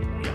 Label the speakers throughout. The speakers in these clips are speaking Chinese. Speaker 1: 模样。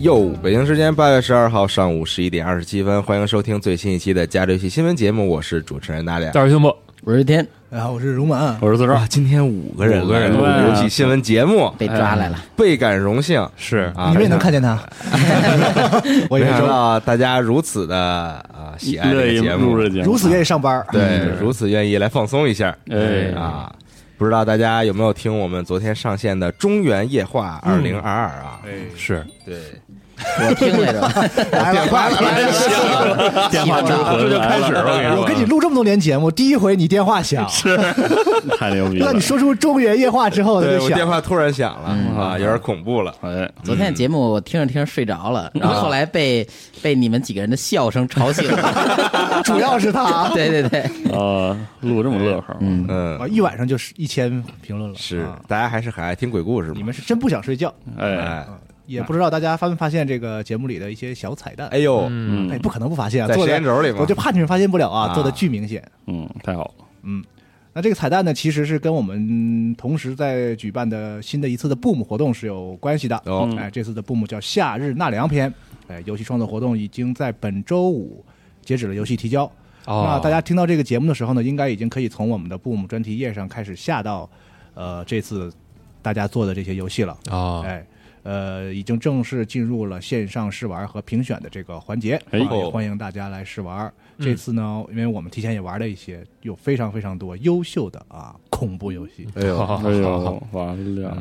Speaker 2: 哟，北京时间八月十二号上午十一点二十七分，欢迎收听最新一期的《加州游戏新闻》节目，我是主持人大脸。
Speaker 3: 大师兄不？
Speaker 4: 我是天，
Speaker 5: 啊，我是荣满，
Speaker 3: 我是自少，
Speaker 2: 哇，今天五个人
Speaker 3: 五个人
Speaker 2: 来录
Speaker 3: 对
Speaker 2: 游戏新闻节目，
Speaker 4: 被抓来了。
Speaker 2: 倍感荣幸
Speaker 3: 是
Speaker 2: 啊！
Speaker 5: 你们
Speaker 2: 没
Speaker 5: 也能
Speaker 2: 想
Speaker 5: 看见他， 我以
Speaker 2: 没
Speaker 5: 为
Speaker 2: 想
Speaker 5: 说
Speaker 2: 到大家如此的啊喜爱这个节目
Speaker 3: 录，这节目，
Speaker 5: 如此愿意上班儿，
Speaker 2: 对，如此愿意来放松一下
Speaker 3: 哎
Speaker 2: 啊！不知道大家有没有听我们昨天上线的《中原夜话二零二二》啊？
Speaker 3: 是
Speaker 2: 对，
Speaker 3: 哎
Speaker 4: 我听来着，
Speaker 2: 电话来了，
Speaker 3: 电话之魂，这就开始了。
Speaker 5: 我跟你录这么多年节目，第一回你电 话响，
Speaker 3: 你太牛逼了
Speaker 5: 让你，说出中原夜话之后，他
Speaker 2: 对
Speaker 5: 就
Speaker 2: 我电
Speaker 5: 响。
Speaker 2: 话突然响了
Speaker 4: 嗯
Speaker 2: 啊，有点恐怖了。
Speaker 3: 哎，
Speaker 4: 昨天的节目我听着听着睡着了，
Speaker 3: 嗯
Speaker 4: 然后后来被被你们几个人的笑声吵醒 了。
Speaker 5: 主要是 他啊，
Speaker 4: 对对对，
Speaker 3: 啊，录这么乐呵，
Speaker 4: 嗯，
Speaker 2: 嗯，
Speaker 5: 啊一晚上就是一千评论了，
Speaker 2: 是
Speaker 5: 啊，
Speaker 2: 大家还是很爱听鬼故事
Speaker 5: 你
Speaker 2: 嘛？
Speaker 5: 们是真不想睡觉，
Speaker 3: 哎，
Speaker 2: 哎，
Speaker 5: 也不知道大家发没发现这个节目里的一些小彩蛋
Speaker 2: 哎，呦，
Speaker 3: 嗯
Speaker 5: 哎，不可能不发现啊，
Speaker 2: 在
Speaker 5: 做
Speaker 2: 时
Speaker 5: 的
Speaker 2: 间轴里嘛
Speaker 5: 我就，怕你们发现不了啊，
Speaker 2: 啊
Speaker 5: 做的巨明显。
Speaker 3: 嗯，太好了，
Speaker 5: 那这个彩蛋呢，其实是跟我们同时在举办的新的一次的 Boom 活动是有关系的。
Speaker 2: 哦
Speaker 5: 哎，这次的 Boom 叫夏日纳凉篇，哎，游戏创作活动已经在本周五截止了游戏提交。
Speaker 2: 哦
Speaker 5: 那大家听到这个节目的时候呢，应该已经可以从我们的 Boom 专题页上开始下到，呃，这次大家做的这些游戏了。
Speaker 6: 啊，
Speaker 5: 哎，呃，已经正式进入了线上试玩和评选的这个环节，
Speaker 3: 哎
Speaker 5: 啊
Speaker 3: 呦
Speaker 5: 也欢迎大家来试玩。这次呢，因为我们提前也玩了一些，有非常非常多优秀的啊恐怖游戏，
Speaker 2: 哎呦，
Speaker 3: 哎 呦，完了，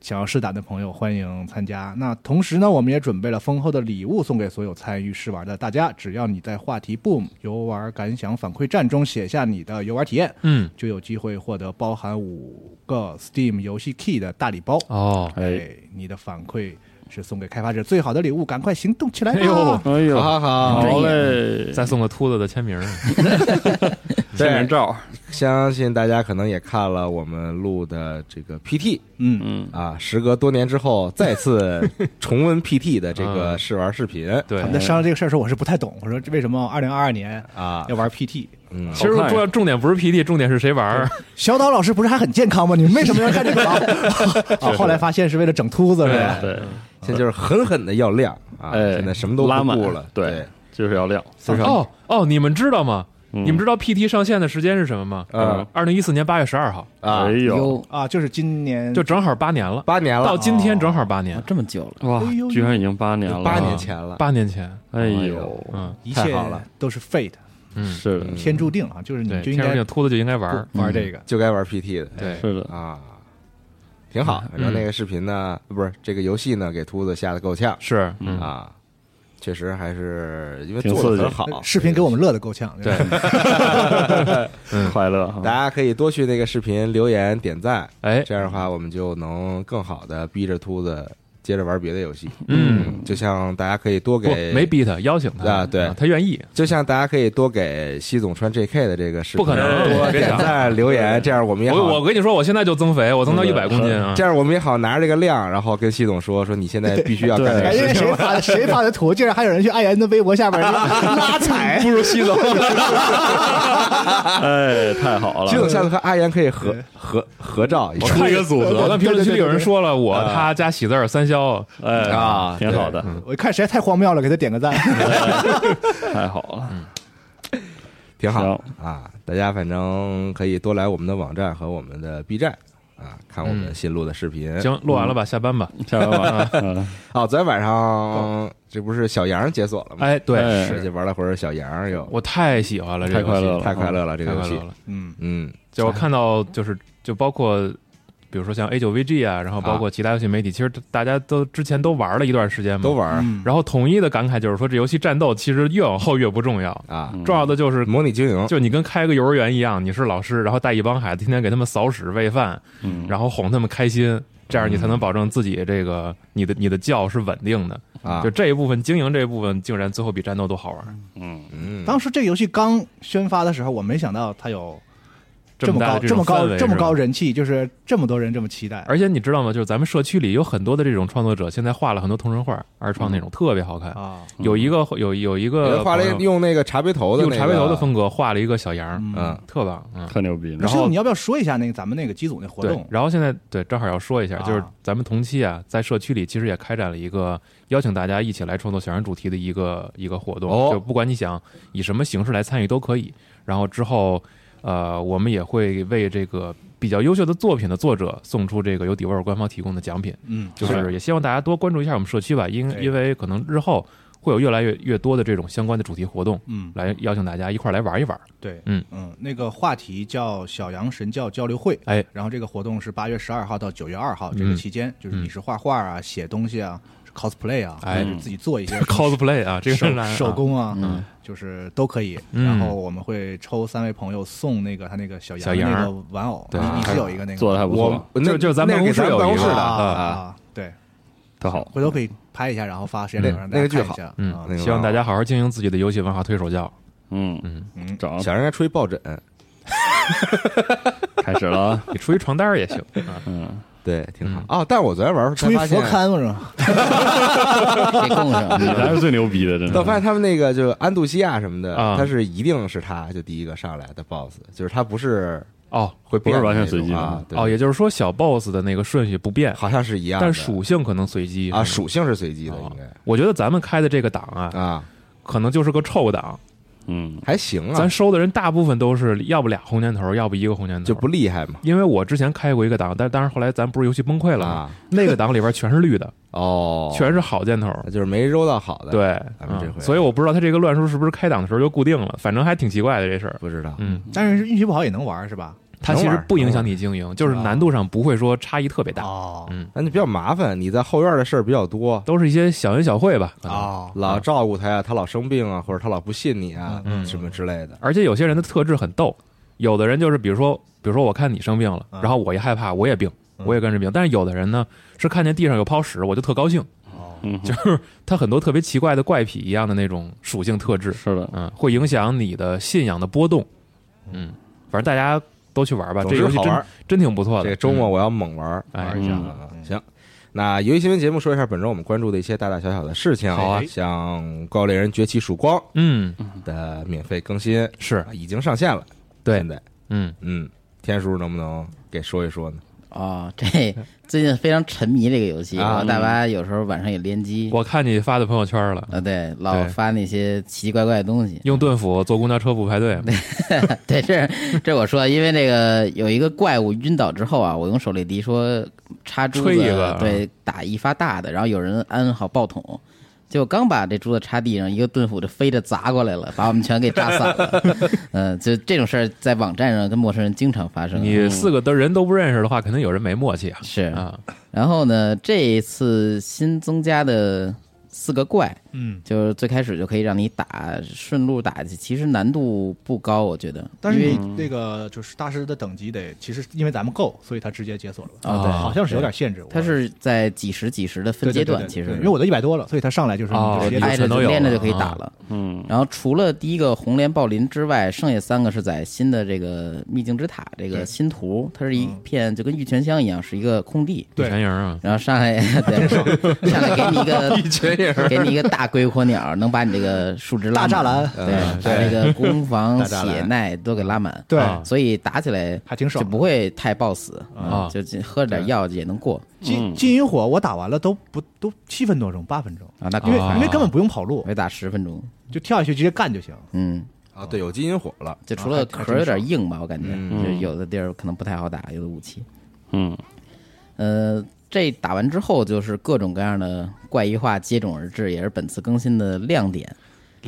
Speaker 5: 想要试胆的朋友欢迎参加。那同时呢，我们也准备了丰厚的礼物送给所有参与试玩的大家，只要你在话题 “boom” 游玩感想反馈站中写下你的游玩体验，
Speaker 6: 嗯，
Speaker 5: 就有机会获得包含五个 Steam 游戏 Key 的大礼包。
Speaker 6: 哦，
Speaker 3: 哎，
Speaker 5: 哎，你的反馈是送给开发者最好的礼物，赶快行动起来吧！
Speaker 6: 哎呦
Speaker 3: 哎呦，
Speaker 2: 好好好，
Speaker 3: 好嘞，
Speaker 6: 再送个秃子的签名儿，
Speaker 3: 签名照，
Speaker 2: 相信大家可能也看了我们录的这个 PT
Speaker 5: 嗯，
Speaker 3: 嗯，
Speaker 2: 啊，时隔多年之后再次重温 PT 的这个试玩视频
Speaker 6: 对
Speaker 5: 我，们在商量这个事儿的时候，我是不太懂。我说为什么二零二二年
Speaker 2: 啊，
Speaker 5: 要玩 PT？
Speaker 2: 嗯，
Speaker 6: 其实重要重点不是 PT，重点是谁 玩儿，
Speaker 5: 小岛老师不是还很健康吗？你们为什么要干这个啊？啊后来发现是为了整秃子，是吧？
Speaker 3: 对，
Speaker 2: 现在就是狠狠的要亮啊，
Speaker 3: 哎
Speaker 2: 哎现在什么都
Speaker 3: 拉
Speaker 2: 不
Speaker 3: 满
Speaker 2: 顾了，
Speaker 3: 对
Speaker 2: 对，
Speaker 3: 就是要亮，
Speaker 6: 哦哦，你们知道吗？
Speaker 3: 嗯
Speaker 6: 你们知道 PT 上线的时间是什么吗？
Speaker 2: 嗯
Speaker 6: 二零一四年八月十二号，
Speaker 2: 啊
Speaker 3: 哎，呦，
Speaker 4: 哟，
Speaker 5: 啊，就是今年
Speaker 6: 就正好八年了，
Speaker 2: 八年
Speaker 6: 到
Speaker 2: 了，
Speaker 6: 今天正好八年，
Speaker 4: 这么久了，
Speaker 3: 哇，居然已经八年了，
Speaker 2: 八年前了，
Speaker 6: 八年前，
Speaker 3: 哎呦，
Speaker 6: 嗯，
Speaker 5: 一
Speaker 2: 太
Speaker 5: 切
Speaker 2: 好了
Speaker 5: 都是 fate，
Speaker 6: 嗯，
Speaker 3: 是的，
Speaker 2: 嗯
Speaker 7: 天注定啊，就是你
Speaker 6: 对，
Speaker 7: 就应
Speaker 6: 天上
Speaker 7: 该
Speaker 6: 定秃子就应该玩儿，
Speaker 7: 不玩这个。
Speaker 2: 就该玩 PT 的
Speaker 6: 对，
Speaker 3: 是的，
Speaker 2: 啊，挺好。
Speaker 6: 嗯
Speaker 2: 然后那个视频呢，不是这个游戏呢，给秃子吓得够呛
Speaker 6: 是，嗯，
Speaker 2: 啊，确实还是因为
Speaker 3: 挺
Speaker 2: 做的
Speaker 3: 刺
Speaker 2: 很
Speaker 3: 激
Speaker 2: 好，
Speaker 7: 视频给我们乐得够呛，对吧，
Speaker 3: 嗯快乐哈
Speaker 2: 大，家可以多去那个视频留言点赞，
Speaker 6: 哎，
Speaker 2: 这样的话我们就能更好的逼着秃子接着玩别的游戏。
Speaker 6: 嗯，
Speaker 2: 就像大家可以多
Speaker 6: 不，
Speaker 2: 给
Speaker 6: 没逼他，邀请他
Speaker 2: 啊对
Speaker 6: 他愿意，
Speaker 2: 就像大家可以多给西总穿 JK 的这个视频，
Speaker 6: 不可能
Speaker 2: 多
Speaker 6: 别
Speaker 2: 点
Speaker 6: 想
Speaker 2: 赞留言，这样我们也
Speaker 6: 我
Speaker 2: 好，
Speaker 6: 我跟你说，我现在就增肥，我增到一
Speaker 3: 对
Speaker 6: 百公斤啊
Speaker 2: 这，样我们也好拿着这个量，然后跟西总说说你现在必须要干这
Speaker 5: 哎
Speaker 7: 感
Speaker 2: 个
Speaker 7: 觉
Speaker 2: 事情
Speaker 7: 谁发的谁发的图，竟然还有人去艾言的微博下边拉踩，
Speaker 3: 不如西总，哎，太好了
Speaker 2: 西，总下次和阿岩可以合合合照一下
Speaker 3: 出一个组
Speaker 6: 我
Speaker 3: 合
Speaker 6: 看评论区里有人说了，我他加喜字儿三消，
Speaker 3: 哎
Speaker 2: 啊
Speaker 3: 挺好的，
Speaker 7: 我一看实在太荒谬了，给他点个赞。
Speaker 3: 太好了，
Speaker 2: 挺好
Speaker 3: 行
Speaker 2: 啊！大家反正可以多来我们的网站和我们的 B 站啊，看我们
Speaker 6: 嗯
Speaker 2: 新录的视频。
Speaker 6: 行，录完了吧，下班吧，
Speaker 3: 下班吧，嗯
Speaker 2: 哦，昨天晚上这不是小羊解锁了吗？
Speaker 6: 哦哎，对，
Speaker 3: 哎
Speaker 2: 是，就玩了会儿小羊，又
Speaker 6: 我太喜欢了，这
Speaker 3: 太
Speaker 6: 游戏
Speaker 3: 快乐了
Speaker 2: 太快乐了，这个
Speaker 6: 太
Speaker 2: 游
Speaker 6: 快乐
Speaker 2: 戏，
Speaker 6: 了，
Speaker 7: 嗯，
Speaker 2: 嗯，
Speaker 6: 就我看到就是就包括。比如说像 A 九 VG 啊，然后包括其他游戏媒体，其实大家都之前都玩了一段时间嘛，
Speaker 2: 都玩儿
Speaker 5: 嗯
Speaker 6: 然后统一的感慨就是说，这游戏战斗其实越往后越不重要，
Speaker 2: 啊，
Speaker 3: 嗯
Speaker 6: 重要的就是
Speaker 2: 模拟经营，
Speaker 6: 就你跟开个幼儿园一样，你是老师，然后带一帮孩子，天天给他们扫屎喂饭，
Speaker 3: 嗯，
Speaker 6: 然后哄他们开心，这样你才能
Speaker 2: 嗯
Speaker 6: 保证自己这个你的你的觉是稳定的。
Speaker 2: 啊
Speaker 6: 就，这一部分经营这一部分，竟然最后比战斗都好玩，
Speaker 3: 嗯，
Speaker 2: 嗯，
Speaker 7: 当时这个游戏刚宣发的时候，我没想到它有这
Speaker 6: 么
Speaker 7: 么
Speaker 6: 大
Speaker 7: 高、
Speaker 6: 的
Speaker 7: 这么
Speaker 6: 种氛
Speaker 7: 高、
Speaker 6: 围
Speaker 7: 这么高
Speaker 6: 是吧。
Speaker 7: 人气，就是这么多人这么期待。
Speaker 6: 而且你知道吗？就是咱们社区里有很多的这种创作者，现在画了很多同人画，二创
Speaker 2: 嗯
Speaker 6: 那种特别好看。
Speaker 7: 啊，
Speaker 6: 有一个有有一
Speaker 2: 有
Speaker 6: 个
Speaker 2: 嗯人画了一个
Speaker 6: 朋友
Speaker 2: 用那个茶杯头的
Speaker 6: 用
Speaker 2: 那
Speaker 6: 茶杯头
Speaker 2: 个
Speaker 6: 的，风格画了一个小羊，
Speaker 7: 嗯，
Speaker 2: 嗯，
Speaker 6: 特棒。嗯，
Speaker 3: 特牛逼，
Speaker 7: 那
Speaker 3: 然
Speaker 7: 师傅
Speaker 3: 后
Speaker 7: 你要不要说一下那个咱们那个机组那活
Speaker 6: 对，
Speaker 7: 动？
Speaker 6: 然后现在对，正好要说一下，
Speaker 7: 啊
Speaker 6: 就是咱们同期啊，在社区里其实也开展了一个邀请大家一起来创作小人主题的一个一个活动，
Speaker 2: 哦
Speaker 6: 就不管你想以什么形式来参与都可以。然后之后，呃，我们也会为这个比较优秀的作品的作者送出这个由底味儿官方提供的奖品，
Speaker 7: 嗯，
Speaker 6: 就是也希望大家多关注一下我们社区吧，因
Speaker 7: 对
Speaker 6: 因为可能日后会有越来越越多的这种相关的主题活动。
Speaker 7: 嗯，
Speaker 6: 来邀请大家一块儿来玩一玩，
Speaker 7: 对，
Speaker 6: 嗯
Speaker 7: 嗯，那个话题叫小羊神教交流会，
Speaker 6: 哎，
Speaker 7: 然后这个活动是八月十二号到九月二号这个
Speaker 6: 嗯
Speaker 7: 期间，就是
Speaker 6: 嗯
Speaker 7: 你是画画啊、写东西啊、cosplay 啊，
Speaker 6: 哎
Speaker 7: 就是自己做一些
Speaker 6: cosplay 啊，这个是
Speaker 7: 手
Speaker 6: 来啊
Speaker 7: 手工啊，
Speaker 3: 嗯
Speaker 7: 就是都可以。
Speaker 6: 嗯
Speaker 7: 然后我们会抽三位朋友送那个他那个小
Speaker 6: 小
Speaker 7: 羊的
Speaker 6: 羊
Speaker 7: 那个玩偶，
Speaker 6: 对啊
Speaker 7: 你是有一个那个
Speaker 3: 做的还不
Speaker 2: 我
Speaker 3: 错，
Speaker 2: 那
Speaker 6: 就就是咱
Speaker 2: 那是
Speaker 6: 办公
Speaker 2: 给
Speaker 6: 室
Speaker 2: 咱
Speaker 6: 有
Speaker 2: 办公
Speaker 6: 一
Speaker 2: 室
Speaker 6: 个
Speaker 2: 的
Speaker 7: 啊
Speaker 6: 啊
Speaker 7: 啊，对，
Speaker 3: 特好，
Speaker 7: 回头可以拍一下，然后发时间表让大家
Speaker 2: 那个剧
Speaker 7: 看
Speaker 2: 好
Speaker 7: 一下。
Speaker 6: 嗯
Speaker 7: 啊
Speaker 2: 那个
Speaker 6: 希望大家好好经营自己的游戏文化推手教。
Speaker 3: 嗯，
Speaker 7: 嗯，
Speaker 3: 找
Speaker 2: 小人还出一抱枕，嗯
Speaker 3: 开始了啊，
Speaker 6: 你出一床单儿 也行。啊
Speaker 3: 嗯，
Speaker 2: 对，挺好。哦，但是我昨天玩儿
Speaker 7: 出
Speaker 2: 才
Speaker 7: 一
Speaker 2: 发
Speaker 7: 佛
Speaker 2: 现，
Speaker 7: 龛是吗？
Speaker 4: 给供上
Speaker 3: 你才是最牛逼的，真
Speaker 2: 我发
Speaker 3: 的，
Speaker 2: 现他们那个就安杜西亚什么的
Speaker 6: 嗯啊，
Speaker 2: 他是一定是他就第一个上来的 BOSS，就是他不是
Speaker 6: 哦
Speaker 2: 会变的
Speaker 3: 不是完全
Speaker 2: 那种
Speaker 3: 随机的
Speaker 2: 啊，对
Speaker 6: 哦，也就是说小 boss 的那个顺序不变，
Speaker 2: 好像是一样的，
Speaker 6: 但属性可能随机
Speaker 2: 啊
Speaker 6: 是吗
Speaker 2: 属性是随机的，
Speaker 6: 哦
Speaker 2: 应该
Speaker 6: 我觉得咱们开的这个档啊，
Speaker 2: 啊
Speaker 6: 可能就是个臭档。
Speaker 3: 嗯，
Speaker 2: 还行啊
Speaker 6: 咱，收的人大部分都是要不俩红箭头，要不一个红箭头，
Speaker 2: 就不。厉害嘛
Speaker 6: 因为我之前开过一个档，但当然后来咱不是游戏崩溃了吗？
Speaker 2: 啊
Speaker 6: 那个档里边全是绿的，
Speaker 2: 哦，
Speaker 6: 全是好箭头。
Speaker 2: 那就是没揉到好的，，
Speaker 6: 对，
Speaker 2: 咱们这回
Speaker 6: 嗯所以我不知道他这个乱数是不是开档的时候就固定了，反正还挺奇怪的这事儿。
Speaker 2: 不知道
Speaker 6: 嗯，
Speaker 7: 但是运气不好也能玩是吧？
Speaker 6: 它
Speaker 2: 能
Speaker 6: 其
Speaker 2: 玩
Speaker 6: 实不影
Speaker 2: 能
Speaker 6: 响
Speaker 2: 玩
Speaker 6: 你经营，就是
Speaker 7: 啊
Speaker 6: 难度上不会说差异特别大。
Speaker 7: 哦
Speaker 6: 嗯
Speaker 2: 那就比较麻烦，你在后院的事儿比较多，
Speaker 6: 都是一些小恩小惠吧。
Speaker 2: 嗯
Speaker 6: 可能
Speaker 7: 哦，
Speaker 2: 老照顾他呀，他老生病啊，或者他老不信你啊，
Speaker 6: 嗯
Speaker 2: 什么之类的。
Speaker 6: 而且有些人的特质很逗，有的人就是比如说，比如说我看你生病了，
Speaker 7: 嗯
Speaker 6: 然后我一害怕，我也病，
Speaker 2: 嗯
Speaker 6: 我也跟着病。但是有的人呢，是看见地上有泡屎，我就特高兴，
Speaker 3: 嗯
Speaker 6: 就是他很多特别奇怪的怪癖一样的那种属性特质，
Speaker 3: 是的，
Speaker 6: 嗯，会影响你的信仰的波动。嗯，反正大家都去玩吧，这游戏
Speaker 2: 好玩
Speaker 6: 真
Speaker 2: 儿，
Speaker 6: 真挺不错的。
Speaker 2: 这个周末
Speaker 6: 嗯
Speaker 2: 我要猛玩儿
Speaker 6: 哎
Speaker 2: 玩一下
Speaker 3: 嗯
Speaker 2: 啊。行，那游戏新闻节目说一下本周我们关注的一些大大小小的事情
Speaker 6: 好啊
Speaker 2: 像《怪物猎人崛起：曙光
Speaker 6: 嗯》
Speaker 2: 的免费更新
Speaker 6: 是
Speaker 2: 啊已经上线了，
Speaker 6: 对
Speaker 2: 现，在
Speaker 6: 嗯
Speaker 2: 嗯，天叔能不能给说一说呢？
Speaker 4: 哦，这最近非常沉迷这个游戏，
Speaker 2: 啊
Speaker 4: 然后大巴
Speaker 3: 嗯
Speaker 4: 有时候晚上也联
Speaker 2: 嗯
Speaker 4: 机，
Speaker 6: 我看你发的朋友圈了，
Speaker 4: 啊，对，老
Speaker 6: 对
Speaker 4: 发那些奇奇怪怪的东西。
Speaker 6: 用盾斧坐公交车不排队，
Speaker 4: 对，这这我说，因为那个有一个怪物晕倒之后啊，我用手雷笛说插珠
Speaker 6: 吹
Speaker 4: 子
Speaker 6: 一个，啊
Speaker 4: 对，打一发大的，然后有人安好爆筒，结果刚把这珠子插地上，一个盾斧就飞着砸过来了，把我们全给炸散 了。嗯，就这种事儿在网站上跟陌生人经常发生。
Speaker 6: 你四个都人都不认识的话，肯定有人没默契啊。
Speaker 4: 是
Speaker 6: 啊，
Speaker 4: 然后呢，这一次新增加的四个怪，
Speaker 5: 嗯，
Speaker 4: 就是最开始就可以让你打顺路打，其实难度不高，我觉得。
Speaker 5: 但是
Speaker 4: 因为
Speaker 5: 你那个就是大师的等级得，其实因为咱们够，所以他直接解锁了吧？
Speaker 4: 啊对
Speaker 5: 好像是有点限制。
Speaker 4: 它是在几十几十的分阶段，
Speaker 5: 对对对对
Speaker 4: 其
Speaker 5: 对
Speaker 4: 实
Speaker 5: 因为我的一百多了，所以他上来就是
Speaker 6: 哦
Speaker 5: 你直接
Speaker 6: 就
Speaker 4: 挨着
Speaker 5: 就
Speaker 6: 全
Speaker 4: 就
Speaker 6: 都有
Speaker 4: 连着
Speaker 6: 了
Speaker 4: 就可以
Speaker 6: 啊
Speaker 4: 打了。
Speaker 3: 嗯
Speaker 4: 然后除了第一个红莲暴鳞之外，剩下三个是在新的这个秘境之塔这个
Speaker 5: 对
Speaker 4: 新图，它是一
Speaker 5: 嗯
Speaker 4: 片就跟玉泉乡一样，是一个空地。
Speaker 5: 对
Speaker 6: 全营啊，
Speaker 4: 然后上来， 对，上来给你一 个
Speaker 2: 全影
Speaker 4: 给你一个大龟火鸟，能把你这个树枝拉
Speaker 5: 大栅
Speaker 4: 满
Speaker 5: 栏
Speaker 6: 嗯
Speaker 4: 对，把
Speaker 2: 对
Speaker 4: 这 个攻防
Speaker 2: 大栅栏
Speaker 4: 血耐都给拉满，
Speaker 5: 对
Speaker 6: 啊
Speaker 4: 所以打起来
Speaker 5: 还挺爽
Speaker 4: 就
Speaker 5: 的。
Speaker 4: 不会太暴死
Speaker 6: 啊
Speaker 4: 嗯就就喝点药也能过
Speaker 5: 金金银火我打完了都不都七分多钟八分钟，
Speaker 4: 啊。那哎
Speaker 5: 因为
Speaker 6: 啊
Speaker 5: 因为根本不用跑路，
Speaker 4: 没打十分钟，
Speaker 5: 就跳下去直接干就行。
Speaker 4: 嗯，
Speaker 2: 啊，对，有金银火了，
Speaker 4: 就除
Speaker 5: 哦
Speaker 4: 了壳有点硬吧，我感觉，
Speaker 2: 嗯
Speaker 4: 就是有的地儿可能不太好打，有的武器。
Speaker 3: 嗯
Speaker 4: 呃，这打完之后就是各种各样的怪异化接踵而至，也是本次更新的亮点，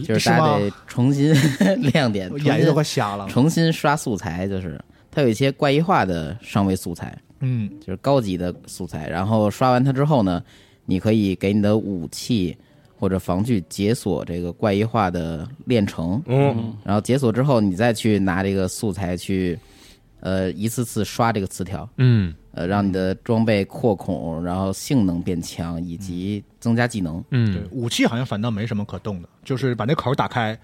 Speaker 4: 就是大家
Speaker 5: 吗？
Speaker 4: 得重新 亮点，
Speaker 5: 我
Speaker 4: 重
Speaker 5: 眼睛都快
Speaker 4: 新
Speaker 5: 瞎了。
Speaker 4: 重新刷素材，就是它有一些怪异化的上位素材，
Speaker 5: 嗯，
Speaker 4: 就是高级的素材。然后刷完它之后呢，你可以给你的武器或者防具解锁这个怪异化的炼成，
Speaker 2: 嗯，
Speaker 4: 然后解锁之后，你再去拿这个素材去，呃，一次次刷这个词条，
Speaker 6: 嗯
Speaker 4: 呃，让你的装备扩孔，然后性能变强，以及增加技能。
Speaker 5: 对
Speaker 6: 嗯，，
Speaker 5: 武器好像反倒没什么可动的，就是把那口打开，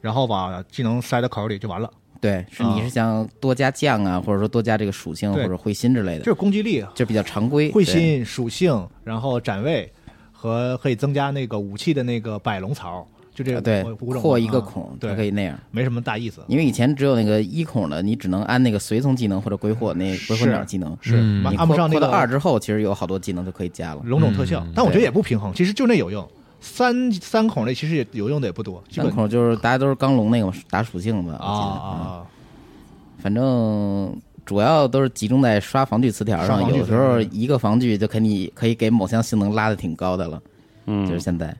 Speaker 5: 然后把技能塞到口里就完了。
Speaker 4: 对，是你是想多加酱啊，或者说多加这个属性
Speaker 5: 啊对
Speaker 4: 或者会心之类
Speaker 5: 就
Speaker 4: 的，
Speaker 5: 是攻击力、
Speaker 4: 就比较常规。
Speaker 5: 会
Speaker 4: 对
Speaker 5: 心、属性，然后展位和可以增加那个武器的那个摆龙槽，就这
Speaker 4: 啊
Speaker 5: 个
Speaker 4: 对
Speaker 5: 五种
Speaker 4: 扩一个
Speaker 5: 啊
Speaker 4: 孔，它可以
Speaker 5: 对，
Speaker 4: 那样。
Speaker 5: 没什么大意思。
Speaker 4: 因为以前只有那个一孔的，你只能按那个随从技能或者鬼火那鬼火鸟技能。
Speaker 5: 是
Speaker 6: 嗯
Speaker 5: 按
Speaker 4: 你
Speaker 5: 按不
Speaker 4: 扩
Speaker 5: 上那
Speaker 4: 扩
Speaker 5: 个
Speaker 4: 到二之后，其实有好多技能就可以加了。
Speaker 5: 龙种特效，
Speaker 6: 嗯
Speaker 5: 但我觉得
Speaker 4: 对
Speaker 5: 也不平衡，其实就那有用。三三孔那其实也有用的也不多，基
Speaker 4: 三
Speaker 5: 本
Speaker 4: 孔就是大家都是刚龙那个嘛打属性吧，我记得
Speaker 5: 啊啊
Speaker 4: 反正主要都是集中在刷防具词条
Speaker 5: 刷
Speaker 4: 上，
Speaker 5: 防具
Speaker 4: 有时候一个防具就给你可以给某项性能拉的挺高的了，就是
Speaker 3: 嗯
Speaker 4: 现在。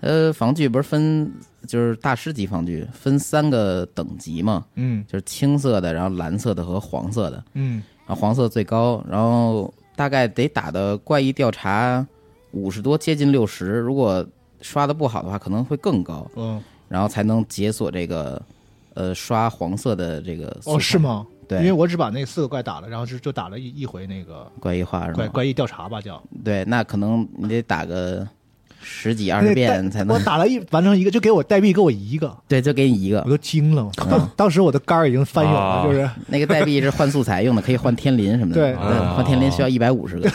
Speaker 4: 呃，防具不是分就是大师级防具分三个等级嘛，
Speaker 5: 嗯
Speaker 4: 就是青色的，然后蓝色的和黄色的，
Speaker 5: 嗯
Speaker 4: 然后黄色最高，然后大概得打的怪异调查五十多，接近六十，如果刷的不好的话，可能会更高，
Speaker 5: 嗯
Speaker 4: 然后才能解锁这个呃刷黄色的这个素
Speaker 5: 哦
Speaker 4: 材
Speaker 5: 是？吗？
Speaker 4: 对
Speaker 5: 因为我只把那四个怪打了，然后就就打了一一回那个
Speaker 4: 怪异化是吗？
Speaker 5: 怪怪异调查吧叫。
Speaker 4: 对，那可能你得打个十几二十
Speaker 5: 那
Speaker 4: 遍
Speaker 5: 代
Speaker 4: 才
Speaker 5: 我
Speaker 4: 能，
Speaker 5: 打了一完成一个，就给我代币给我一 个，
Speaker 4: 对，就给你一个
Speaker 5: 我。都惊了，
Speaker 4: 嗯
Speaker 5: 当当时我的肝儿已经翻涌了，
Speaker 6: 啊
Speaker 5: 就是
Speaker 4: 那个代币是换素材用的，可以换天林什么的。
Speaker 5: 对哦
Speaker 4: 嗯换天林需要一百五十个。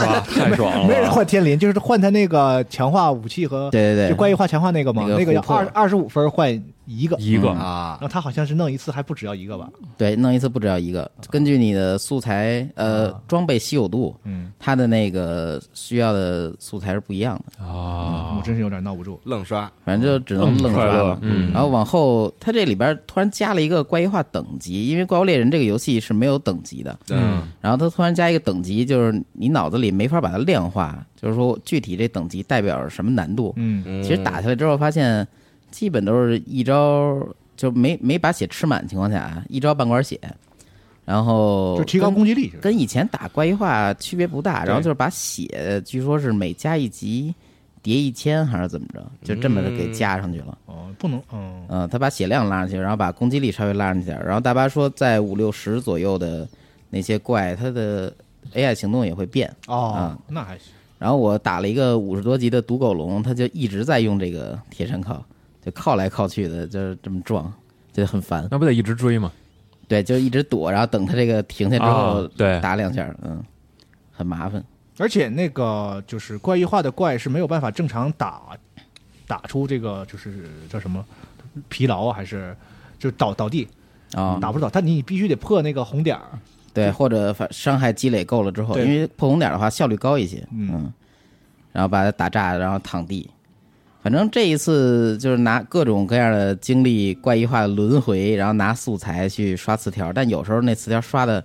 Speaker 3: 哇，太爽了，
Speaker 5: 没人换天林，就是换他那个强化武器和
Speaker 4: 对对
Speaker 5: 就
Speaker 4: 对，
Speaker 5: 怪异化强化那个嘛，
Speaker 4: 那个
Speaker 5: 那个要
Speaker 4: 琥珀
Speaker 5: 二二十五分换一个，
Speaker 6: 一个
Speaker 4: 嗯
Speaker 2: 啊
Speaker 5: 然，后他好像是弄一次还不只要一个吧，
Speaker 4: 对，弄一次不只要一个。根据你的素材呃
Speaker 5: 啊
Speaker 4: 装备稀有度，
Speaker 5: 嗯，
Speaker 4: 它的那个需要的素材是不一样的。
Speaker 5: 我
Speaker 6: 啊，
Speaker 5: 真是有点闹不住。
Speaker 2: 愣刷，
Speaker 4: 反正就只能
Speaker 3: 嗯
Speaker 4: 愣刷
Speaker 3: 快乐
Speaker 4: 了。
Speaker 6: 嗯
Speaker 4: 然后往后，它这里边突然加了一个怪异化等级，因为《怪物猎人》这个游戏是没有等级的。
Speaker 6: 嗯
Speaker 4: 然后它突然加一个等级，就是你脑子里没法把它量化，就是说具体这等级代表什么难度。
Speaker 5: 嗯，
Speaker 2: 嗯
Speaker 4: 其实打下来之后发现，基本都是一招就没没把血吃满情况下，一招半管血，然后
Speaker 5: 就提
Speaker 4: 哦
Speaker 5: 高
Speaker 4: 跟
Speaker 5: 攻击力是吧，
Speaker 4: 跟以前打怪异化区别不大，
Speaker 5: 对
Speaker 4: 然后就是把血，据说是每加一级叠一千还是怎么着，就这么的
Speaker 5: 嗯
Speaker 4: 给加上去了。
Speaker 5: 哦，不能，嗯，
Speaker 4: 嗯，他把血量拉上去，然后把攻击力稍微拉上去点儿。然后大巴说，在五六十左右的那些怪，它的 AI 行动也会变。
Speaker 5: 哦
Speaker 4: 啊，
Speaker 5: 那还行，
Speaker 4: 然后我打了一个五十多级的独狗龙，它就一直在用这个铁山靠，就靠来靠去的，就是这么撞，就很烦。
Speaker 6: 那不得一直追吗？
Speaker 4: 对，就一直躲，然后等它这个停下之后
Speaker 6: 啊，对
Speaker 4: 打两下儿，嗯，很麻烦。
Speaker 5: 而且那个就是怪异化的怪是没有办法正常打，打出这个就是叫什么疲劳啊，还是就倒倒地
Speaker 4: 啊、
Speaker 5: 打不倒，但你必须得破那个红点儿，
Speaker 4: 对，或者反伤害积累够了之后，
Speaker 5: 对
Speaker 4: 因为破红点儿的话效率高一些，
Speaker 5: 嗯
Speaker 4: 嗯，然后把它打炸，然后躺地。反正这一次就是拿各种各样的经历怪异化的轮回，然后拿素材去刷词条，但有时候那词条刷的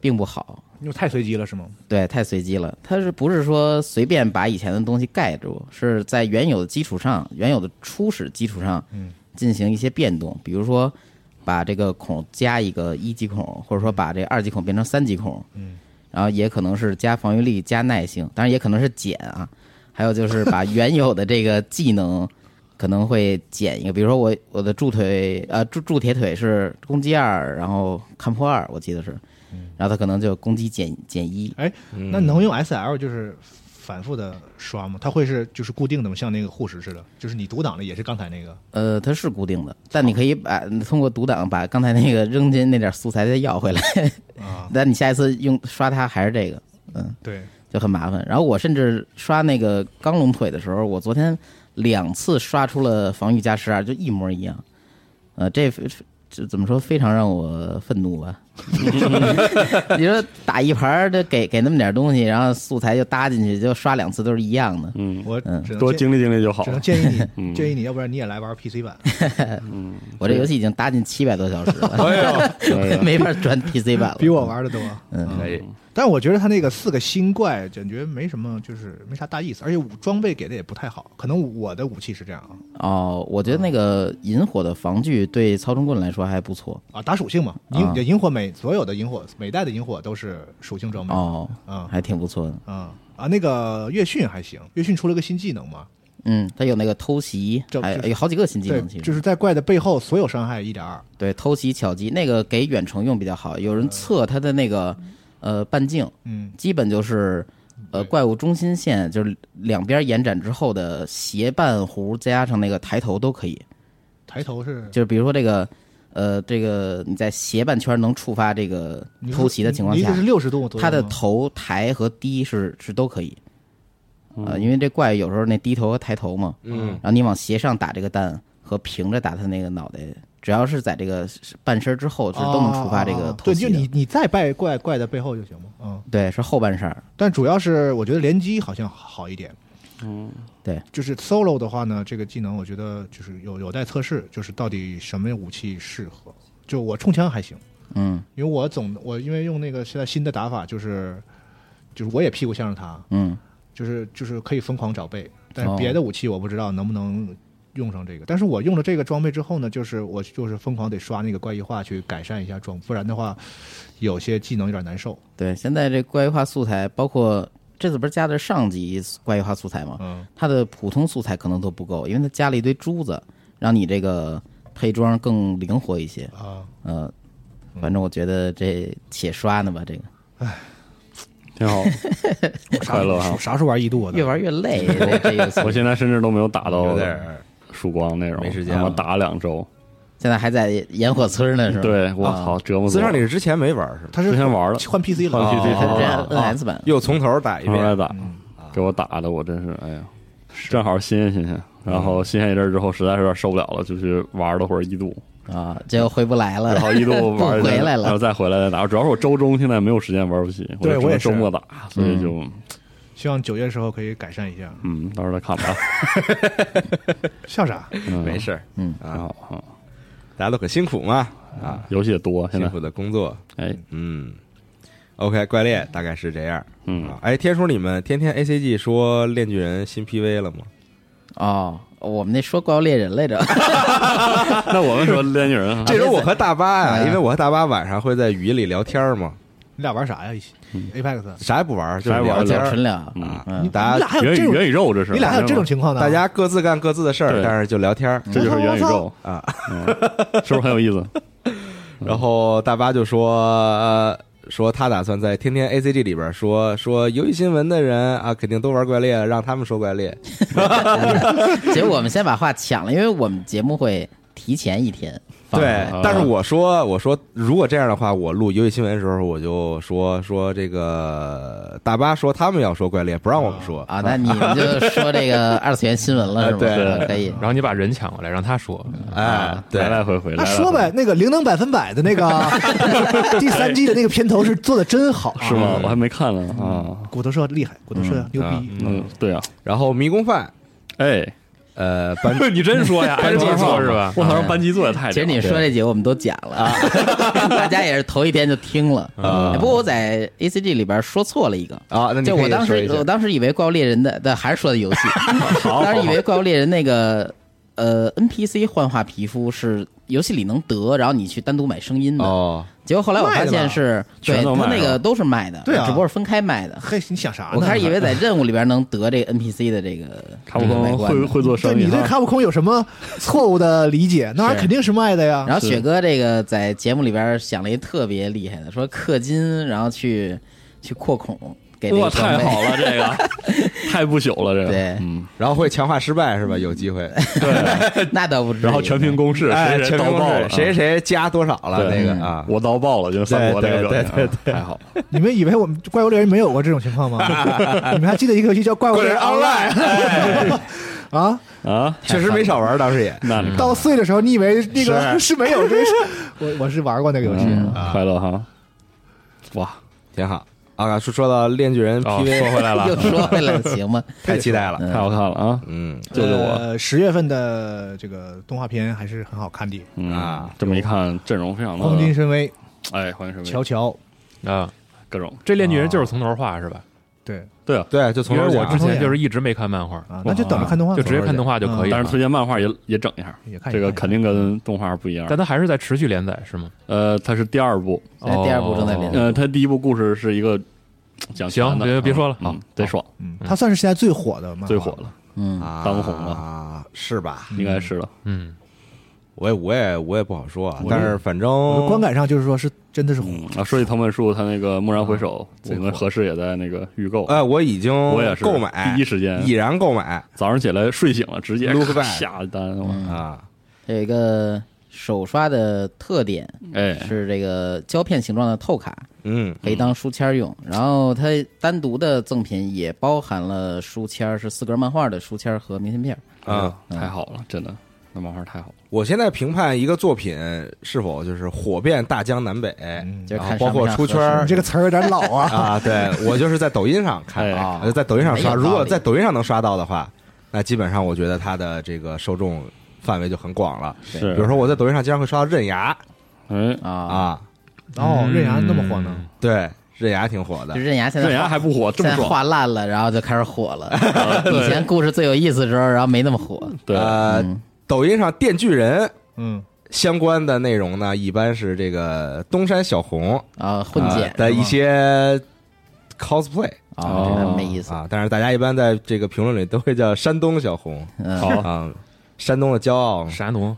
Speaker 4: 并不好，
Speaker 5: 因为太随机了，是吗？
Speaker 4: 对，太随机了。它是不是说随便把以前的东西盖住？是在原有的基础上，原有的初始基础上，进行一些变动，比如说把这个孔加一个一级孔，或者说把这二级孔变成三级孔，
Speaker 5: 嗯，
Speaker 4: 然后也可能是加防御力、加耐性，当然也可能是减啊，还有就是把原有的这个技能可能会减一个，比如说我我的铸腿呃铸铸铁腿是攻击二，然后看破二，我记得是，然后它可能就攻击减减一，
Speaker 5: 哎，那能用 S L 就是反复的刷吗？它会是就是固定的吗？像那个护石似的，就是你独挡的也是刚才那个。
Speaker 4: 呃，它是固定的，但你可以把通过独挡把刚才那个扔进那点素材再要回来。
Speaker 5: 啊，
Speaker 4: 但你下一次用刷它还是这个，
Speaker 5: 对，
Speaker 4: 就很麻烦。然后我甚至刷那个钢龙腿的时候，我昨天两次刷出了防御加十二，就一模一样。呃，这这怎么说，非常让我愤怒吧？ 你说打一盘儿，这给给那么点东西，然后素材就搭进去，就刷两次都是一样的。
Speaker 3: 嗯，
Speaker 5: 我只能建
Speaker 3: 多经历经历就好
Speaker 5: 只
Speaker 3: 了
Speaker 5: 能。建议你，
Speaker 3: 嗯
Speaker 5: 建议你要不然你也来玩 PC 版。
Speaker 4: 我这游戏已经搭进七百多小时了，
Speaker 3: 哎呀
Speaker 4: 没法转 PC 版了。
Speaker 5: 比我玩的多。
Speaker 4: 嗯
Speaker 2: 可以，
Speaker 5: 但我觉得他那个四个新怪，感觉没什么，就是没啥大意思，而且武装备给的也不太好。可能我的武器是这样啊，
Speaker 4: 哦，我觉得那个引火的防具对操纵棍来说还不错
Speaker 5: 啊，打属性嘛，你
Speaker 4: 啊
Speaker 5: 的萤火每所有的萤火每代的萤火都是属性装备，
Speaker 4: 哦，
Speaker 5: 啊
Speaker 4: 还挺不错的。
Speaker 5: 啊啊，那个月训还行，月训出了个新技能嘛，
Speaker 4: 嗯，它有那个偷袭
Speaker 5: 这，
Speaker 4: 还
Speaker 5: 就是
Speaker 4: 有好几个新技
Speaker 5: 对
Speaker 4: 能，其，实
Speaker 5: 就是在怪的背后所有伤害一点二，
Speaker 4: 对偷袭巧击那个给远程用比较好，有人测它的那个呃半径，
Speaker 5: 嗯，
Speaker 4: 基本就是呃怪物中心线，就是两边延展之后的斜半弧，再加上那个抬头都可以。
Speaker 5: 抬头是
Speaker 4: 就是比如说这个呃这个你在斜半圈能触发这个
Speaker 5: 你是
Speaker 4: 偷袭的情况
Speaker 5: 你一
Speaker 4: 下
Speaker 5: 直是，六十度左右吗，
Speaker 4: 它的头抬和低是是都可以。
Speaker 5: 哦
Speaker 4: 呃，因为这怪有时候那低头和抬头嘛，
Speaker 2: 嗯
Speaker 4: 然后你往斜上打这个蛋和平着打它那个脑袋，只要是在这个半身之后，是都能触发这
Speaker 5: 啊啊
Speaker 4: 个
Speaker 5: 啊
Speaker 4: 偷
Speaker 5: 对，
Speaker 4: 袭
Speaker 5: 就
Speaker 4: 的。
Speaker 5: 你你在怪怪怪的背后就行嘛，嗯，
Speaker 4: 对是后半身儿，
Speaker 5: 但主要是我觉得联机好像好一点。
Speaker 3: 嗯，
Speaker 5: 就是 solo 的话呢，这个技能我觉得就是有有待测试，就是到底什么武器适合。就我冲枪还行，
Speaker 4: 嗯
Speaker 5: 因为我总我因为用那个现在新的打法，就是就是我也屁股向着他，
Speaker 4: 嗯
Speaker 5: 就是就是可以疯狂找背，但是
Speaker 4: 哦
Speaker 5: 别的武器我不知道能不能用上这个。但是我用了这个装备之后呢，就是我就是疯狂得刷那个怪异化去改善一下装，不然的话有些技能有点难受。
Speaker 4: 对。现在这怪异化素材，包括这次不是加的是上级怪异化素材吗？
Speaker 5: 嗯，
Speaker 4: 它的普通素材可能都不够，因为它加了一堆珠子，让你这个配装更灵活一些。
Speaker 5: 啊，
Speaker 4: 呃，反正我觉得这且刷呢吧，这个
Speaker 3: 挺好， 快乐哈
Speaker 5: 我！啥时候玩异度啊？
Speaker 4: 越玩越 累。这这游戏
Speaker 3: 我现在甚至都没有打到
Speaker 2: 有点儿
Speaker 3: 曙光那种，
Speaker 2: 没时间
Speaker 3: 他妈
Speaker 2: 了
Speaker 3: 打了两周。
Speaker 4: 现在还在盐火村呢，是吧？
Speaker 3: 对，我操，折磨死
Speaker 2: 自
Speaker 3: 我
Speaker 2: 上你
Speaker 3: 了！
Speaker 2: 是之前没玩是吗？
Speaker 5: 他是
Speaker 3: 之前玩了
Speaker 5: 换 PC 了，
Speaker 3: 换 PC
Speaker 4: 它
Speaker 3: 哦
Speaker 4: 这
Speaker 3: 哦
Speaker 4: NS 版
Speaker 2: 又从头打一
Speaker 3: 重来
Speaker 2: 遍，
Speaker 3: 打，给我打的我真是，哎呀，正好新鲜新鲜。然后新鲜一阵儿之后，实在是有点受不了了，就去玩了会儿一度，
Speaker 2: 哦
Speaker 4: 啊，就回不来了
Speaker 3: 然。后一度
Speaker 4: 不
Speaker 3: 玩一阵
Speaker 4: 回来了
Speaker 3: 然后再回来再打。主要是我周中现在没有时间玩游戏，
Speaker 5: 对
Speaker 3: 就
Speaker 5: 我
Speaker 3: 只
Speaker 5: 也
Speaker 3: 能
Speaker 5: 是
Speaker 3: 周末打，所以就
Speaker 5: 希望九月时候可以改善一下。
Speaker 3: 嗯，到时候再看吧。
Speaker 5: 笑啥？
Speaker 3: 嗯
Speaker 2: 没，事儿，
Speaker 3: 挺好啊。
Speaker 2: 大家都很辛苦嘛，
Speaker 3: 游戏也多，现
Speaker 2: 辛
Speaker 3: 在
Speaker 2: 苦的工作，
Speaker 3: 哎，
Speaker 2: 嗯。OK，怪猎大概是这样。
Speaker 3: 嗯
Speaker 2: 啊，哎，天叔，你们天天 ACG 说《炼巨人》新 PV 了吗？
Speaker 4: 哦，我们那说怪物猎 人来着，
Speaker 3: 那我们说炼金人啊，
Speaker 2: 这周我和大巴呀、
Speaker 4: 啊
Speaker 2: 因为我和大巴晚上会在语音里聊天嘛，
Speaker 5: 你俩玩啥呀？一起 Apex？
Speaker 2: 啥也不玩，就
Speaker 3: 啥
Speaker 2: 是
Speaker 3: 也不玩
Speaker 2: 聊天
Speaker 4: 纯聊。
Speaker 2: 啊
Speaker 4: 嗯
Speaker 5: 你
Speaker 2: 大家
Speaker 5: 你俩还有
Speaker 3: 元
Speaker 5: 哎这
Speaker 3: 宇
Speaker 5: 种，
Speaker 3: 元宇宙这是，
Speaker 5: 你俩还有这种情况呢？
Speaker 2: 大家各自干各自的事儿，
Speaker 3: 对
Speaker 2: 但是就聊天儿。
Speaker 3: 这就是元宇宙
Speaker 2: 啊，
Speaker 3: 嗯是不是很有意 思？
Speaker 2: 然后大巴就说、呃说他打算在天天 ACG 里边说说游戏新闻的人啊，肯定都玩怪猎，让他们说怪猎。
Speaker 4: 结果我们先把话抢了，因为我们节目会提前一天放。
Speaker 2: 对
Speaker 3: 啊，
Speaker 2: 但是我说我说如果这样的话，我录游戏新闻的时候，我就说说这个大巴说他们要说怪猎，不让我们说。
Speaker 4: 啊，那你们就说这个二次元新闻了是吗？
Speaker 2: 对
Speaker 4: 啊可以。
Speaker 1: 然后你把人抢过来，让他说，
Speaker 3: 嗯
Speaker 2: 哎，对，
Speaker 3: 来来回回，
Speaker 5: 那
Speaker 3: 来来
Speaker 5: 说
Speaker 3: 回
Speaker 5: 呗，那个灵能百分百的那个第三季的那个片头是做的真好，
Speaker 3: 回，是吗？我还没看呢啊，嗯
Speaker 5: 骨头社厉害，骨头社牛逼，
Speaker 3: 嗯，对啊，
Speaker 2: 然后迷宫饭
Speaker 3: 哎，
Speaker 2: 呃班
Speaker 6: 你真 说呀？
Speaker 2: 班
Speaker 6: 挨
Speaker 2: 级
Speaker 6: 着
Speaker 1: 哎
Speaker 6: 你
Speaker 2: 号
Speaker 6: 说是吧？
Speaker 3: 啊我操，班级作业太屌了
Speaker 4: 其实你说这几个我们都讲了， 大家也是头一天就听了。
Speaker 2: 啊
Speaker 4: 哎不过我在 A C G 里边说错了一个，
Speaker 2: 啊，那你
Speaker 4: 就
Speaker 2: 可以
Speaker 4: 我当
Speaker 2: 说一
Speaker 4: 时
Speaker 2: 下
Speaker 4: 我当时以为怪物猎人的，但还是说的游戏，
Speaker 3: 哦
Speaker 4: 当时以为怪物猎人那个呃 N P C 幻化皮肤是游戏里能得，然后你去单独买声音的。
Speaker 2: 哦，
Speaker 4: 结果后来我发现是，对
Speaker 3: 全都
Speaker 4: 他
Speaker 3: 卖
Speaker 4: 那个都是卖的，
Speaker 7: 对啊
Speaker 4: 只不过是分开卖的。
Speaker 7: 嘿，你想啥呢？
Speaker 4: 我开始以为在任务里边能得这个 NPC 的这个
Speaker 3: 卡普
Speaker 4: 这个外
Speaker 3: 空
Speaker 4: 观
Speaker 3: 会
Speaker 4: 的
Speaker 3: 会做
Speaker 7: 对
Speaker 3: 生意啊
Speaker 7: 你对
Speaker 3: 哈，
Speaker 7: 卡普空有什么错误的理解？那玩意儿肯定是卖的 呀。
Speaker 4: 然后雪哥这个在节目里边想了一特别厉害的，说氪金然后去去扩孔给那
Speaker 3: 哇，
Speaker 4: 个装
Speaker 3: 太
Speaker 4: 备
Speaker 3: 好了，这个 太不朽了，这个
Speaker 4: 对
Speaker 3: 嗯，
Speaker 2: 然后会强化失败是吧？有机会，
Speaker 4: 那倒不至于。
Speaker 3: 然后全凭公式，
Speaker 2: 哎，
Speaker 3: 谁
Speaker 2: 全
Speaker 3: 谁
Speaker 2: 民
Speaker 3: 到
Speaker 2: 公
Speaker 3: 爆
Speaker 2: 示
Speaker 3: 了，啊
Speaker 2: 谁谁加多少了那
Speaker 3: 对
Speaker 2: 个
Speaker 4: 嗯
Speaker 2: 啊，
Speaker 3: 我到爆了，就是三国那个表
Speaker 2: 对
Speaker 3: 现
Speaker 2: 对
Speaker 3: 啊，太好了。
Speaker 7: 你们以为我们怪物猎人没有过这种情况吗？你们还记得一个游戏叫《怪物猎人 Online》啊？
Speaker 3: 啊，
Speaker 2: 确实没少玩，当时也
Speaker 3: 那你看
Speaker 7: 到碎的时候，你以为那个 是没有这个？我我是玩过那个游戏的，
Speaker 3: 嗯快乐哈，哇，
Speaker 2: 挺好啊。说说到《链锯人
Speaker 6: 哦，说
Speaker 2: PV》，
Speaker 6: 回 来了，
Speaker 4: 又说回来了，行吗？
Speaker 2: 太期待了，
Speaker 3: 太好看了啊！
Speaker 2: 嗯
Speaker 3: 救救我！
Speaker 7: 呃，十月份的这个动画片还是很好看的，
Speaker 3: 嗯
Speaker 2: 啊，
Speaker 3: 这么一看，阵容非常的
Speaker 7: 黄金神威、
Speaker 3: 哎，黄金神
Speaker 7: 乔
Speaker 3: 威，
Speaker 7: 乔，
Speaker 6: 啊。
Speaker 3: 各种
Speaker 6: 这炼巨人就是从头画是吧？
Speaker 7: 对
Speaker 3: 对啊。
Speaker 2: 对，就从
Speaker 6: 因为
Speaker 2: 头
Speaker 6: 我
Speaker 2: 讲
Speaker 6: 之前就是一直没看漫画，
Speaker 7: 啊，那就等着看动画吧，
Speaker 6: 就直接看动画就
Speaker 5: 啊
Speaker 6: 可以了。
Speaker 3: 但是推荐漫画也也整一下，
Speaker 7: 嗯也看一看
Speaker 3: 这个肯定跟动画不一样
Speaker 6: 但。它还是在持续连载是吗？
Speaker 3: 呃，它是第二部，
Speaker 4: 现在第二部正在连载
Speaker 3: 呃，它第一部故事是一个讲
Speaker 6: 行
Speaker 3: 钱的
Speaker 6: 别别说了
Speaker 3: 嗯
Speaker 6: 好
Speaker 3: 贼爽，
Speaker 7: 嗯，它算是现在最火的嘛，
Speaker 3: 最火了，
Speaker 4: 嗯，
Speaker 2: 当
Speaker 3: 当红
Speaker 2: 了，啊是吧？
Speaker 3: 应该是了。
Speaker 6: 嗯，
Speaker 2: 我也我也我也不好说啊，
Speaker 7: 我
Speaker 2: 但是反正
Speaker 7: 我的观感上就是说是真的是火，
Speaker 3: 嗯啊，说起藤本树，他那个《蓦然回首》，我
Speaker 2: 火
Speaker 3: 们合适也在那个预购，
Speaker 4: 呃
Speaker 2: 哎，我已经
Speaker 3: 我也是
Speaker 2: 购买，
Speaker 3: 第一时间
Speaker 2: 已然购买
Speaker 3: 早上起来睡醒了，直接
Speaker 2: Look back
Speaker 3: 下单，我
Speaker 2: 啊，
Speaker 4: 这个首刷的特点
Speaker 3: 哎，
Speaker 4: 嗯是这个胶片形状的透卡，
Speaker 2: 嗯，
Speaker 4: 可以当书签用。然后它单独的赠品也包含了书签，是四格漫画的书签和明信片。嗯
Speaker 2: 啊，
Speaker 3: 太好了，真的，那漫画太好了。
Speaker 2: 我现在评判一个作品是否就是火遍大江南北，
Speaker 4: 就是
Speaker 2: 啊
Speaker 4: 看
Speaker 2: 包
Speaker 4: 上不
Speaker 2: 括
Speaker 4: 上
Speaker 2: 出
Speaker 4: 合
Speaker 2: 圈
Speaker 4: 适
Speaker 7: 嗯
Speaker 2: 儿
Speaker 7: 你这个词儿有点老啊。
Speaker 2: 啊， 对我就是在抖音上看
Speaker 3: 哎
Speaker 2: 啊，在抖音上刷，
Speaker 4: 没有道理
Speaker 2: 如果在抖音上能刷到的话，那基本上我觉得它的这个受众范围就很广了。
Speaker 3: 是
Speaker 2: 比如说我在抖音上经常会刷到刃牙
Speaker 3: 哎，
Speaker 4: 啊，
Speaker 2: 啊，
Speaker 7: 哦，刃牙那么火呢？
Speaker 2: 对，刃牙挺火
Speaker 4: 就
Speaker 2: 的，
Speaker 4: 刃牙现在
Speaker 3: 刃牙还不火，这
Speaker 4: 现在
Speaker 3: 么爽，
Speaker 4: 画烂了，然后就开始火 了。以前故事最有意思的时候，然后没那么火。
Speaker 3: 对，
Speaker 2: 呃
Speaker 4: 嗯，
Speaker 2: 抖音上电锯人
Speaker 7: 嗯，
Speaker 2: 相关的内容呢，一般是这个东山小红
Speaker 4: 啊，混
Speaker 3: 呃
Speaker 2: 啊
Speaker 4: 剪
Speaker 2: 的一些 cosplay
Speaker 4: 啊，真的
Speaker 3: 哦
Speaker 4: 没意思。
Speaker 2: 啊，但是大家一般在这个评论里都会叫山东小红
Speaker 4: 嗯，
Speaker 3: 好，
Speaker 2: 啊，山东的骄
Speaker 3: 嗯
Speaker 2: 傲，
Speaker 6: 啥奴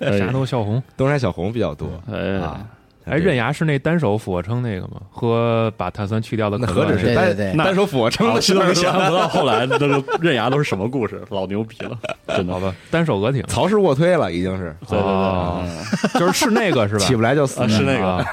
Speaker 3: 哎
Speaker 6: 啥奴笑红。
Speaker 2: 东山小红比较多
Speaker 3: 哎
Speaker 2: 啊，。
Speaker 6: 哎，刃牙是那单手俯卧撑那个吗？喝把碳酸去掉的
Speaker 2: 那
Speaker 6: 可
Speaker 2: 何
Speaker 6: 乐
Speaker 2: 止是
Speaker 6: 那个。
Speaker 4: 对
Speaker 2: 单
Speaker 4: 对对
Speaker 2: 单手俯卧撑
Speaker 3: 我
Speaker 2: 的
Speaker 3: 其
Speaker 2: 事
Speaker 3: 实
Speaker 2: 儿，
Speaker 3: 没想不到后来那个刃牙都是什么故事，老牛逼了，真的。
Speaker 6: 好吧，单手额挺
Speaker 2: 曹氏卧推了，已经是
Speaker 3: 对对
Speaker 6: 哦
Speaker 3: 对，嗯
Speaker 6: 就是是那个是吧？
Speaker 2: 起不来就死
Speaker 3: 啊，是那个，
Speaker 6: 啊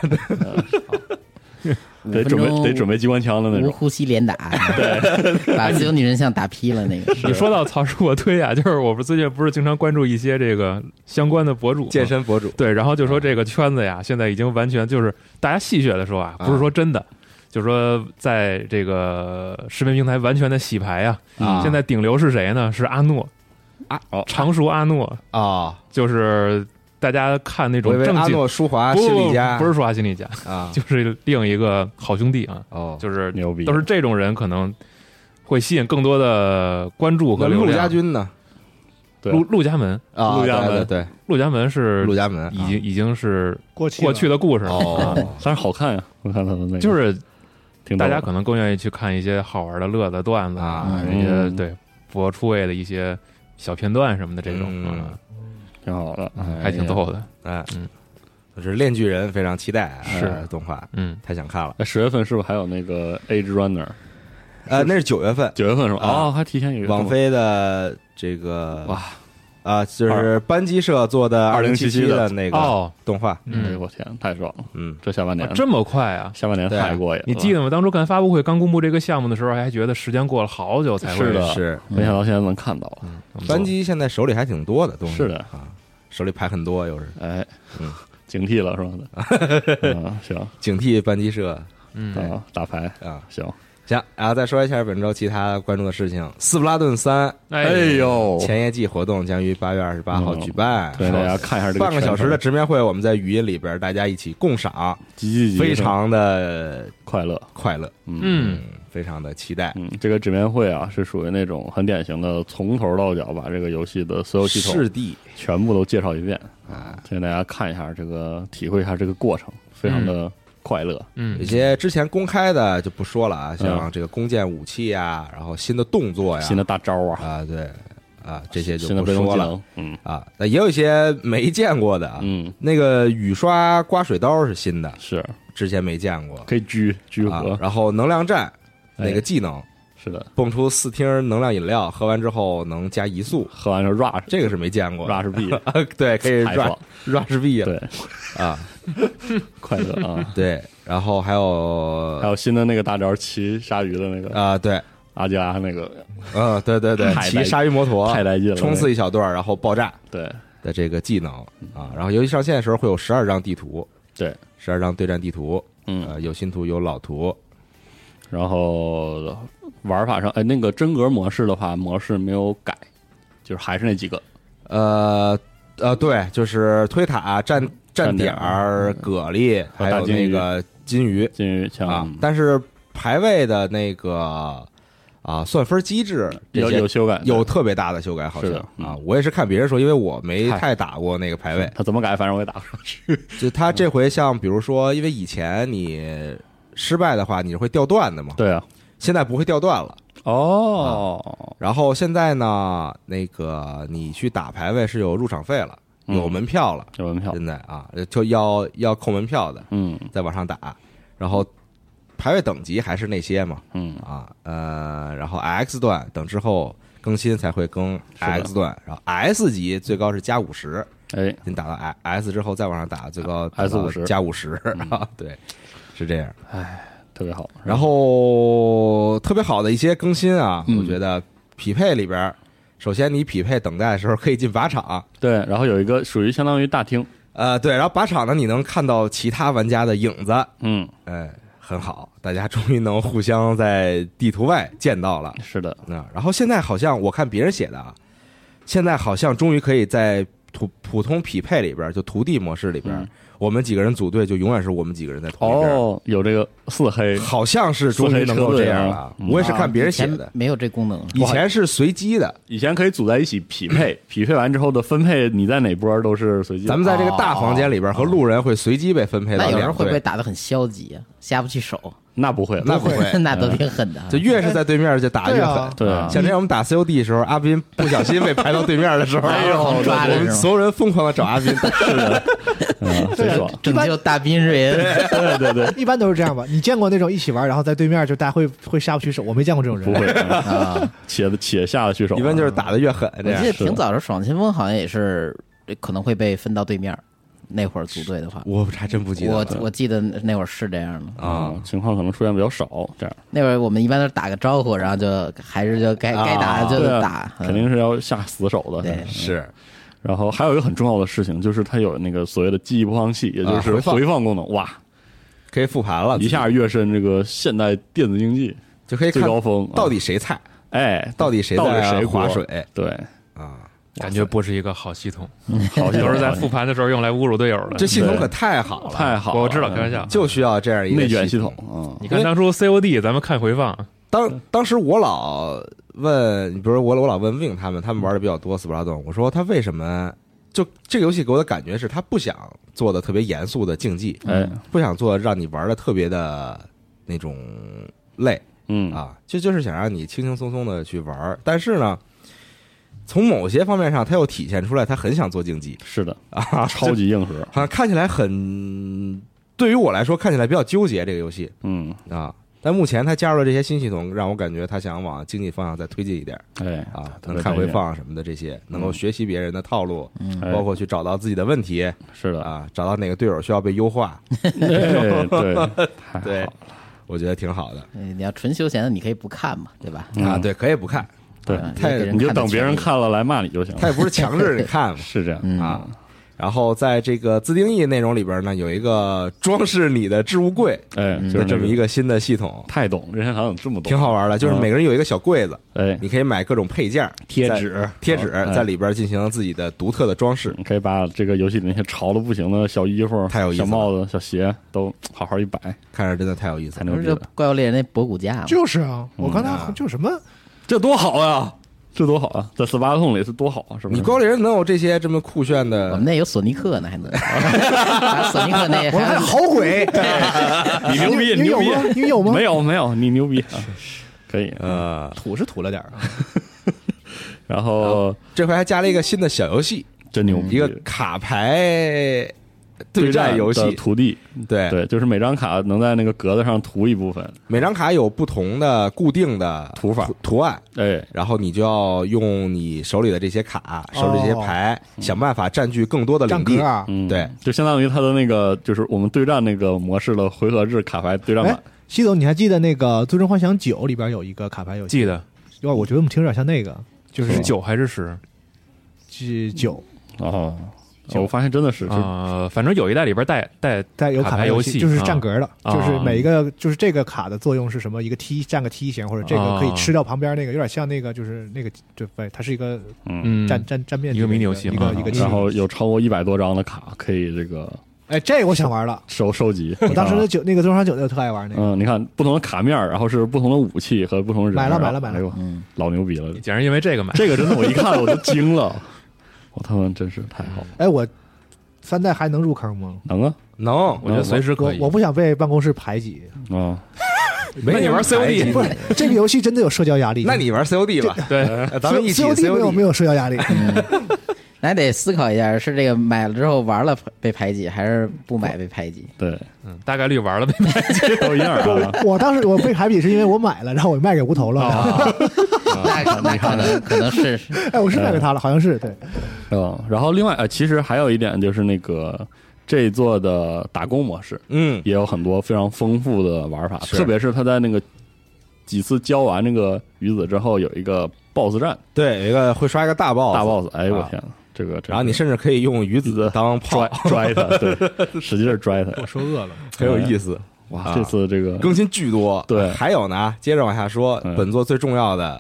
Speaker 3: 得准
Speaker 4: 五分
Speaker 3: 备
Speaker 4: 钟
Speaker 3: 得准备机关枪的那
Speaker 4: 无
Speaker 3: 种。
Speaker 4: 呼吸连打， 对， 把自由女神像打劈了那个。
Speaker 6: 你说到曹氏卧推啊，就是我不最近不是经常关注一些这个相关的博主吗啊
Speaker 2: 健身博主
Speaker 6: 对，然后就说这个圈子呀，现在已经完全就是大家戏谑的说啊，
Speaker 2: 啊
Speaker 6: 不是说真的，就是说在这个视频平台完全的洗牌啊。
Speaker 2: 啊
Speaker 6: 现在顶流是谁呢？是阿诺
Speaker 2: 啊
Speaker 3: 哦
Speaker 6: 常熟阿诺，
Speaker 2: 啊，
Speaker 6: 就是大家看那
Speaker 2: 我
Speaker 6: 种
Speaker 2: 以为
Speaker 6: 正
Speaker 2: 阿
Speaker 6: 经。
Speaker 2: 诺舒华
Speaker 6: 不
Speaker 2: 心
Speaker 6: 不
Speaker 2: 理家
Speaker 6: 不是说阿心理家，
Speaker 2: 啊
Speaker 6: 就是另一个好兄弟啊，
Speaker 2: 哦，
Speaker 6: 就是
Speaker 3: 牛逼
Speaker 6: 都是这种人可能会吸引更多的关注
Speaker 2: 那
Speaker 6: 和流
Speaker 2: 陆
Speaker 6: 量。
Speaker 2: 家军呢
Speaker 3: 对
Speaker 6: 陆陆家门，
Speaker 2: 啊，
Speaker 3: 陆家
Speaker 2: 对
Speaker 3: 门
Speaker 2: 对
Speaker 6: 陆家门
Speaker 2: 对
Speaker 6: 是
Speaker 2: 陆家门
Speaker 6: 已经已经是
Speaker 7: 过去
Speaker 6: 过去
Speaker 7: 了
Speaker 6: 的故事了，
Speaker 2: 哦
Speaker 3: 但是好看呀，我看他的那个，
Speaker 6: 就是
Speaker 3: 挺
Speaker 6: 大
Speaker 3: 逗的
Speaker 6: 家可能更愿意去看一些好玩的乐子段子
Speaker 2: 啊
Speaker 6: 一些
Speaker 3: 嗯
Speaker 6: 对博出位的一些小片段什么的这种，
Speaker 2: 嗯
Speaker 6: 啊
Speaker 3: 挺好的，哎
Speaker 6: 还挺。逗的。
Speaker 2: 哎
Speaker 6: 嗯，
Speaker 2: 就是炼巨人非常期待啊
Speaker 6: 是
Speaker 2: 呃动画，
Speaker 6: 嗯，
Speaker 2: 太想看了。
Speaker 3: 哎，十月份是不是还有那个 Age Runner？
Speaker 2: 呃，那是九月份，
Speaker 3: 九月份是吧？
Speaker 2: 啊
Speaker 3: 哦，还提前一个月。
Speaker 2: 网飞的这个
Speaker 3: 哇
Speaker 2: 啊，就是班机社做的二零七
Speaker 3: 2077
Speaker 2: 的那个
Speaker 6: 哦，
Speaker 2: 动画，
Speaker 3: 哎呦
Speaker 6: 嗯，
Speaker 3: 我天，太爽了！
Speaker 2: 嗯，
Speaker 3: 这下半年
Speaker 6: 啊，这么快啊！
Speaker 3: 下半年
Speaker 2: 对啊
Speaker 3: 太过瘾了。
Speaker 6: 你记得吗？当初看发布会刚公布这个项目的时候，还觉得时间过了好久才会
Speaker 3: 是的
Speaker 2: 是
Speaker 3: 没想到现在能看到了。
Speaker 2: 班机现在手里还挺多的东西，
Speaker 3: 是的
Speaker 2: 啊，手里牌很多，又是
Speaker 3: 哎
Speaker 2: 嗯，
Speaker 3: 警惕了是吧？嗯，行
Speaker 2: 警惕班机社
Speaker 6: 嗯，
Speaker 3: 啊，打牌
Speaker 2: 啊。
Speaker 3: 行，
Speaker 2: 行，然后再说一下本周其他关注的事情，《斯普拉顿三》
Speaker 3: 哎呦，
Speaker 2: 前夜祭活动将于八月二十八号
Speaker 3: 嗯
Speaker 2: 举办，
Speaker 3: 对大家看一下这个
Speaker 2: 半个小时的
Speaker 3: 全程
Speaker 2: 直面会，我们在语音里边大家一起共赏，
Speaker 3: 极其极其
Speaker 2: 非常的
Speaker 3: 快乐，
Speaker 2: 快乐，
Speaker 6: 嗯，
Speaker 2: 非常的期待。
Speaker 3: 嗯，这个纸面会啊，是属于那种很典型的从头到脚把这个游戏的所有系
Speaker 2: 是
Speaker 3: 统
Speaker 2: 的，
Speaker 3: 全部都介绍一遍啊，推荐大家看一下这个，体会一下这个过程，非常的快乐。
Speaker 6: 嗯
Speaker 2: 有，些之前公开的就不说了啊，
Speaker 3: 嗯
Speaker 2: 像这个弓箭武器啊，然后新的动作呀，
Speaker 3: 新的大招啊，
Speaker 2: 啊，对啊，这些就
Speaker 3: 新的
Speaker 2: 不
Speaker 3: 被动
Speaker 2: 说
Speaker 3: 技
Speaker 2: 了
Speaker 3: 能，嗯
Speaker 2: 啊。那也有一些没见过的啊，
Speaker 3: 嗯，
Speaker 2: 那个雨刷刮水刀是新的，
Speaker 3: 是
Speaker 2: 之前没见过
Speaker 3: 可以狙狙
Speaker 2: 啊
Speaker 3: 和。，
Speaker 2: 然后能量站
Speaker 3: 哎
Speaker 2: 那个技能，
Speaker 3: 是的，
Speaker 2: 蹦出四听能量饮料，喝完之后能加移速，
Speaker 3: 喝完之后 rush
Speaker 2: 这个是没见过的。
Speaker 3: rush B，
Speaker 2: 对，可以 rush
Speaker 3: 太爽
Speaker 2: rush B 了
Speaker 3: 对，
Speaker 2: 啊，
Speaker 3: 快乐 啊！
Speaker 2: 对，然后还有
Speaker 3: 还有新的那个大招，骑鲨鱼的那个
Speaker 2: 啊，对，
Speaker 3: 阿加那个，
Speaker 2: 嗯，对对对，
Speaker 3: 太带
Speaker 2: 骑鲨鱼摩托
Speaker 3: 太带劲了
Speaker 2: 冲刺一小段，然后爆炸
Speaker 3: 对
Speaker 2: 的这个技能啊，然后游戏上线的时候会有十二张地图，
Speaker 3: 对，
Speaker 2: 十二张对战地图，
Speaker 3: 嗯，
Speaker 2: 呃，有新图有老图，
Speaker 3: 然后玩法上，哎，那个真格模式的话，模式没有改，就是还是那几个，
Speaker 2: 呃呃，对，就是推塔站站
Speaker 3: 站
Speaker 2: 点
Speaker 3: 点嗯
Speaker 2: 儿、蛤蜊，还有那个金鱼
Speaker 3: 金鱼枪、
Speaker 2: 啊，但是排位的那个啊算分机制这
Speaker 3: 有
Speaker 2: 些
Speaker 3: 有修改，
Speaker 2: 有特别大的修改，好像
Speaker 3: 是的嗯
Speaker 2: 啊，我也是看别人说，因为我没
Speaker 3: 嗨
Speaker 2: 太打过那个排位，
Speaker 3: 他怎么改，反正我也打不 上去。
Speaker 2: 就他这回像比如说，因为以前你失败的话，你会掉段的嘛，
Speaker 3: 对啊，
Speaker 2: 现在不会掉段了。
Speaker 3: 哦，
Speaker 2: 然后现在呢，那个你去打排位是有入场费了，
Speaker 3: 嗯
Speaker 2: 有门票了，
Speaker 3: 有门票，
Speaker 2: 现在啊，就要要扣门票的，
Speaker 3: 嗯
Speaker 2: 再往上打，然后排位等级还是那些嘛，
Speaker 3: 嗯，
Speaker 2: 啊，呃，然后 X 段等之后更新才会更
Speaker 3: 的
Speaker 2: X 段，然后 S 级最高是加五十，
Speaker 3: 哎，
Speaker 2: 你打到 S S 之后再往上打，最高
Speaker 3: S 50
Speaker 2: 加五十啊，对，是这样。
Speaker 3: 特别好。
Speaker 2: 然后特别好的一些更新啊，
Speaker 3: 嗯
Speaker 2: 我觉得匹配里边儿，首先你匹配等待的时候可以进靶场，
Speaker 3: 对，然后有一个属于相当于大厅，
Speaker 2: 呃，对，然后靶场呢你能看到其他玩家的影子，
Speaker 3: 嗯，
Speaker 2: 哎，很好，大家终于能互相在地图外见到了。
Speaker 3: 是的，
Speaker 2: 那然后现在好像我看别人写的啊，现在好像终于可以在土普通匹配里边儿，就徒弟模式里边儿，
Speaker 3: 嗯
Speaker 2: 我们几个人组队就永远是我们几个人在同一边儿。
Speaker 3: 哦，有这个四黑，
Speaker 2: 好像是终于能够这样了
Speaker 3: 四黑车队啊，嗯
Speaker 2: 我也是看别人写
Speaker 4: 啊以前
Speaker 2: 的。
Speaker 4: 没有这功能。
Speaker 2: 以前是随机的，
Speaker 3: 以前可以组在一起 匹配，匹配完之后的分配，你在哪波都是随机的。啊
Speaker 2: 咱们在这个大房间里边和路人会随机被分配到
Speaker 4: 那有人
Speaker 2: 两
Speaker 4: 会不会
Speaker 2: 队，
Speaker 4: 打得很消极啊？下不去手，
Speaker 3: 那不会，
Speaker 2: 那不会，
Speaker 4: 那都挺狠的啊。
Speaker 2: 哎嗯就越是在对面就打
Speaker 7: 对
Speaker 2: 越
Speaker 7: 啊
Speaker 2: 狠。
Speaker 3: 对啊，
Speaker 2: 像之前我们打 COD 的时候，阿斌不小心被排到对面的时候，
Speaker 4: 哎呦
Speaker 2: 我
Speaker 4: 抓着是
Speaker 2: 们
Speaker 4: 吗
Speaker 2: 所有人疯狂的找阿斌，
Speaker 3: 嗯贼 爽，
Speaker 4: 拯救大兵瑞恩，
Speaker 3: 对对对，
Speaker 5: 一般都是这样吧？你见过那种一起玩，然后在对面就大家会会下不去手？我没见过这种人
Speaker 3: 不。会啊，且且下得去手，啊
Speaker 2: 一般就是打的越狠这
Speaker 4: 我
Speaker 2: 样
Speaker 4: 记得。挺早的时候，爽清风好像也是可能会被分到对面。那会儿组队的话，
Speaker 2: 我还真不记得
Speaker 4: 我
Speaker 2: 了
Speaker 4: 我记得那会儿是这样的。
Speaker 2: 啊
Speaker 3: 啊，，情况可能出现比较少，这样
Speaker 4: 那会儿我们一般都是打个招呼，然后就还是就该
Speaker 2: 啊
Speaker 4: 该打就
Speaker 3: 对啊
Speaker 4: 打，嗯
Speaker 3: 肯定是要下死手的。
Speaker 4: 对
Speaker 2: 是
Speaker 3: 然后还有一个很重要的事情，就是它有那个所谓的记忆播放器，也就
Speaker 2: 啊
Speaker 3: 是
Speaker 2: 回放啊
Speaker 3: 回放功能。哇，
Speaker 2: 可以复盘了，
Speaker 3: 一下跃升这个现代电子竞技
Speaker 2: 就可以
Speaker 3: 最
Speaker 2: 看
Speaker 3: 高峰，
Speaker 2: 到底
Speaker 3: 啊
Speaker 2: 谁菜，
Speaker 3: 哎，
Speaker 2: 到底谁
Speaker 3: 到底
Speaker 2: 在
Speaker 3: 谁
Speaker 2: 划
Speaker 3: 锅
Speaker 2: 水
Speaker 3: 对，
Speaker 2: 啊？
Speaker 6: 感觉不是一个好系统，
Speaker 3: 好像
Speaker 6: 都是在复盘的时候用来侮辱队友的。
Speaker 2: 这系统可太好了，
Speaker 3: 太好了，啊
Speaker 6: 我知道，开玩笑。
Speaker 2: 就需要这样一个
Speaker 3: 嗯内卷
Speaker 2: 系
Speaker 3: 系统。嗯，
Speaker 6: 你看当初 COD，咱们看回放，
Speaker 2: 当当时我老问，比如我我老问 Win 他们，他们玩的比较多斯普拉顿，我说他为什么就这个游戏给我的感觉是他不想做的特别严肃的竞技，
Speaker 3: 哎，
Speaker 2: 不想做让你玩的特别的那种累
Speaker 3: 嗯，
Speaker 2: 啊，就就是想让你轻轻松松的去玩儿。但是呢，从某些方面上，他又体现出来他很想做竞技
Speaker 3: 是的，
Speaker 2: 啊，
Speaker 3: 超级硬核，
Speaker 2: 好像看起来很，对于我来说看起来比较纠结这个游戏，
Speaker 3: 嗯，
Speaker 2: 啊。但目前他加入了这些新系统，让我感觉他想往经济方向再推进一点
Speaker 3: 哎，
Speaker 2: 啊，
Speaker 3: 特别
Speaker 2: 能看回
Speaker 3: 带劲
Speaker 2: 放什么的这些，能够学习别人的套路，
Speaker 3: 哎
Speaker 2: 嗯包括去找到自己的问题
Speaker 3: 是的，
Speaker 2: 啊，找到哪个队友需要被优化，
Speaker 3: 哎对，太好
Speaker 2: 对
Speaker 3: 了，
Speaker 2: 我觉得挺好的
Speaker 4: 呃你要纯休闲的，你可以不看嘛，对吧？
Speaker 2: 啊。
Speaker 3: 嗯
Speaker 2: 对，可以不看，
Speaker 3: 对
Speaker 4: 嗯
Speaker 2: 太
Speaker 4: 也给人
Speaker 3: 你就
Speaker 4: 看的
Speaker 3: 等别人
Speaker 4: 权利
Speaker 3: 看了来骂你就行
Speaker 2: 他
Speaker 3: 了，
Speaker 2: 也不是强制你看
Speaker 3: 是这样
Speaker 4: 嗯
Speaker 2: 嘛啊。然后在这个自定义内容里边呢，有一个装饰你的置物柜
Speaker 3: 哎，
Speaker 4: 嗯
Speaker 3: 就
Speaker 2: 的
Speaker 3: 是嗯
Speaker 2: 这么一
Speaker 3: 个
Speaker 2: 个新的系统，
Speaker 3: 太懂，任天堂怎么这么懂？
Speaker 2: 挺好玩的。就是每个人有一个小柜子，
Speaker 3: 哎，
Speaker 2: 你可以买各种配件儿、
Speaker 3: 贴
Speaker 2: 在、
Speaker 3: 纸，
Speaker 2: 贴纸，
Speaker 3: 哎
Speaker 2: 在里边进行自己的独特的装饰。
Speaker 3: 你可以把这个游戏里那些潮的不行的小衣服、
Speaker 2: 太有意思
Speaker 3: 小
Speaker 2: 了
Speaker 3: 帽子、小鞋都好好一摆，
Speaker 2: 看着真的太有意思
Speaker 3: 才
Speaker 2: 了。
Speaker 3: 牛
Speaker 4: 不是
Speaker 3: 逼
Speaker 4: 就
Speaker 3: 了。
Speaker 4: 怪物猎人那博古架吗？
Speaker 5: 就是啊，我刚
Speaker 2: 嗯啊
Speaker 5: 才就什么
Speaker 3: 这多好啊！这多好啊！在斯巴达洞里是多好啊！是不
Speaker 2: 你
Speaker 3: 是？
Speaker 2: 光猎人能有这些这么酷炫的，
Speaker 4: 我们那有索尼克呢，还 能把索尼克那
Speaker 5: 我们还有好 鬼，
Speaker 3: 你牛逼，
Speaker 5: 你有
Speaker 3: 牛逼
Speaker 5: 吗！？你有吗？
Speaker 3: 没有没有，你牛逼啊！可以。啊
Speaker 2: 呃，
Speaker 7: 土是土了点儿啊，
Speaker 3: 然后
Speaker 2: 这回还加了一个新的小游戏，
Speaker 3: 真牛逼，
Speaker 2: 一个卡牌对
Speaker 3: 战
Speaker 2: 战游
Speaker 3: 的
Speaker 2: 戏。
Speaker 3: 徒弟，
Speaker 2: 对，
Speaker 3: 对，就是每张卡能在那个格子上涂一部分，
Speaker 2: 每张卡有不同的固定的
Speaker 3: 涂法
Speaker 2: 图案，
Speaker 3: 哎，
Speaker 2: 然后你就要用你手里的这些卡、手里这些牌，想办法占据更多的
Speaker 5: 占
Speaker 2: 领地
Speaker 5: 格。啊！
Speaker 3: 嗯，
Speaker 2: 对，
Speaker 3: 就相当于它的那个，就是我们对战那个模式的回合制卡牌对战版
Speaker 5: 哎，西总，你还记得那个《最终幻想九》里边有一个卡牌游戏？
Speaker 6: 记得
Speaker 5: 哇，我觉得我们听着有点像那个，就是是
Speaker 6: 九还是十？
Speaker 5: 九九，
Speaker 3: 哦，我发现真的是，
Speaker 5: 啊
Speaker 3: 就
Speaker 6: 呃，反正有一代里边带带
Speaker 5: 但有
Speaker 6: 卡
Speaker 5: 卡
Speaker 6: 牌
Speaker 5: 牌
Speaker 6: 游戏
Speaker 5: 戏，就是
Speaker 6: 啊
Speaker 5: 占格的，
Speaker 6: 啊
Speaker 5: 就是每一个就是这个卡的作用是什么？一个梯占个梯形，或者这
Speaker 6: 啊
Speaker 5: 个可以吃掉旁边那个，有点像那个就是那个就对，它是一个
Speaker 3: 嗯，
Speaker 6: 嗯
Speaker 5: 占占占面积
Speaker 6: 一个迷你游
Speaker 5: 的
Speaker 6: 戏
Speaker 5: 一个
Speaker 6: 啊
Speaker 5: 一个
Speaker 6: 嗯
Speaker 5: 棋
Speaker 3: 然后有超过一百多张的卡可以这个
Speaker 5: 哎，这个我想 玩了，
Speaker 3: 收收集。
Speaker 5: 我当时
Speaker 3: 啊
Speaker 5: 的九那个《最终幻想九》就特爱玩那个，
Speaker 3: 嗯，你看不同的卡面儿，然后是不同的武器和不同的人。
Speaker 5: 买了
Speaker 3: 然后
Speaker 5: 买了买了
Speaker 3: 哎呦，
Speaker 4: 嗯，
Speaker 3: 老牛逼了！
Speaker 6: 竟然因为这个买，
Speaker 3: 这个真的我一看我就惊了， 我他妈真是太好了，
Speaker 5: 哎，我三代还能入坑吗？
Speaker 3: 能啊
Speaker 2: 能，
Speaker 6: 我觉得随时
Speaker 5: 嗯我
Speaker 6: 可以。
Speaker 5: 我不想被办公室排挤，
Speaker 3: 啊！
Speaker 2: 没
Speaker 6: 那你
Speaker 2: 人
Speaker 6: 玩
Speaker 2: 排挤
Speaker 6: COD
Speaker 2: 你
Speaker 5: 不是这个游戏真的有社交压力。
Speaker 2: 那你玩 COD 吧，
Speaker 6: 对，
Speaker 2: 咱们一起
Speaker 5: COD 没有没有社交压力，
Speaker 3: 嗯
Speaker 4: 还得思考一下，是这个买了之后玩了被排挤，还是不买被排挤？
Speaker 3: 对，
Speaker 6: 嗯大概率玩了呗。
Speaker 3: 都一样啊。
Speaker 5: 我当时我被排比是因为我买了，然后我卖给无头了。
Speaker 3: 哦
Speaker 4: 那那可 能可能是
Speaker 5: 哎，我是卖给他了，好像是对。
Speaker 3: 嗯，然后另外呃，其实还有一点就是那个这一座的打工模式
Speaker 2: 嗯，
Speaker 3: 也有很多非常丰富的玩法，
Speaker 2: 是
Speaker 3: 特别是他在那个几次教完那个鱼子之后，有一个 BOSS 战
Speaker 2: 对，有一个会刷一个大 boss，
Speaker 3: 大 BOSS，哎我
Speaker 2: 啊
Speaker 3: 天呐，这个这个
Speaker 2: 然后你甚至可以用鱼子当炮
Speaker 3: 拽，拽他， 对，使劲儿拽他，
Speaker 7: 我说饿了，
Speaker 2: 很有意思。
Speaker 3: 哇，
Speaker 2: 啊
Speaker 3: 这次这个
Speaker 2: 更新巨多。
Speaker 3: 嗯对
Speaker 2: 还有呢，接着往下说，
Speaker 3: 嗯
Speaker 2: 本作最重要的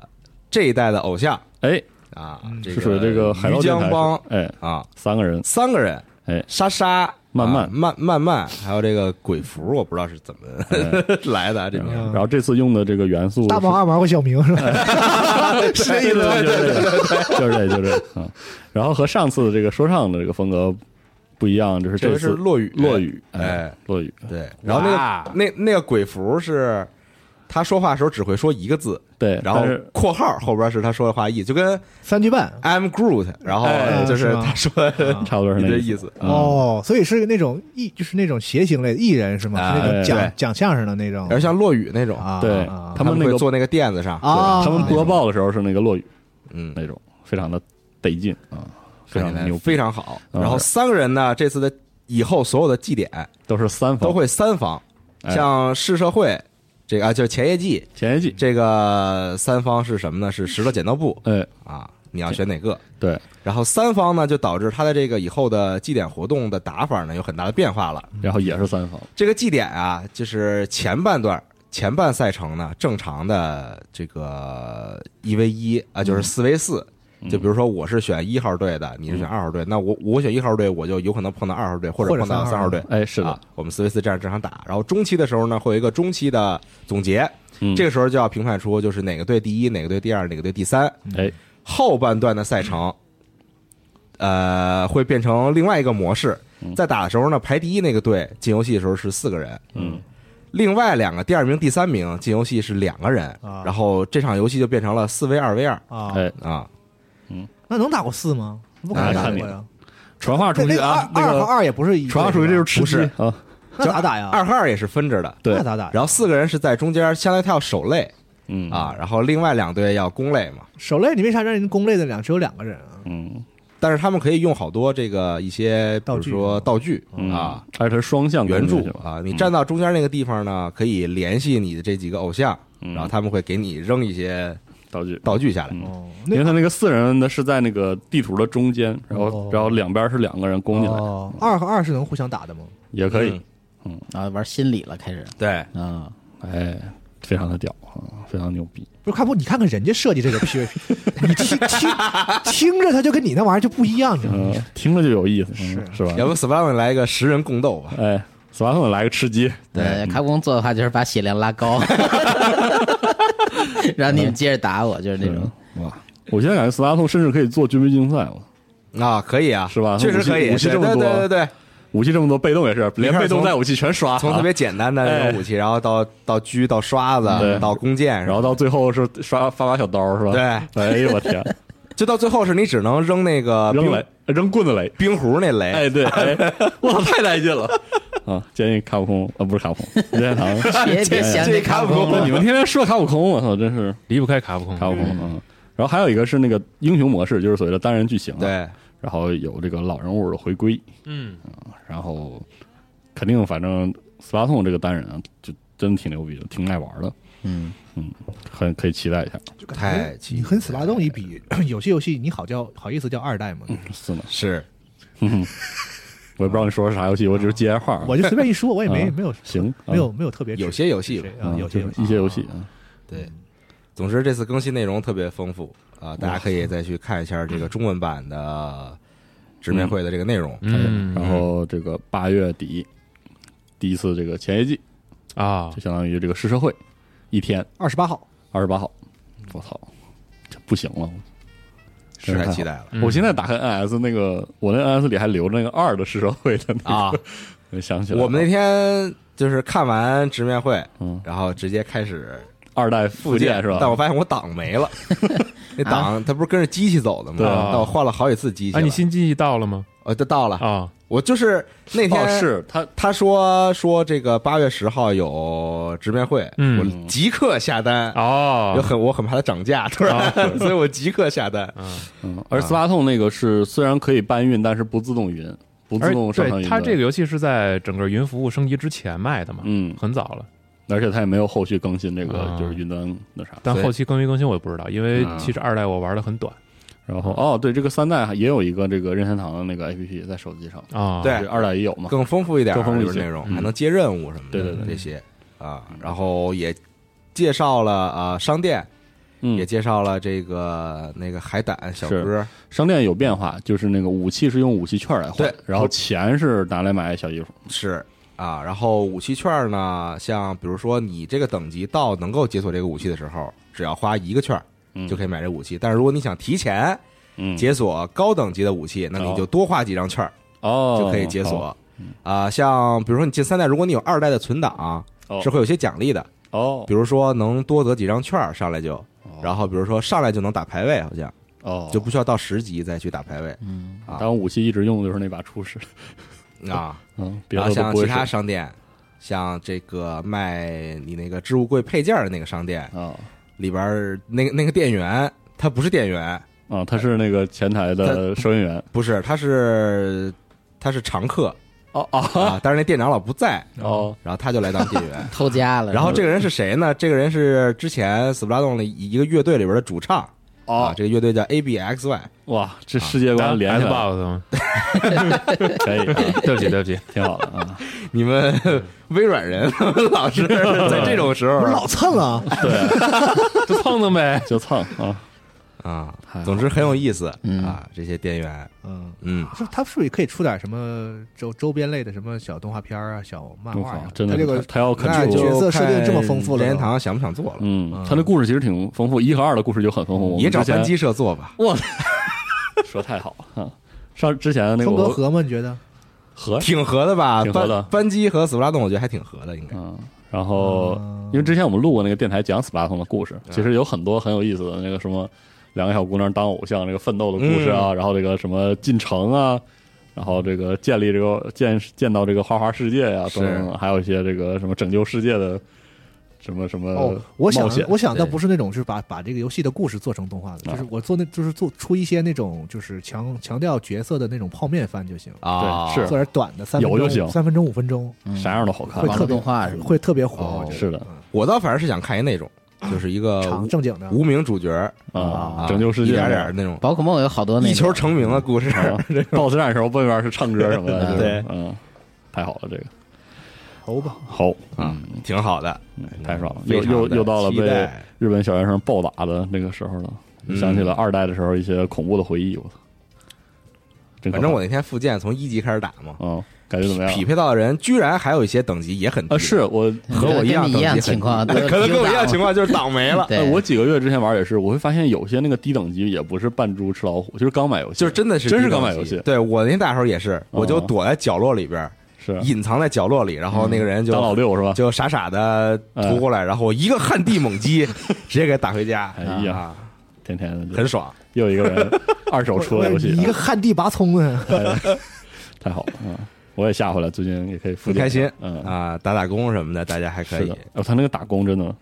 Speaker 2: 这一代的偶像
Speaker 3: 哎，
Speaker 2: 啊，这
Speaker 3: 是
Speaker 2: 个
Speaker 3: 属于这个海
Speaker 2: 于
Speaker 3: 盗电台
Speaker 2: 江帮
Speaker 3: 是哎，
Speaker 2: 啊，
Speaker 3: 三个人
Speaker 2: 三个人，
Speaker 3: 哎
Speaker 2: 莎莎。
Speaker 3: 慢慢
Speaker 2: 啊慢慢慢，还有这个鬼符，我不知道是怎么
Speaker 3: 哎
Speaker 2: 来的啊，这名儿
Speaker 5: 嗯
Speaker 3: 然后这次用的这个元素
Speaker 5: 大毛、啊
Speaker 3: 是
Speaker 5: 二毛和小明是吧？
Speaker 3: 对
Speaker 2: 是这意思吗
Speaker 3: 对 对对对，就是这，就是这，嗯。然后和上次的这个说唱的这个风格不一样，就是
Speaker 2: 这
Speaker 3: 这
Speaker 2: 回是
Speaker 3: 次
Speaker 2: 落雨，
Speaker 3: 落雨，
Speaker 2: 哎，
Speaker 3: 落雨，
Speaker 2: 对。然后那
Speaker 7: 哇
Speaker 2: 个那那个鬼符是，他说话的时候只会说一个字，
Speaker 3: 对，
Speaker 2: 然后
Speaker 3: 哎但是
Speaker 2: 括号后边是他说的话意，就跟
Speaker 5: 三句半
Speaker 2: I'm Groot，然后
Speaker 3: 哎啊
Speaker 2: 就是
Speaker 5: 是吗
Speaker 2: 他说
Speaker 3: 差不多是那
Speaker 2: 这
Speaker 3: 个
Speaker 2: 意思，
Speaker 3: 嗯
Speaker 5: 哦，所以是那种艺，就是那种谐星类的艺人是吗？
Speaker 2: 哎
Speaker 5: 是那
Speaker 3: 啊对
Speaker 5: 种
Speaker 2: 对
Speaker 5: 讲讲相声的那种
Speaker 2: 有点像落雨那种
Speaker 5: 啊，
Speaker 3: 对
Speaker 5: 啊
Speaker 3: 他们那
Speaker 2: 会
Speaker 3: 个
Speaker 2: 坐那个垫子上，
Speaker 4: 哦
Speaker 5: 啊，
Speaker 3: 他们播报的时候是那个落雨
Speaker 2: 嗯，
Speaker 3: 那种，非常的得劲啊，非常
Speaker 2: 看起
Speaker 3: 的
Speaker 2: 来
Speaker 3: 牛逼，
Speaker 2: 非常好。
Speaker 3: 嗯
Speaker 2: 然后三个人呢，这次的以后所有的祭典
Speaker 3: 都是三方
Speaker 2: 都会三方，
Speaker 3: 哎
Speaker 2: 像试社会这个啊，就是前夜祭
Speaker 3: 前一季，
Speaker 2: 这个三方是什么呢？是石头剪刀布
Speaker 3: 哎，
Speaker 2: 啊，你要选哪个？
Speaker 3: 对，
Speaker 2: 然后三方呢，就导致他的这个以后的祭典活动的打法呢有很大的变化了。
Speaker 3: 然后也是三方，
Speaker 2: 这个祭典啊，就是前半段前半赛程呢，正常的这个一 v 一啊，就是四 v 四。就比如说，我是选一号队的，你是选二号队，那我我选一号队，我就有可能碰到二号队，或者
Speaker 5: 或者
Speaker 2: 碰到三
Speaker 5: 三
Speaker 2: 号
Speaker 5: 号
Speaker 2: 队。
Speaker 3: 哎，是
Speaker 2: 啊
Speaker 3: 的，
Speaker 2: 我们四 v 四这样正常打。然后中期的时候呢，会有一个中期的总结，
Speaker 3: 嗯
Speaker 2: 这个时候就要评判出就是哪个队第一，哪个队第二，哪个队第三。
Speaker 3: 哎，
Speaker 2: 后半段的赛程，呃，会变成另外一个模式。在打的时候呢，排第一那个队进游戏的时候是四个人，
Speaker 3: 嗯，
Speaker 2: 另外两个第二名、第三名进游戏是两个人，
Speaker 5: 啊
Speaker 2: 然后这场游戏就变成了四 v 二 v 二
Speaker 5: 啊，
Speaker 3: 哎，
Speaker 2: 啊。
Speaker 5: 那能打过四吗？不可能打过呀。
Speaker 3: 啊传话出
Speaker 5: 那
Speaker 3: 去
Speaker 5: 个
Speaker 3: 啊
Speaker 5: 二，
Speaker 3: 那
Speaker 5: 二和
Speaker 3: 个
Speaker 5: 二也不是一个
Speaker 3: 传话出去就是
Speaker 5: 吧
Speaker 3: 吃鸡啊，
Speaker 5: 那咋打呀？
Speaker 2: 二和二也是分着的，
Speaker 3: 对
Speaker 5: 那，咋打呀？
Speaker 2: 然后四个人是在中间，相当于他要守擂
Speaker 3: 嗯，
Speaker 2: 啊，然后另外两队要攻擂嘛。
Speaker 5: 手擂你为啥让人攻擂的两只有两个人啊？
Speaker 3: 嗯
Speaker 2: 但是他们可以用好多这个一些，比
Speaker 5: 道
Speaker 2: 如
Speaker 5: 具
Speaker 2: 说道具
Speaker 3: 嗯
Speaker 2: 啊，，
Speaker 3: 而且它是嗯双向
Speaker 2: 援助
Speaker 3: 攻击嘛
Speaker 2: 啊，你站到中间那个地方呢，可以联系你的这几个偶像，
Speaker 3: 嗯
Speaker 2: 然后他们会给你扔一些
Speaker 3: 道具。
Speaker 2: 道具下来。
Speaker 3: 嗯，
Speaker 5: 哦，
Speaker 3: 因为
Speaker 5: 那
Speaker 3: 它那个四人的是在那个地图的中间，然
Speaker 5: 哦
Speaker 3: 后然后两边是两个人攻进来，
Speaker 5: 哦，二和二是能互相打的吗？
Speaker 3: 也可以，嗯
Speaker 4: 啊，玩心理了开始
Speaker 2: 嗯对，
Speaker 4: 啊，
Speaker 2: 嗯
Speaker 3: 哎，非常的屌啊，非常牛逼。
Speaker 5: 不是，看不，你看看人家设计这个 PVP，你听听听着，它就跟你那玩意儿就不一样，你知道吗？
Speaker 3: 嗯，听着就有意思，嗯是吧？
Speaker 2: 要不 s p a n 来一个十人共斗吧？
Speaker 3: 哎，死完后来个吃鸡，
Speaker 4: 对，卡普空做的话就是把血量拉高，然后你们接着打我，就是那种。
Speaker 3: 哇！我现在感觉斯拉通甚至可以做军备竞赛了，
Speaker 2: 啊，可以啊，
Speaker 3: 是吧
Speaker 2: 确实可以，
Speaker 3: 武器武器
Speaker 2: 对
Speaker 3: 这么
Speaker 2: 对
Speaker 3: 多啊
Speaker 2: 对对对，
Speaker 3: 武器这么多，被动也是，连
Speaker 2: 看
Speaker 3: 被动
Speaker 2: 从
Speaker 3: 带武器全刷，
Speaker 2: 从特别简单的那
Speaker 3: 哎嗯
Speaker 2: 种武器，然后到到狙、到刷子
Speaker 3: 对、
Speaker 2: 到弓箭，
Speaker 3: 然后到最后是刷发把小刀是吧？
Speaker 2: 对，
Speaker 3: 哎呦我天，
Speaker 2: 就到最后是你只能扔那个
Speaker 3: 扔
Speaker 2: 冰
Speaker 3: 雷扔棍子雷，
Speaker 2: 冰壶那雷，
Speaker 3: 哎对，哎，我操太带劲了啊！建议卡普空啊不是卡普空，任天堂，
Speaker 2: 嗯
Speaker 4: 别别想
Speaker 2: 这
Speaker 4: 这
Speaker 2: 卡
Speaker 4: 卡
Speaker 2: 普
Speaker 4: 普
Speaker 2: 空
Speaker 4: 空
Speaker 3: 不是
Speaker 4: 了
Speaker 3: 你们 天天说卡普空，我操真是
Speaker 6: 离不开卡普空。
Speaker 3: 卡普空嗯。然后还有一个是那个英雄模式，就是所谓的单人剧情、啊，
Speaker 2: 对，
Speaker 3: 然后有这个老人物的回归，啊
Speaker 6: 嗯，
Speaker 3: 然后肯定反正斯拉通这个单人啊，就真挺牛逼的，挺爱玩的，
Speaker 4: 嗯，
Speaker 3: 很可以期待一下。
Speaker 5: 就感觉
Speaker 2: 太奇
Speaker 5: 你跟 s p a 一比， 有些游戏你好叫好意思叫二代吗？
Speaker 3: 是呢，
Speaker 2: 是
Speaker 3: 我也不知道你说的是啥游戏，我只是接话。
Speaker 5: 我就随便一说，我也没
Speaker 3: 啊
Speaker 5: 没有
Speaker 3: 行，啊
Speaker 5: 没有没有特别
Speaker 2: 有些游戏
Speaker 5: 指
Speaker 2: 吧
Speaker 5: 谁啊，有些
Speaker 3: 嗯就是
Speaker 5: 游戏
Speaker 3: 一些游戏啊，
Speaker 2: 对。总之，这次更新内容特别丰富啊、大家可以再去看一下这个中文版的直面会的这个内容。
Speaker 6: 嗯
Speaker 3: 然后这个八月底第一次这个前夜祭，
Speaker 6: 啊
Speaker 3: 就，相当于这个试车会一天，
Speaker 5: 二十八号，
Speaker 3: 二十八号，我操，这不行了。
Speaker 2: 是太期待了
Speaker 6: 嗯
Speaker 3: 我现在打开 NS 那个，我那 NS 里还留着那个二的试车会的那
Speaker 2: 啊！
Speaker 3: 个，想起来 了
Speaker 2: 我们那天就是看完直面会，
Speaker 3: 嗯
Speaker 2: 然后直接开始
Speaker 3: 二代附件是吧？
Speaker 2: 但我发现我档没了，那档它不是跟着机器走的吗？
Speaker 3: 对
Speaker 6: 啊
Speaker 2: 但我换了好几次机器
Speaker 6: 哎，
Speaker 2: 了。
Speaker 6: 你新机器到了吗？
Speaker 2: 呃，就到了。
Speaker 6: 啊，
Speaker 2: 我就是那天、
Speaker 3: 哦，是他
Speaker 2: 他说说这个八月十号有直面会，
Speaker 6: 嗯
Speaker 2: 我即刻下单。
Speaker 6: 哦
Speaker 3: 啊
Speaker 2: 就，很我很怕它涨 价，突然，所以我即刻下单。
Speaker 3: 嗯，而
Speaker 2: 啊
Speaker 3: 斯拉通那个是虽然可以搬运，但是不自动云，不自
Speaker 6: 而
Speaker 3: 动上传
Speaker 6: 对
Speaker 3: 云。
Speaker 6: 它这个，游戏是在整个云服务升级之前卖的嘛，
Speaker 3: 嗯，
Speaker 6: 很早了。
Speaker 3: 而且它也没有后续更新这个
Speaker 6: 啊
Speaker 3: 就是云端那啥。
Speaker 6: 但
Speaker 2: 对
Speaker 6: 后期更新更新我也不知道，因为
Speaker 3: 啊
Speaker 6: 其实二代我玩的很短
Speaker 3: 然后哦，对，这个三代也有一个这个任天堂的那个 APP 在手机上，
Speaker 6: 啊。
Speaker 2: 对
Speaker 3: 这二代也有嘛。
Speaker 2: 更丰富一点，
Speaker 3: 更丰富一
Speaker 2: 就是
Speaker 3: 些
Speaker 2: 内容，
Speaker 3: 嗯
Speaker 2: 还能接任务什么的，
Speaker 3: 对对对
Speaker 2: 这些啊，然后也介绍了啊商店，
Speaker 3: 嗯
Speaker 2: 也，介绍了这个那个海胆小
Speaker 3: 是
Speaker 2: 哥，
Speaker 3: 商店有变化，就是那个武器是用武器券来换
Speaker 2: 对，
Speaker 3: 然后钱是拿来买小衣服。
Speaker 2: 是啊，然后武器券呢，像比如说你这个等级到能够解锁这个武器的时候，只要花一个券
Speaker 3: 嗯
Speaker 2: 就可以买这武器。但是如果你想提前
Speaker 3: 嗯，
Speaker 2: 解锁高等级的武器，那你就多花几张券
Speaker 3: 哦嗯
Speaker 2: 就可以解锁。啊、像比如说你进三代，如果你有二代的存档，啊
Speaker 3: 哦
Speaker 2: 是会有些奖励的，
Speaker 3: 哦
Speaker 2: 比如说能多得几张券上来就，
Speaker 3: 哦
Speaker 2: 然后比如说上来就能打排位，好像
Speaker 3: 哦，
Speaker 2: 就不需要到十级再去打排位
Speaker 4: 嗯，。
Speaker 2: 啊
Speaker 3: 当武器一直用的就是那把初始，
Speaker 2: 啊。
Speaker 3: 嗯，别
Speaker 2: 然后
Speaker 3: 的都
Speaker 2: 像
Speaker 3: 不
Speaker 2: 其
Speaker 3: 会
Speaker 2: 他
Speaker 3: 使。
Speaker 2: 商店，像这个卖你那个置物柜配件的那个商店
Speaker 3: 啊
Speaker 2: 里边儿，那个那个店员他不是店员，
Speaker 3: 啊，他是那个前台的收银员。
Speaker 2: 不是，他是他是常客
Speaker 3: 哦哦
Speaker 2: 啊，但是那店长老不在，
Speaker 3: 哦，
Speaker 2: 然后他就来当店员
Speaker 4: 偷家
Speaker 5: 嗯
Speaker 4: 了。
Speaker 2: 然后这个人是谁呢？这个人是之前 s p l a t o n 的一个乐队里边的主唱啊，
Speaker 3: 哦，
Speaker 2: 这个乐队叫 ABXY，
Speaker 3: 哇，这世界
Speaker 6: 啊
Speaker 3: 观连起来了，
Speaker 6: Xbox 吗？
Speaker 3: 可以，啊
Speaker 6: 对不起，对不起，
Speaker 3: 挺好的 啊。
Speaker 2: 你们微软人 老是在这种时候
Speaker 5: 嗯不是老蹭啊，
Speaker 6: 就蹭蹭呗。
Speaker 3: 就蹭啊，
Speaker 2: 啊，
Speaker 5: 哎
Speaker 2: 总之很有意思啊，这些店员，
Speaker 5: 嗯。
Speaker 2: 嗯，
Speaker 5: 是他是不是也可以出点什么周周边类的什么小动画片啊、小漫
Speaker 3: 我
Speaker 5: 画
Speaker 3: 靠
Speaker 5: 呀，？
Speaker 3: 真的，
Speaker 5: 他这个
Speaker 3: 他要肯
Speaker 2: 那
Speaker 5: 这
Speaker 3: 定
Speaker 2: 就
Speaker 5: 个角色设定这么丰富了
Speaker 2: 任天堂想不想做了？
Speaker 3: 嗯，他的故事其实挺丰富，一和二的故事就很丰富。哦我们
Speaker 2: 也找
Speaker 3: 之前
Speaker 2: 班机社做吧。
Speaker 3: 说太好了啊。上之前那个
Speaker 5: 风格
Speaker 3: 我
Speaker 5: 合吗？你觉得？
Speaker 3: 和
Speaker 2: 挺合的吧？
Speaker 3: 挺合的
Speaker 2: 班班机和斯普拉顿，我觉得还挺合的，应该。
Speaker 3: 嗯，然
Speaker 5: 啊
Speaker 3: 后
Speaker 5: 嗯
Speaker 3: 因为之前我们录过那个电台讲斯巴达通的故事，其实有很多很有意思的那个什么两个小姑娘当偶像这个奋斗的故事啊，然后这个什么进城啊。然后这个建立这个见见到这个花花世界呀、
Speaker 2: 是
Speaker 3: 等等，还有一些这个什么拯救世界的什么什么
Speaker 5: 哦，我想
Speaker 3: 呃冒险
Speaker 5: 我想倒
Speaker 2: 对
Speaker 5: 不是那种，就是把把这个游戏的故事做成动画的，就是我做那，就是做出一些那种就是强强调角色的那种泡面番就行，
Speaker 2: 啊，
Speaker 3: 对是
Speaker 5: 做点短的三分
Speaker 3: 有就
Speaker 5: 钟、
Speaker 3: 行啊
Speaker 5: 三分钟、五分钟，
Speaker 4: 嗯
Speaker 3: 啥样都好看啊
Speaker 5: 会，
Speaker 4: 网
Speaker 5: 特
Speaker 4: 络
Speaker 5: 别
Speaker 4: 动画是吗
Speaker 5: 会特别火
Speaker 2: 哦。
Speaker 3: 是的，
Speaker 2: 我倒反而是想看一那种，就是一个
Speaker 5: 长
Speaker 2: 无
Speaker 5: 正经的，
Speaker 2: 无名主角
Speaker 3: 啊
Speaker 2: 啊，
Speaker 3: 拯救世界
Speaker 2: 一点点那种
Speaker 4: 宝可梦有好多那
Speaker 2: 一球
Speaker 4: 个
Speaker 2: 成名的故事。
Speaker 5: 嗯
Speaker 3: 啊 BOSS 战的时候，外面是唱歌什么的，就是
Speaker 2: 对，
Speaker 3: 嗯，太好了，这个
Speaker 5: 头吧，
Speaker 3: 好
Speaker 2: 啊，
Speaker 3: 嗯
Speaker 2: 挺好的，嗯
Speaker 3: 太爽了，
Speaker 2: 非
Speaker 3: 又
Speaker 2: 常
Speaker 3: 又
Speaker 2: 地
Speaker 3: 又到了
Speaker 2: 期
Speaker 3: 被
Speaker 2: 待
Speaker 3: 日本小学生暴打的那个时候了，
Speaker 2: 嗯
Speaker 3: 想起了二代的时候一些恐怖的回忆，我操，真可
Speaker 2: 反
Speaker 3: 怕
Speaker 2: 正我那天复健从一级开始打嘛，
Speaker 3: 嗯，感觉怎么样？
Speaker 2: 匹配到的人居然还有一些等级也很低
Speaker 3: 啊，是我
Speaker 2: 和我一样
Speaker 4: 跟你
Speaker 2: 等
Speaker 4: 一样
Speaker 2: 级很低
Speaker 4: 情况都
Speaker 2: 可能跟我一样
Speaker 4: 都
Speaker 2: 情况就是倒霉了，
Speaker 3: 哎
Speaker 4: 对，
Speaker 3: 我几个月之前玩也是，我会发现有些那个低等级也不是扮猪吃老虎，就是刚买游戏，
Speaker 2: 就是真的是
Speaker 3: 真是
Speaker 2: 低等
Speaker 3: 刚买
Speaker 2: 级
Speaker 3: 游戏
Speaker 2: 对我那天打的时候也是，我就
Speaker 3: 哦
Speaker 2: 躲在角落里边，
Speaker 3: 是嗯
Speaker 2: 隐藏在角落里，然后那个人就
Speaker 3: 当老六是嗯吧？
Speaker 2: 就傻傻的扑过来，然后我一个旱地猛 击，直接给打回家，
Speaker 3: 哎呀
Speaker 2: 啊，
Speaker 3: 天天的就
Speaker 2: 很爽。
Speaker 3: 又一个人二手出了 游戏，
Speaker 5: 一个旱地拔葱的，
Speaker 3: 太好了啊！我也下回来，最近也可以复
Speaker 2: 很
Speaker 3: 健
Speaker 2: 开心
Speaker 3: 嗯，
Speaker 2: 啊，打打工什么的，大家还可
Speaker 3: 是的
Speaker 2: 以。
Speaker 3: 哦他那个打工真的，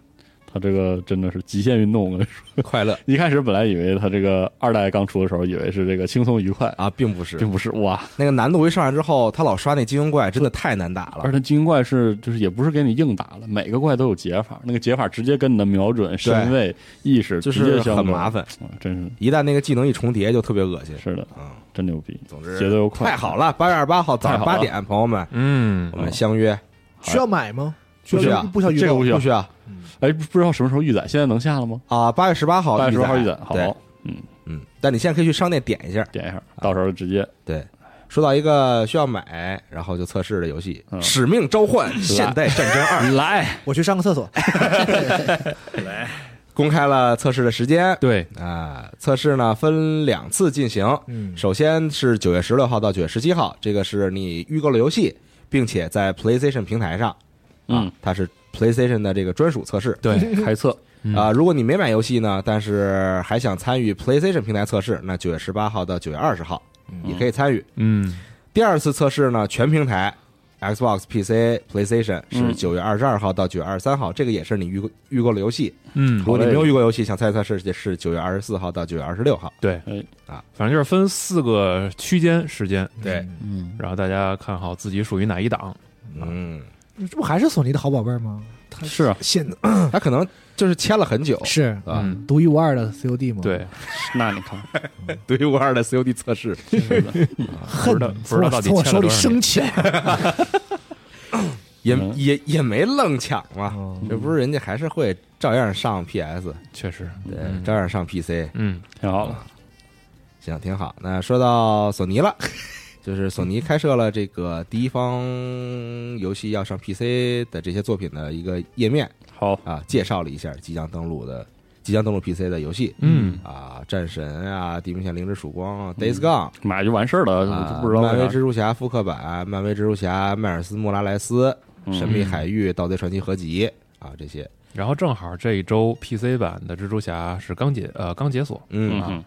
Speaker 3: 他这个真的是极限运动。我跟你说，
Speaker 2: 快乐
Speaker 3: 一开始本来以为他这个二代刚出的时候，以为是这个轻松愉快，
Speaker 2: 啊，并不是
Speaker 3: 并不是哇！
Speaker 2: 那个难度一上来之后，他老刷那精英怪，真的太难打
Speaker 3: 而
Speaker 2: 了。
Speaker 3: 且精英怪是就是也不是给你硬打了，每个怪都有解法，那个解法直接跟你的瞄准、身位、意识
Speaker 2: 就
Speaker 3: 直接
Speaker 2: 是
Speaker 3: 相
Speaker 2: 很
Speaker 3: 关
Speaker 2: 麻，烦，
Speaker 3: 啊真是
Speaker 2: 一旦那个技能一重叠就特别恶心。
Speaker 3: 是的，
Speaker 2: 嗯，
Speaker 3: 真牛逼，
Speaker 2: 总之
Speaker 3: 节奏又快，
Speaker 2: 太好了！八月二十八号早
Speaker 3: 太
Speaker 2: 上
Speaker 3: 好了
Speaker 2: 八点，朋友们，
Speaker 6: 嗯
Speaker 2: 我，们相约。
Speaker 5: 需要买吗？
Speaker 2: 不需要
Speaker 5: 不需要预
Speaker 3: 这个
Speaker 5: 购
Speaker 3: 不需要
Speaker 2: 不需要
Speaker 3: 哎，不不知道什么时候预载，现在能下了吗？
Speaker 2: 啊，八月十八号
Speaker 3: 八月十号预
Speaker 2: 预
Speaker 3: 载
Speaker 2: 载，，
Speaker 3: 好
Speaker 2: 对，，嗯，但你现在可以去商店点一下。
Speaker 3: 点一下，到时候直接
Speaker 2: 对，说到一个需要买，然后就测试的游戏
Speaker 3: 嗯
Speaker 2: 《使命召唤：现代战争二》
Speaker 3: 来，
Speaker 5: 我去上个厕所，哎
Speaker 2: 公开了测试的时间
Speaker 6: 对，
Speaker 2: 啊，测试呢分两次进行，
Speaker 5: 嗯，
Speaker 2: 首先是九月十六号到九月十七号，这个是你预购了游戏，并且在 PlayStation 平台上，啊
Speaker 3: 嗯，
Speaker 2: 它是 PlayStation 的这个专属测试。
Speaker 6: 对，
Speaker 3: 开测，
Speaker 6: 嗯
Speaker 2: 啊、如果你没买游戏呢，但是还想参与 PlayStation 平台测试，那九月十八号到九月二十号也可以参与。
Speaker 6: 嗯，
Speaker 2: 第二次测试呢，全平台 Xbox、PC、PlayStation 是
Speaker 3: 嗯
Speaker 2: 九月二十二号到九月二十三号，这个也是你预购预购了游戏。
Speaker 6: 嗯
Speaker 2: 如，果你
Speaker 3: 好嘞
Speaker 2: 没有预购游戏，想参与测试是九月二十四号到九月二十六号。
Speaker 6: 对
Speaker 3: 哎，
Speaker 2: 啊，
Speaker 6: 反正就是分四个区间时间，
Speaker 2: 对，
Speaker 4: 嗯，
Speaker 6: 然后大家看好自己属于哪一
Speaker 5: 哦
Speaker 6: 档。
Speaker 2: 嗯，
Speaker 5: 这不还是索尼的好宝贝吗？它
Speaker 3: 是啊
Speaker 5: 现在
Speaker 2: 嗯他可能就是签了很久，
Speaker 5: 是
Speaker 2: 啊，
Speaker 6: 嗯，
Speaker 5: 独一无二的 COD 吗？，
Speaker 6: 对，
Speaker 3: 那你看，
Speaker 2: 独一无二的 COD 测试，
Speaker 6: 不
Speaker 5: 恨
Speaker 6: 知道不知道到底
Speaker 5: 从我
Speaker 6: 欠了
Speaker 5: 手里
Speaker 6: 多少年
Speaker 5: 升起来。
Speaker 2: 也
Speaker 3: 嗯
Speaker 2: 也也没愣抢嘛，这不是人家还是会照样上 PS，
Speaker 6: 确实，
Speaker 2: 对，
Speaker 6: 嗯
Speaker 2: 照样上 PC，
Speaker 6: 嗯，
Speaker 3: 挺好了，
Speaker 2: 行，挺好。那说到索尼了， 就是索尼开设了这个第一方游戏要上 PC 的这些作品的一个页面
Speaker 3: 好，
Speaker 2: 啊，介绍了一下即将登陆的即将登陆 PC 的游戏，
Speaker 6: 嗯
Speaker 2: 啊，战神啊，地平线：零之曙光啊，Days Gone。
Speaker 3: 买就完事儿嗯了，
Speaker 2: 啊，
Speaker 3: 嗯不知道
Speaker 2: 漫威
Speaker 3: 为
Speaker 2: 蜘
Speaker 3: 啥，
Speaker 2: 蛛侠复刻版、漫威蜘蛛侠、迈尔斯·莫拉莱斯、
Speaker 3: 嗯
Speaker 2: 神秘海域、盗贼传奇合集啊，这些，
Speaker 6: 然后正好这一周 PC 版的蜘蛛侠是刚解呃 刚解锁，
Speaker 2: 嗯，
Speaker 3: 嗯
Speaker 2: 啊
Speaker 3: 嗯，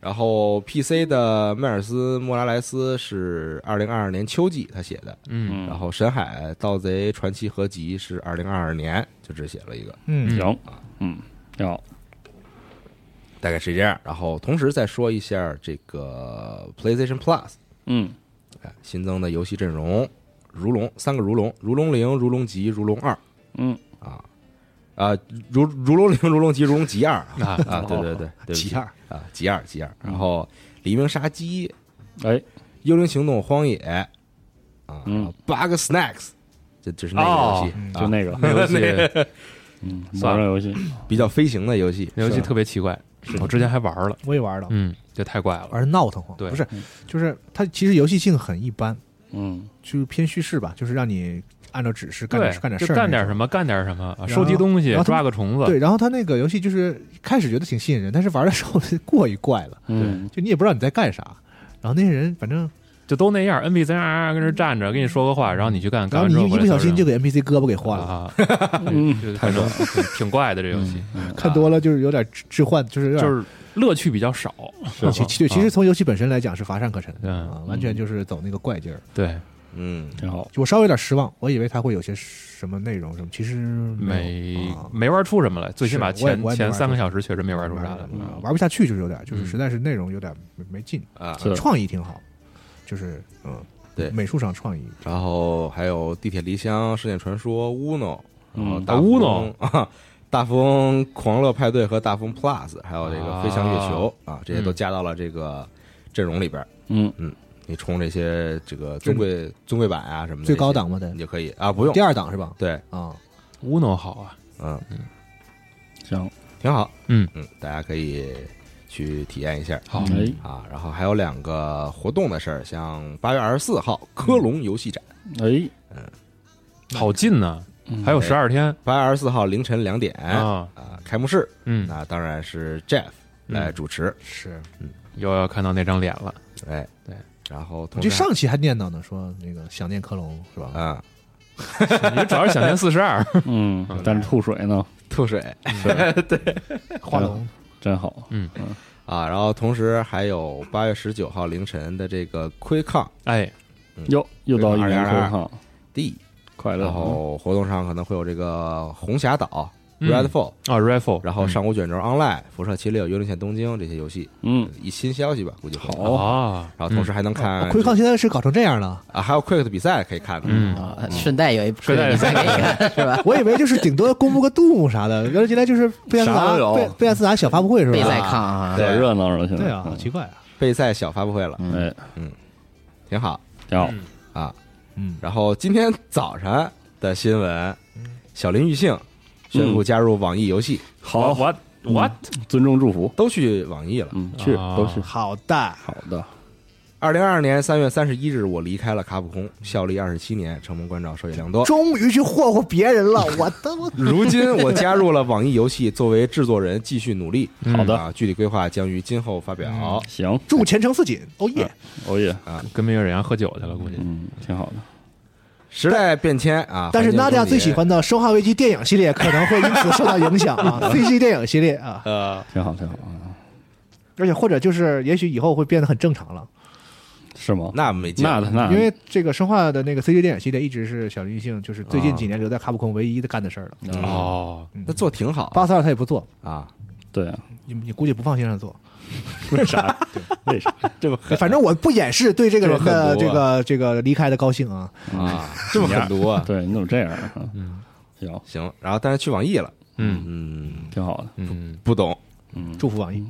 Speaker 2: 然后 PC 的迈尔斯·莫拉莱斯是二零二二年秋季他写的，
Speaker 6: 嗯
Speaker 3: 嗯
Speaker 2: 然后神海盗贼传奇合集是二零二二年，就只写了一个，
Speaker 5: 嗯，
Speaker 3: 行，嗯，挺好，
Speaker 2: 大概是这样。然后同时再说一下这个 PlayStation Plus
Speaker 3: 嗯，
Speaker 2: 哎新增的游戏阵容，如龙三个如龙，如龙零、如龙级、如龙二，
Speaker 3: 嗯
Speaker 2: 啊啊，如如龙零、如龙级、如龙级二啊
Speaker 6: 啊
Speaker 2: 啊，对对对，对不起
Speaker 5: 吉二
Speaker 2: 啊，级二级二，然后黎明杀机、
Speaker 3: 嗯哎，
Speaker 2: 幽灵行动、荒野啊
Speaker 3: 嗯哦
Speaker 2: ，Bug Snacks，这这是那个游戏，啊
Speaker 3: 就那个
Speaker 6: 那游戏
Speaker 3: 嗯，
Speaker 6: 算
Speaker 3: 算
Speaker 6: 了
Speaker 3: 了游戏，
Speaker 2: 比较飞行的游戏，
Speaker 6: 那游戏特别奇怪，我之前还玩了，
Speaker 5: 我也玩了，
Speaker 6: 嗯，这太怪了，
Speaker 5: 玩的闹腾慌。
Speaker 6: 对
Speaker 5: 不是
Speaker 3: 嗯，
Speaker 5: 就是它其实游戏性很一般，
Speaker 3: 嗯，
Speaker 5: 就是偏叙事吧，就是让你按照指示干
Speaker 6: 对
Speaker 5: 点，干点
Speaker 6: 就
Speaker 5: 事儿，
Speaker 6: 干点什
Speaker 5: 么。
Speaker 6: 么干点什么，啊
Speaker 5: 然后
Speaker 6: 收集东西
Speaker 5: 然，后他
Speaker 6: 抓个虫子，
Speaker 5: 对，然后它那个游戏就是开始觉得挺吸引人，但是玩的时候 过于怪了，
Speaker 3: 嗯，
Speaker 5: 就你也不知道你在干啥。然后那些人反正，
Speaker 6: 就都那样，NPC 啊跟那站着，跟你说个话，然后你去干，
Speaker 5: 然
Speaker 6: 干
Speaker 5: 后你
Speaker 6: 完之后
Speaker 5: 一一不小心就
Speaker 6: 给
Speaker 5: 给 NPC 胳膊给换了。
Speaker 6: 啊，
Speaker 3: 嗯
Speaker 6: 就反正挺挺怪的这游戏，
Speaker 5: 嗯看多了就是有点置置换，就是有点
Speaker 6: 就是乐趣比较少，
Speaker 5: 对其其对，其实从游戏本身来讲是乏善可陈的，
Speaker 6: 啊嗯
Speaker 5: 啊，完全就是走那个怪劲儿。
Speaker 6: 对，
Speaker 2: 嗯，
Speaker 3: 挺好，
Speaker 5: 我稍微有点失望，我以为它会有些什么内容什么，其实没有
Speaker 6: 没
Speaker 5: 啊
Speaker 6: 没玩出什么来，最起
Speaker 5: 是
Speaker 6: 码
Speaker 5: 我也
Speaker 6: 前
Speaker 5: 我也没
Speaker 6: 前
Speaker 5: 玩
Speaker 6: 三个
Speaker 5: 出
Speaker 6: 小时确实没玩出啥来
Speaker 5: 玩。呃玩不下去，就是有点，就是实在是内容有点没没劲，呃
Speaker 2: 啊，
Speaker 3: 是
Speaker 5: 创意挺好，就是嗯，
Speaker 2: 对
Speaker 5: 美术上创意，
Speaker 2: 然后还有地铁离乡、圣剑传说、乌诺，然后
Speaker 3: 嗯
Speaker 2: 哦大
Speaker 6: 啊乌
Speaker 2: 乌
Speaker 6: 诺
Speaker 2: 啊，大富翁狂乐派对和大富翁 Plus，还有这个飞翔月球啊，这些都加到了这个阵容里边儿。
Speaker 3: 嗯
Speaker 2: 你充这些这个尊贵尊贵版啊什么的，
Speaker 5: 最高档嘛，得
Speaker 2: 你就可以啊，不用
Speaker 5: 第二档是吧？
Speaker 2: 对，
Speaker 5: 啊，
Speaker 6: ，Uno 好啊，
Speaker 2: 嗯，
Speaker 3: 行，
Speaker 2: 挺好，
Speaker 6: 嗯
Speaker 2: 嗯，大家可以去体验一下。
Speaker 6: 好，
Speaker 3: 哎，
Speaker 2: 啊，然后还有两个活动的事儿，像八月二十四号科隆游戏展，
Speaker 3: 哎，
Speaker 6: 好近呢，
Speaker 5: 嗯
Speaker 6: 还有十二天
Speaker 2: 八月二十四号凌晨两点
Speaker 5: 哎
Speaker 2: 啊、
Speaker 6: 啊，
Speaker 2: 开幕式，
Speaker 6: 嗯，
Speaker 2: 那当然是 Jeff 来主持，
Speaker 5: 是
Speaker 6: 又要看到那张脸了，
Speaker 2: 哎，
Speaker 6: 对，
Speaker 2: 然后同时
Speaker 5: 我记得上期还念叨呢，说那个想念克隆是吧？
Speaker 2: 啊
Speaker 6: 你主要是想念四 十二，
Speaker 3: 嗯，但是吐水呢，
Speaker 2: 吐水
Speaker 5: 画龙
Speaker 3: 真好，
Speaker 2: 啊，然后同时还有八月十九号凌晨的这个 QuickCon
Speaker 6: 哎，
Speaker 3: 哟，又到一
Speaker 2: 2022
Speaker 3: 年后哈，
Speaker 2: D，
Speaker 3: 快乐
Speaker 2: 然
Speaker 3: 哈，
Speaker 2: 后活动上可能会有这个红霞岛。
Speaker 6: 嗯
Speaker 2: Redfall，、
Speaker 6: 啊，Rifle，
Speaker 2: 然后上古卷轴 Online、辐射七六、幽灵线东京这些游戏，
Speaker 3: 嗯，
Speaker 2: 一新消息吧，估计会有
Speaker 3: 好嗯
Speaker 6: 哦，
Speaker 2: 然后同时还能
Speaker 5: 啊
Speaker 2: 看
Speaker 5: 奎康现在是搞成这样了，
Speaker 2: 啊，还有 Quick 的比赛可以看的，
Speaker 6: 嗯，嗯，
Speaker 4: 啊，顺带有一
Speaker 6: 顺带有一
Speaker 4: 比赛给你看是吧？
Speaker 5: 我以为就是顶多公布个杜牧啥的，原来今天就是贝塞斯
Speaker 3: 啥都
Speaker 5: 达
Speaker 3: 有
Speaker 5: 贝贝塞斯达小发布会是吧？
Speaker 4: 备赛抗啊，
Speaker 2: 对
Speaker 3: 可热闹了，现在
Speaker 5: 对啊，好奇怪啊，
Speaker 2: 备赛小发布会了，
Speaker 3: 嗯哎，
Speaker 2: 挺好
Speaker 3: 挺好，
Speaker 2: 啊。
Speaker 7: 嗯，
Speaker 2: 然后今天早晨的新闻，小林玉幸宣布加入网易游戏，
Speaker 3: 好
Speaker 6: 我我
Speaker 3: 尊重祝福，
Speaker 2: 都去网易了。
Speaker 3: 嗯，去
Speaker 6: 啊
Speaker 3: 都去，
Speaker 5: 好的，
Speaker 3: 好的，
Speaker 2: 二零二二年三月三十一日，我离开了卡普空，效力二十七年，承蒙关照，受益良 多。
Speaker 5: 终于去霍霍别人了，我的 我
Speaker 2: 如今我加入了网易游戏，作为制作人继续努力。
Speaker 6: 嗯
Speaker 3: 好的
Speaker 2: 啊，具体规划将于今后发表。
Speaker 5: 嗯
Speaker 3: 行，
Speaker 5: 祝前程似锦，哦耶！
Speaker 3: 哦耶，
Speaker 6: 跟梅尔人喝酒去了，估计
Speaker 3: 嗯，挺好的，
Speaker 2: 时代变迁啊，
Speaker 5: 但是
Speaker 2: 环境
Speaker 5: 娜迪亚
Speaker 2: 更迭
Speaker 5: 最喜欢的《生化危机》电影系列可能会因此受到影响啊，CG 电影系列啊，
Speaker 2: 呃，
Speaker 3: 挺好，挺好，嗯
Speaker 5: 而且或者就是也许以后会变得很正常了，
Speaker 3: 是吗？
Speaker 2: 那没劲，
Speaker 3: 那那
Speaker 5: 因为这个生化的那个 CG 电影系列一直是小林性，就是最近几年留在卡普空唯一的干的事儿了。
Speaker 6: 哦，
Speaker 2: 嗯那做挺好
Speaker 5: 八四二他也不做，
Speaker 2: 啊。
Speaker 3: 对啊，
Speaker 5: 你你估计不放心上做，
Speaker 3: 为啥？为啥？这不
Speaker 5: 反正我不掩饰对这个人的
Speaker 2: 这么
Speaker 5: 这
Speaker 2: 狠毒
Speaker 5: 个这个离开的高兴啊。
Speaker 2: 啊，这么狠毒 啊！
Speaker 3: 对，你怎么这样啊？行，
Speaker 5: 啊
Speaker 2: 行，然后但是去网易了，
Speaker 6: 嗯
Speaker 2: 嗯，
Speaker 3: 挺好的，
Speaker 6: 嗯，
Speaker 2: 不懂。
Speaker 3: 嗯
Speaker 5: 祝福网易，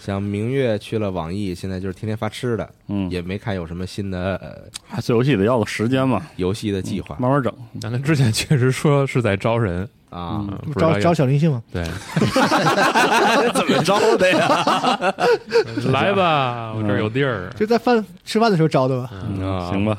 Speaker 2: 像明月去了网易，现在就是天天发吃的，
Speaker 3: 嗯，
Speaker 2: 也没看有什么新的、呃、
Speaker 3: 还做游戏得要个时间嘛，
Speaker 2: 游戏的计划、
Speaker 3: 慢慢整，
Speaker 6: 嗯但他之前确实说是在招人，
Speaker 2: 啊。
Speaker 6: 嗯不知道
Speaker 5: 招
Speaker 6: 要
Speaker 5: 招小林性吗？
Speaker 6: 对，
Speaker 2: 怎
Speaker 5: 嗯
Speaker 2: 么着的呀？
Speaker 6: 来吧，我这儿有地儿，
Speaker 5: 就在饭吃饭的时候招的吧。
Speaker 6: 嗯
Speaker 2: 啊
Speaker 3: 行吧，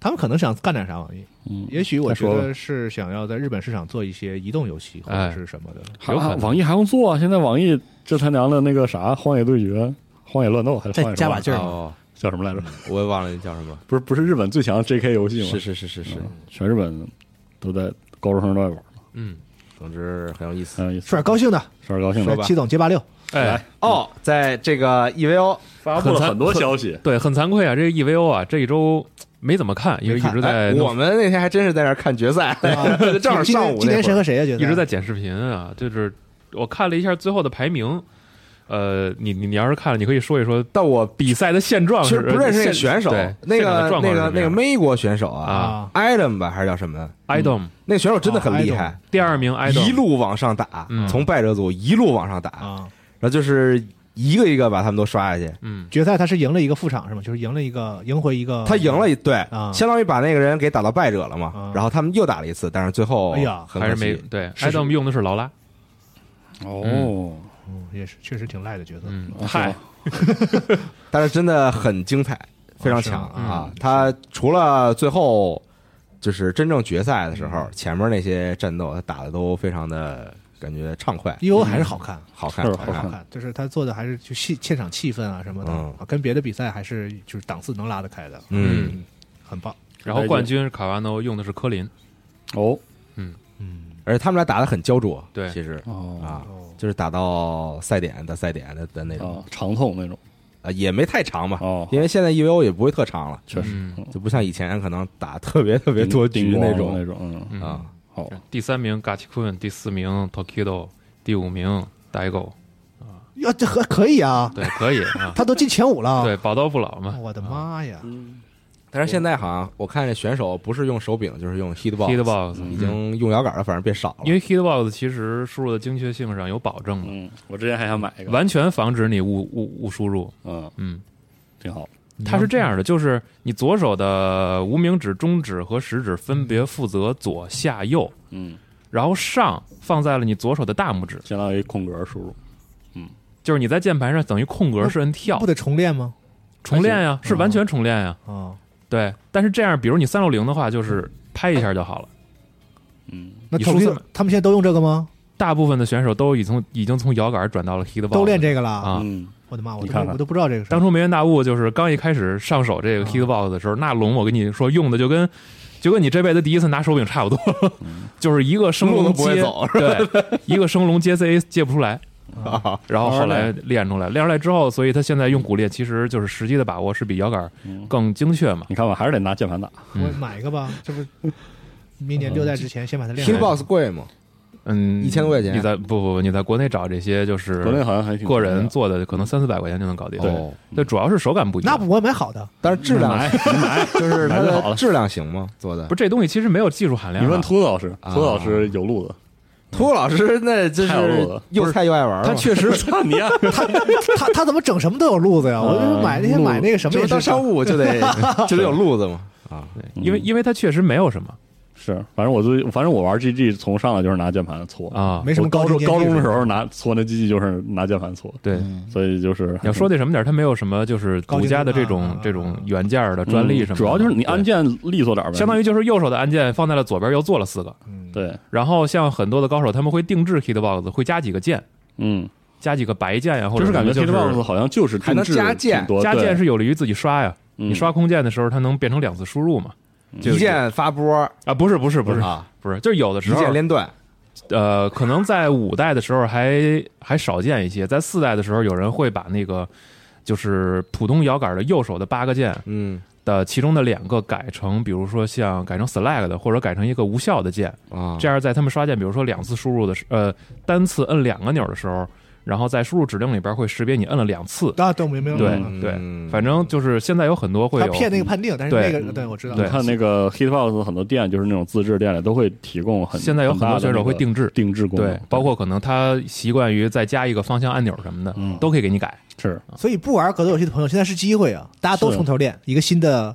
Speaker 5: 他们可能想干点啥网易，
Speaker 3: 嗯，
Speaker 5: 也许我
Speaker 3: 再
Speaker 5: 觉
Speaker 3: 说吧
Speaker 5: 得是想要在日本市场做一些移动游戏或者
Speaker 6: 哎
Speaker 5: 是什么的。
Speaker 6: 有可
Speaker 3: 啊
Speaker 6: 能
Speaker 3: 网易还用做啊，现在网易这他娘的那个啥《荒野对决》《荒野乱斗》还是《荒
Speaker 5: 再
Speaker 3: 野
Speaker 5: 加
Speaker 3: 什
Speaker 5: 把
Speaker 3: 么
Speaker 5: 劲儿嘛，
Speaker 2: 哦，
Speaker 3: 叫什么来着？
Speaker 2: 我也忘了那叫什么。
Speaker 3: 不是不是日本最强 JK 游戏吗？
Speaker 2: 是
Speaker 5: 嗯
Speaker 2: 是是是是，
Speaker 3: 全日本都在高中生都在玩，
Speaker 6: 嗯，
Speaker 2: 总之很有意思。
Speaker 3: 很有意思
Speaker 5: 说，点高兴的，
Speaker 3: 稍微高兴
Speaker 2: 说
Speaker 3: 了。
Speaker 2: 吧
Speaker 5: 七总街霸六，
Speaker 6: 哎，
Speaker 2: 哦，在这个 E EVO
Speaker 3: 发
Speaker 6: 布了很多
Speaker 3: 消息，
Speaker 6: 对，很惭愧啊，这个 EVO 啊，这一周没怎么看，因为一直在
Speaker 2: 哎我们那天还真是在那儿看决赛， 正好
Speaker 5: 啊
Speaker 2: 上
Speaker 5: 今天
Speaker 2: 午
Speaker 5: 今
Speaker 2: 那
Speaker 5: 天谁
Speaker 2: 会
Speaker 5: 和
Speaker 2: 儿
Speaker 5: 谁呀？觉得
Speaker 6: 一直在剪视频啊，就是我看了一下最后的排名，呃，你你你要是看了，你可以说一说
Speaker 2: 但我
Speaker 6: 比赛的现状
Speaker 2: 其
Speaker 6: 是
Speaker 2: 实不认识那个选手
Speaker 6: 对，
Speaker 2: 那
Speaker 6: 现场的
Speaker 2: 个
Speaker 6: 状
Speaker 2: 那
Speaker 6: 况是
Speaker 2: 个
Speaker 6: 什么
Speaker 2: 那个
Speaker 6: 样
Speaker 2: 美国选手啊
Speaker 5: 啊，
Speaker 2: ，Adam 吧还是叫什么？
Speaker 6: Idom
Speaker 2: 那选手真的很厉害，
Speaker 6: 第二名 Idom
Speaker 2: 一路往上打，
Speaker 6: 啊嗯
Speaker 2: 从败者组一路往上打，
Speaker 5: 啊，
Speaker 2: 然后就是一个一个把他们都刷下去。
Speaker 6: 嗯
Speaker 5: 决赛他是赢了一个副场是吗？就是赢了一个，赢回一个，
Speaker 2: 他赢了一对，
Speaker 5: 啊
Speaker 2: 相当于把那个人给打到败者了嘛。
Speaker 5: 啊
Speaker 2: 然后他们又打了一次，但是最后
Speaker 5: 哎呀
Speaker 2: 很
Speaker 6: 还
Speaker 2: 可
Speaker 6: 是
Speaker 2: 惜
Speaker 6: 没对
Speaker 5: 是是
Speaker 6: Idom 用的是劳拉，
Speaker 3: 哦，
Speaker 5: 嗯，也是确实挺赖的角色。
Speaker 6: 嗯，
Speaker 3: 啊
Speaker 6: 嗨
Speaker 3: 是，
Speaker 2: 但是真的很精彩，非常强
Speaker 5: 是
Speaker 6: 吗
Speaker 2: 啊！他除了最后就是真正决赛的时候，前面那些战斗他打的都非常的感觉畅快，
Speaker 5: E O 还是好看，
Speaker 2: 好看，
Speaker 3: 是
Speaker 2: 嗯好
Speaker 5: 好
Speaker 2: 看。
Speaker 5: 看，就是他做的还是就戏现场气氛啊什么的，
Speaker 2: 嗯
Speaker 5: 啊跟别的比赛还是就是档次能拉得开的，
Speaker 2: 嗯，
Speaker 5: 很棒。
Speaker 6: 然后冠军是卡瓦诺，用的是科林，
Speaker 3: 哦
Speaker 5: 嗯
Speaker 2: 而且他们俩打的很焦灼，
Speaker 6: 对
Speaker 2: 其实
Speaker 3: 哦
Speaker 2: 啊，就是打到赛点的赛点的的那种
Speaker 3: 啊，长痛那种
Speaker 2: 啊，也没太长吧，
Speaker 3: 哦，
Speaker 2: 因为现在 EVO 也不会特长了，
Speaker 3: 确实
Speaker 6: 嗯
Speaker 2: 就不像以前可能打特别特别多
Speaker 3: 叮
Speaker 2: 局
Speaker 3: 咣
Speaker 2: 那
Speaker 3: 那
Speaker 2: 种
Speaker 3: 种，嗯，
Speaker 6: 嗯
Speaker 2: 啊。
Speaker 3: 好，
Speaker 6: 第三名 g a c h i k u n 第四名 Tokido，第五名 Daigo，
Speaker 5: 呀、这还可以 啊，，
Speaker 6: 对，可以啊
Speaker 5: 他都进前五了，
Speaker 2: 啊
Speaker 6: 对，宝刀不老嘛，
Speaker 5: 我的妈呀！
Speaker 2: 但是现在好像我看这选手不是用手柄就是用 Hitbox，
Speaker 6: Hitbox，嗯
Speaker 2: 已经用摇杆了，反正变少了。
Speaker 6: 因为 Hitbox 其实输入的精确性上有保证的，
Speaker 3: 嗯，我之前还想买一个，
Speaker 6: 完全防止你误误误输入。
Speaker 3: 嗯，
Speaker 6: 嗯，
Speaker 3: 挺好。
Speaker 6: 它是这样的，就是你左手的无名指、中指和食指分
Speaker 5: 嗯
Speaker 6: 别负责左、下、右，
Speaker 3: 嗯，
Speaker 6: 然后上放在了你左手的大拇指，
Speaker 3: 相当于空格输入，
Speaker 6: 就是你在键盘上等于空格是摁跳
Speaker 5: 不，得重练吗？
Speaker 6: 重练呀，是完全重练呀。
Speaker 5: 啊，
Speaker 6: 对，但是这样，比如你三六零的话，就是拍一下就好了。
Speaker 3: 嗯，
Speaker 5: 那
Speaker 6: 你
Speaker 5: 头
Speaker 6: 输
Speaker 5: 皮
Speaker 6: 这么
Speaker 5: 他们现在都用这个吗？
Speaker 6: 大部分的选手都已从已经从摇杆转到了 hitbox，
Speaker 5: 都练这个了？
Speaker 6: 啊
Speaker 3: 嗯，
Speaker 5: 我的妈，我
Speaker 3: 你
Speaker 5: 都
Speaker 3: 看看
Speaker 5: 我都不知道这个事儿。
Speaker 6: 当初梅园大悟就是刚一开始上手
Speaker 2: 嗯
Speaker 6: 这个 hitbox 的时候，那龙我跟你说用的就跟就跟你这辈子第一次拿手柄差不多， 就是一个升
Speaker 2: 嗯路
Speaker 6: 龙
Speaker 2: 都不会
Speaker 6: 接
Speaker 2: 走
Speaker 6: 对，一个升龙接 C 接不出来，
Speaker 2: 啊
Speaker 6: 然后后
Speaker 3: 慢慢
Speaker 6: 来练出来，练出来之后，所以他现在用骨裂其实就是实际的把握是比摇杆
Speaker 2: 嗯
Speaker 6: 更精确嘛。
Speaker 3: 你看吧，还是得拿键盘打。
Speaker 5: 我买一个吧，这不明年六代之前先把它练好。
Speaker 2: Hitbox 贵吗？
Speaker 6: 嗯，
Speaker 2: 1000块钱
Speaker 6: 你在不不不，你在国内找这些就
Speaker 3: 国内
Speaker 6: 是
Speaker 3: 好像还挺
Speaker 6: 个人做的，可能三四百块钱就能搞定。
Speaker 2: 哦
Speaker 3: 对，
Speaker 6: 对，主要是手感不一
Speaker 5: 那
Speaker 6: 样。
Speaker 5: 不我也买好的，
Speaker 2: 但是质量
Speaker 3: 买买，
Speaker 2: 就是它
Speaker 3: 买就好
Speaker 2: 的
Speaker 3: 了。
Speaker 2: 质量行吗？做的
Speaker 6: 不是这东西其实没有技术含量
Speaker 3: 你
Speaker 6: 的。
Speaker 3: 问秃子老师，
Speaker 2: 啊
Speaker 3: 秃子老师有路子，
Speaker 2: 涂老师那就
Speaker 3: 太有路
Speaker 2: 是
Speaker 3: 了
Speaker 2: 又菜又爱玩儿嘛，
Speaker 3: 他确实， 操你啊！
Speaker 5: 他他怎么整什么都有路子呀？我就是买那些
Speaker 3: 路
Speaker 5: 买那个什么
Speaker 2: 就
Speaker 5: 也
Speaker 2: 是当
Speaker 5: 是
Speaker 2: 商务就 得就得有路子嘛。
Speaker 6: 因为因为它确实没有什么
Speaker 3: 是，反正我最，反正我玩 GG 从上来就是拿键盘搓。
Speaker 6: 啊。
Speaker 5: 没什么
Speaker 3: 我高
Speaker 5: 中
Speaker 3: 中高中的时候拿搓那 GG 就是拿键盘搓，
Speaker 6: 对，
Speaker 4: 嗯
Speaker 3: 所以就是
Speaker 6: 你要说那什么点儿，它没有什么就是独家的这
Speaker 5: 高精度
Speaker 6: 种
Speaker 5: 啊
Speaker 6: 这种元件儿的专利什么的。
Speaker 3: 嗯主要就是你按键利索点呗，
Speaker 6: 对，相当于就是右手的按键放在了左边，又做了四个。
Speaker 3: 对，
Speaker 6: 然后像很多的高手，他们会定制 hitbox，会加几个键，
Speaker 3: 嗯，
Speaker 6: 加几个白键呀，或者
Speaker 3: 就是感觉
Speaker 6: 什么
Speaker 3: Hitbox 好像就是
Speaker 2: 还能
Speaker 3: 定制
Speaker 2: 加键
Speaker 3: 挺多
Speaker 6: 加键，
Speaker 3: 对
Speaker 6: 是有利于自己刷呀。你
Speaker 3: 嗯
Speaker 6: 刷空键的时候，它能变成两次输入嘛？
Speaker 2: 嗯一键发波
Speaker 6: 啊，不是不是不是
Speaker 2: 啊，
Speaker 6: 不是，就是有的时
Speaker 2: 一
Speaker 6: 候
Speaker 2: 键连段
Speaker 6: 呃，可能在五代的时候还还少见一些，在四代的时候，有人会把那个就是普通摇杆的右手的八个键
Speaker 2: 嗯
Speaker 6: 的其中的两个改成，比如说像改成 select 的，或者改成一个无效的键，
Speaker 2: 啊，
Speaker 6: 这样在他们刷键，比如说两次输入的时，呃，单次摁两个钮的时候，然后在输入指令里边会识别你摁了两次。
Speaker 5: 啊，对，我明白了。
Speaker 6: 对
Speaker 5: 嗯
Speaker 6: 对
Speaker 2: 嗯，
Speaker 6: 反正就是现在有很多会
Speaker 5: 他
Speaker 6: 有
Speaker 5: 骗那个判定，但是
Speaker 6: 对
Speaker 5: 那个对我知道，
Speaker 6: 对
Speaker 3: 你看那个 Hitbox 很多店，就是那种自制店里都会提供很
Speaker 6: 现在有很多选手会
Speaker 3: 很大的
Speaker 6: 定制
Speaker 3: 那个，定制功能
Speaker 6: 对，，包括可能他习惯于再加一个方向按钮什么的，
Speaker 3: 嗯
Speaker 6: 都可以给你改。
Speaker 3: 是
Speaker 5: 所以不玩格斗游戏的朋友，现在是机会啊！大家都
Speaker 3: 是
Speaker 5: 从头练一个新的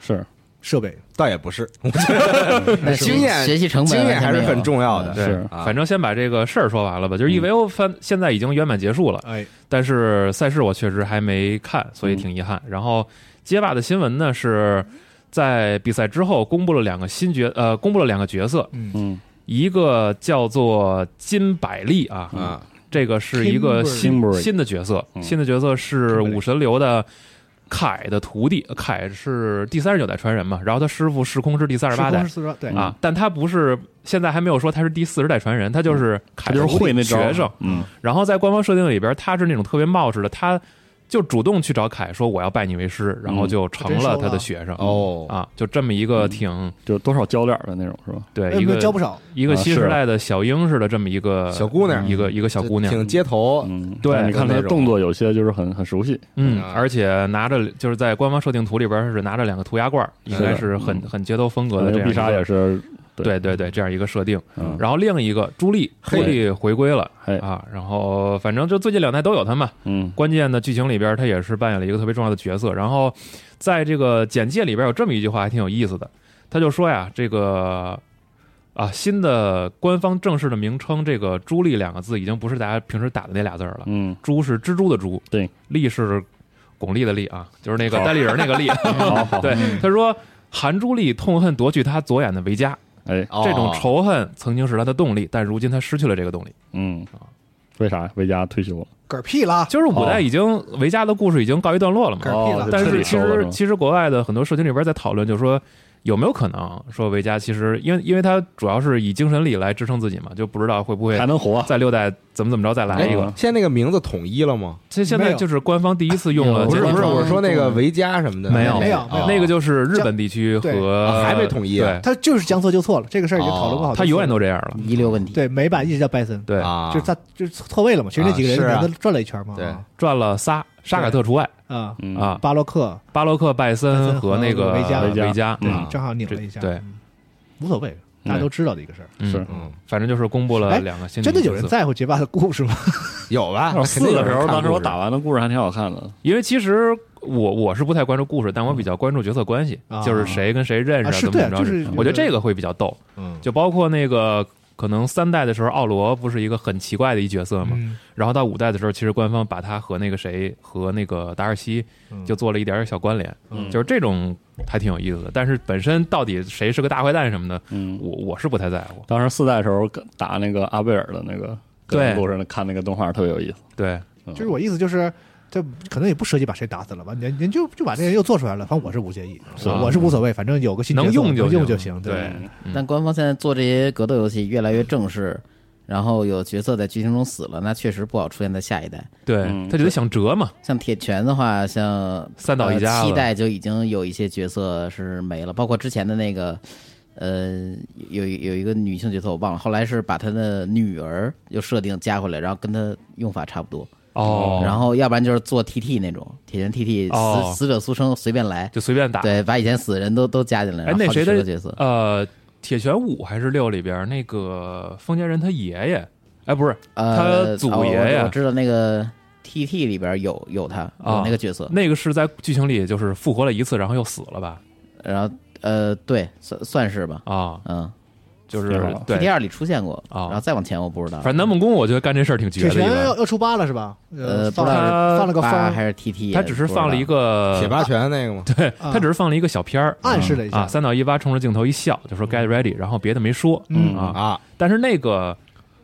Speaker 3: 是
Speaker 5: 设备，
Speaker 2: 倒也不是，
Speaker 4: 那
Speaker 2: 经验
Speaker 4: 学习成本
Speaker 2: 经验
Speaker 4: 完全
Speaker 2: 还
Speaker 4: 没
Speaker 2: 是
Speaker 4: 有
Speaker 2: 很重要的。
Speaker 3: 对是
Speaker 2: 啊
Speaker 6: 反正先把这个事儿说完了
Speaker 3: 嗯
Speaker 6: 吧。就是 EVO 翻现在已经圆满结束了，
Speaker 5: 哎，
Speaker 6: 但是赛事我确实还没看，所以
Speaker 3: 嗯
Speaker 6: 挺遗憾。然后街霸的新闻呢是在比赛之后公布了两个新角，呃，公布了两个角色，
Speaker 3: 嗯
Speaker 6: 一个叫做金百利啊，
Speaker 2: 啊，
Speaker 6: 这个是一个
Speaker 5: Kimberly
Speaker 6: 新
Speaker 3: 嗯 Kimberly
Speaker 6: 新的角色，
Speaker 3: 嗯
Speaker 6: 新的角色是武神流的。凯的徒弟，凯是第三十九代传人嘛，然后他师傅时空是第三十八代
Speaker 5: 四十八，对
Speaker 3: 嗯
Speaker 6: 啊，但他不是现在还没有说他是第四十代传人，他就是
Speaker 3: 嗯他
Speaker 6: 凯
Speaker 3: 就是
Speaker 6: 的徒弟
Speaker 3: 会那招
Speaker 6: 学生，
Speaker 3: 嗯
Speaker 6: 然后在官方设定里边，他是那种特别冒失的，他就主动去找凯说我要拜你为师，然后就成了他的学生、
Speaker 2: 哦
Speaker 6: 啊，就这么一个挺、
Speaker 3: 就多少交点的那种是吧？
Speaker 6: 对
Speaker 5: 哎
Speaker 6: 一
Speaker 5: 教
Speaker 6: 个
Speaker 5: 不少，
Speaker 6: 一个
Speaker 3: 啊
Speaker 6: 新
Speaker 3: 是
Speaker 6: 时代的小英似的这么一个嗯
Speaker 2: 小姑娘嗯
Speaker 6: 一个一个小姑娘，
Speaker 2: 挺街头，
Speaker 3: 嗯，
Speaker 6: 对
Speaker 3: 但你看他的动作有些就是很很熟悉，
Speaker 6: 嗯，
Speaker 2: 啊
Speaker 6: 而且拿着就是在官方设定图里边是拿着两个涂鸦罐，应该是很很街头风格的
Speaker 3: 那个
Speaker 6: 这
Speaker 3: 嗯
Speaker 6: 样一
Speaker 3: 必
Speaker 6: 个
Speaker 3: 杀也是，
Speaker 6: 对对对这样一个设定。
Speaker 3: 嗯，
Speaker 6: 然后另一个朱莉，朱
Speaker 3: 嘿
Speaker 6: 莉回归了
Speaker 3: 嘿
Speaker 6: 啊，然后反正就最近两代都有他嘛，
Speaker 3: 嗯
Speaker 6: 关键的剧情里边，他也是扮演了一个特别重要的角色。然后，在这个简介里边有这么一句话，还挺有意思的。他就说呀，这个啊，新的官方正式的名称，这个“朱莉”两个字已经不是大家平时打的那俩字儿了。
Speaker 3: 嗯，
Speaker 6: 朱是蜘蛛的朱，
Speaker 3: 对，
Speaker 6: 莉是巩俐的俐啊，就是那个
Speaker 3: 好
Speaker 6: 单立人那个俐。
Speaker 3: 好好，
Speaker 6: 对，他说韩朱莉痛恨夺去他左眼的维嘉，
Speaker 3: 哎，
Speaker 2: 哦
Speaker 6: 这种仇恨曾经是他的动力，但如今他失去了这个动力。
Speaker 3: 嗯，为啥维嘉退休了？
Speaker 5: 嗝屁了，
Speaker 6: 就是五代已经维嘉的故事已经告一段落了嘛，
Speaker 5: 嗝屁
Speaker 3: 哦
Speaker 5: 了，
Speaker 6: 但
Speaker 3: 彻
Speaker 6: 是
Speaker 3: 底
Speaker 6: 其
Speaker 3: 收了是
Speaker 6: 实
Speaker 3: 吗
Speaker 6: 其实国外的很多社群里边在讨论，就是说有没有可能说维嘉其实因为因为他主要是以精神力来支撑自己嘛，就不知道会不会
Speaker 3: 还能活啊？
Speaker 6: 在六代怎么怎么着再来一个
Speaker 3: 哎。
Speaker 2: 现在那个名字统一了吗？
Speaker 6: 这现
Speaker 5: 没
Speaker 6: 在
Speaker 5: 有
Speaker 6: 就是官方第一次用了
Speaker 4: 哎
Speaker 2: 不
Speaker 6: 这
Speaker 2: 是
Speaker 6: 个，
Speaker 2: 不是，
Speaker 4: 官方
Speaker 2: 我说那个维嘉什么的，
Speaker 6: 没有
Speaker 5: 没有
Speaker 2: 哦
Speaker 5: 没有
Speaker 6: 那个就是日本地区
Speaker 5: 这
Speaker 6: 和
Speaker 2: 对还没统一啊
Speaker 6: 对，
Speaker 5: 他就是将错就错了，这个事儿已经讨论过好多次
Speaker 6: 哎哦他
Speaker 5: 了，
Speaker 6: 永远都这样了。
Speaker 4: 遗留问题。
Speaker 5: 对美版一直叫拜森，
Speaker 6: 对，
Speaker 2: 啊，
Speaker 5: 就是他就是错位了嘛，其实那几个
Speaker 2: 啊
Speaker 5: 人
Speaker 2: 是啊
Speaker 5: 里面都转了一圈嘛，
Speaker 2: 对
Speaker 5: 啊
Speaker 6: 赚了仨，沙卡特除外
Speaker 5: 啊，
Speaker 3: 嗯
Speaker 6: 啊，
Speaker 5: 巴洛克
Speaker 6: 巴洛克、拜
Speaker 5: 拜
Speaker 6: 森
Speaker 5: 森和
Speaker 6: 那个
Speaker 5: 维加
Speaker 6: 维加，
Speaker 5: 对
Speaker 6: 嗯，
Speaker 5: 正好拧了一下，
Speaker 6: 对
Speaker 5: 嗯，无所谓，大家都知道的一个事儿。
Speaker 6: 嗯
Speaker 3: 是
Speaker 2: 嗯，
Speaker 6: 反正就是公布了
Speaker 5: 哎
Speaker 6: 两个新
Speaker 5: 真的有
Speaker 6: 名
Speaker 5: 人
Speaker 6: 字
Speaker 5: 在乎结巴的故事吗？
Speaker 2: 有吧？
Speaker 3: 四
Speaker 2: 肯定有
Speaker 3: 的时
Speaker 2: 人
Speaker 3: 候，
Speaker 2: 看
Speaker 3: 当时我
Speaker 2: 故事
Speaker 3: 打完的故事还挺好看的，
Speaker 6: 因为其实我我是不太关注故事，但我比较关注角色关系，
Speaker 5: 嗯啊
Speaker 6: 就是谁跟谁认识、
Speaker 5: 啊是
Speaker 6: 怎
Speaker 5: 对
Speaker 6: 么怎么着。
Speaker 5: 啊就是
Speaker 6: 我觉得这个会比较逗，
Speaker 2: 嗯
Speaker 6: 就包括那个可能三代的时候，奥罗不是一个很奇怪的一角色嘛，
Speaker 5: 嗯
Speaker 6: 然后到五代的时候，其实官方把他和那个谁和那个达尔西
Speaker 5: 嗯
Speaker 6: 就做了一点点小关联，
Speaker 3: 嗯
Speaker 6: 就是这种还挺有意思的。但是本身到底谁是个大坏蛋什么的，
Speaker 3: 嗯，
Speaker 6: 我我是不太在乎。
Speaker 3: 当时四代的时候跟打那个阿贝尔的那个，
Speaker 6: 对
Speaker 3: 路上看那个动画特别有意 思，
Speaker 6: 对，
Speaker 3: 嗯
Speaker 5: 就是我意思就是。这可能也不涉及把谁打死了吧，您您就就把这人又做出来了，反正我是无介意，
Speaker 6: 是吧
Speaker 5: 我我是无所谓，反正有个新角色
Speaker 6: 能用就
Speaker 5: 能用就
Speaker 6: 行
Speaker 5: 行，
Speaker 6: 对嗯
Speaker 4: 但官方现在做这些格斗游戏越来越正式，然后有角色在剧情中死了，那确实不好出现在下一代。
Speaker 6: 对、
Speaker 3: 嗯
Speaker 6: 他就得想辙嘛，
Speaker 4: 像铁拳的话，像
Speaker 6: 三岛一家
Speaker 4: 呃
Speaker 6: 了
Speaker 4: 七代就已经有一些角色是没了，包括之前的那个，呃，有有一个女性角色我忘了，后来是把她的女儿又设定加回来，然后跟她用法差不多，
Speaker 6: 哦，
Speaker 4: 然后要不然就是做 TT 那种铁拳 TT 死、
Speaker 6: 哦
Speaker 4: 死者苏生随便来，
Speaker 6: 就随便打。
Speaker 4: 对，把以前死的人都都加进来，
Speaker 6: 哎
Speaker 4: 然后
Speaker 6: 那
Speaker 4: 好几
Speaker 6: 谁
Speaker 4: 十
Speaker 6: 的
Speaker 4: 个角色，
Speaker 6: 呃，铁拳五还是六里边那个封建人他爷爷，哎，不是
Speaker 4: 呃，
Speaker 6: 他祖
Speaker 4: 哦我
Speaker 6: 爷呀
Speaker 4: 我知道那个 TT 里边有有他
Speaker 6: 啊
Speaker 4: 有那个角
Speaker 5: 呃
Speaker 4: 色，
Speaker 6: 那个是在剧情里就是复活了一次，然后又死了吧？
Speaker 4: 然后呃，对，算算是吧，
Speaker 6: 啊，
Speaker 4: 嗯
Speaker 6: 就是
Speaker 3: 是吧
Speaker 6: 对，
Speaker 4: ，TT 二里出现过，
Speaker 6: 啊
Speaker 4: 然后再往前我不知道，
Speaker 6: 反正南梦宫我觉得干这事儿挺
Speaker 5: 铁
Speaker 6: 绝的一
Speaker 5: 拳要
Speaker 6: 般，
Speaker 5: 要出八了是吧？
Speaker 4: 呃，不
Speaker 5: 放
Speaker 4: 知道
Speaker 5: 了放了个
Speaker 4: 是八
Speaker 5: 风，
Speaker 4: 还是 TT，
Speaker 6: 他只是放了一
Speaker 4: 个，
Speaker 6: 个
Speaker 2: 铁，八拳那个嘛，
Speaker 6: 对
Speaker 5: 啊
Speaker 6: 他只是放了一个小片儿
Speaker 5: 暗示了一
Speaker 6: 啊，
Speaker 5: 下，
Speaker 6: 三到一八冲着镜头一笑，就说 get ready，然后别的没说
Speaker 5: 嗯
Speaker 6: 啊，
Speaker 2: 啊，
Speaker 6: 但是那个。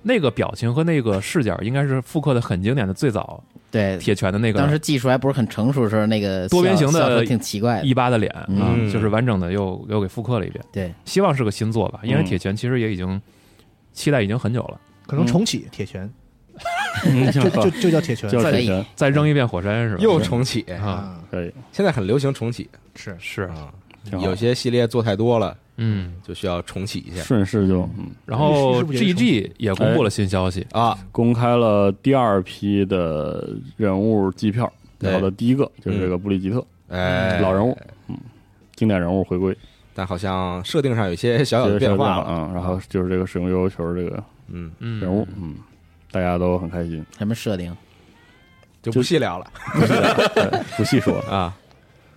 Speaker 6: 那个表情和那个视角应该是复刻的很经典的最早
Speaker 4: 对，
Speaker 6: 铁拳的那个
Speaker 4: 当时技术还不是很成熟的时候，那个
Speaker 6: 多边形的
Speaker 4: 笑笑得挺奇怪的，
Speaker 6: 一八的脸啊
Speaker 2: 嗯，
Speaker 6: 就是完整的又又给复刻了一遍。
Speaker 4: 对，
Speaker 6: 希望是个新作吧，因为
Speaker 3: 嗯
Speaker 6: 铁拳其实也已经期待已经很久了，
Speaker 5: 可能重启铁拳，
Speaker 3: 就
Speaker 6: 嗯
Speaker 5: 就就就叫铁拳，
Speaker 3: 嗯就是
Speaker 4: 可
Speaker 3: 这
Speaker 4: 以
Speaker 3: 些，
Speaker 6: 再扔一遍火山是吧？
Speaker 2: 又重启，
Speaker 6: 啊，
Speaker 5: 啊，
Speaker 3: 可以，
Speaker 2: 现在很流行重启
Speaker 5: 是
Speaker 6: 是，
Speaker 2: 啊，
Speaker 3: 挺好
Speaker 2: 有些系列做太多了，
Speaker 6: 嗯。
Speaker 2: 就需要重启一下
Speaker 3: 顺势就嗯
Speaker 6: 然后
Speaker 5: 是不是也
Speaker 6: GG 也公布了新消息，
Speaker 2: 啊。
Speaker 3: 公开了第二批的人物机票，
Speaker 2: 对
Speaker 3: 然后的第一个就是这个布里吉特，
Speaker 2: 哎，
Speaker 3: 老人物，嗯，经典人物回归，
Speaker 2: 但好像设定上有一些小小的
Speaker 3: 这个
Speaker 2: 变
Speaker 3: 小
Speaker 2: 化
Speaker 3: 将
Speaker 2: 了。
Speaker 3: 嗯，然后就是这个使用悠悠球这个
Speaker 2: 嗯，
Speaker 6: 嗯，
Speaker 3: 人物，嗯，大家都很开心，
Speaker 4: 什么设定？
Speaker 2: 就
Speaker 3: 就
Speaker 2: 不细聊了
Speaker 3: 对不细说，
Speaker 2: 啊。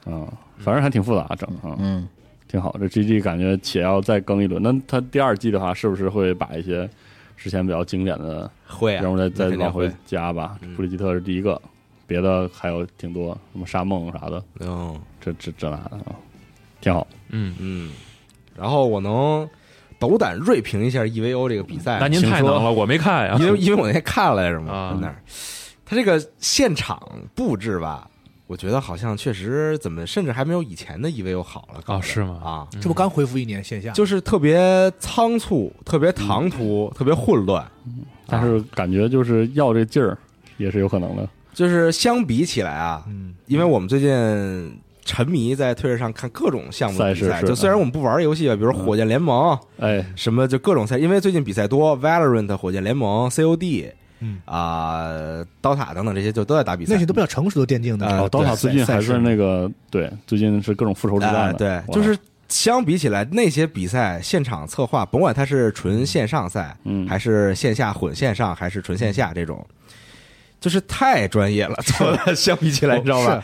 Speaker 3: 嗯， 反正还挺复杂，整啊，嗯
Speaker 4: 嗯，
Speaker 3: 挺好。这 GG 感觉且要再更一轮，那他第二季的话，是不是会把一些之前比较经典的
Speaker 2: 会啊，
Speaker 3: 人物再
Speaker 2: 那
Speaker 3: 再
Speaker 2: 肯定
Speaker 3: 往回
Speaker 2: 会
Speaker 3: 加吧
Speaker 2: 嗯？
Speaker 3: 布里吉特是第一个，别的还有挺多，什么沙梦啥的，
Speaker 2: 嗯
Speaker 3: 这这这那的啊，挺好。
Speaker 6: 嗯，
Speaker 2: 嗯。然后我能斗胆锐评一下 EVO 这个比赛
Speaker 6: 那，您太
Speaker 3: 哎请说
Speaker 6: 能了，我没看呀。
Speaker 2: 因为因为我那天看了来着嘛，
Speaker 6: 啊
Speaker 2: 在那儿，他这个现场布置吧，我觉得好像确实怎么，甚至还没有以前的 EVO 好了搞
Speaker 6: 哦，
Speaker 2: 得
Speaker 6: 是吗？
Speaker 2: 啊，
Speaker 5: 这不刚恢复一年线下，
Speaker 2: 就是特别仓促，特别唐
Speaker 5: 嗯
Speaker 2: 突，特别混乱。
Speaker 3: 但是
Speaker 2: 啊
Speaker 3: 感觉就是要这劲儿也是有可能的。
Speaker 2: 就是相比起来啊，
Speaker 5: 嗯，
Speaker 2: 因为我们最近沉迷在推特上看各种项目的比
Speaker 3: 赛
Speaker 2: 赛，
Speaker 3: 事是
Speaker 2: 就虽然我们不玩游戏吧，啊比如
Speaker 5: 嗯
Speaker 2: 火箭联盟
Speaker 3: 哎，
Speaker 2: 什么，就各种赛，因为最近比赛多，Valorant、火箭联盟、COD，
Speaker 5: 嗯
Speaker 2: 啊、刀塔等等这些就都在打比赛
Speaker 5: 那些。都比较成熟的电竞的，
Speaker 2: 呃
Speaker 3: 哦，刀塔最近还是
Speaker 5: 那
Speaker 3: 那个对，最近是各种复仇之
Speaker 2: 啊
Speaker 3: 战的，
Speaker 2: 对，
Speaker 3: 哇
Speaker 2: 就是相比起来，那些比赛现场策划，甭管它是纯线上赛，
Speaker 3: 嗯
Speaker 2: 还是线下混线上，还是纯线下这种，就是太专业 了，做的相比起来，你知道吧？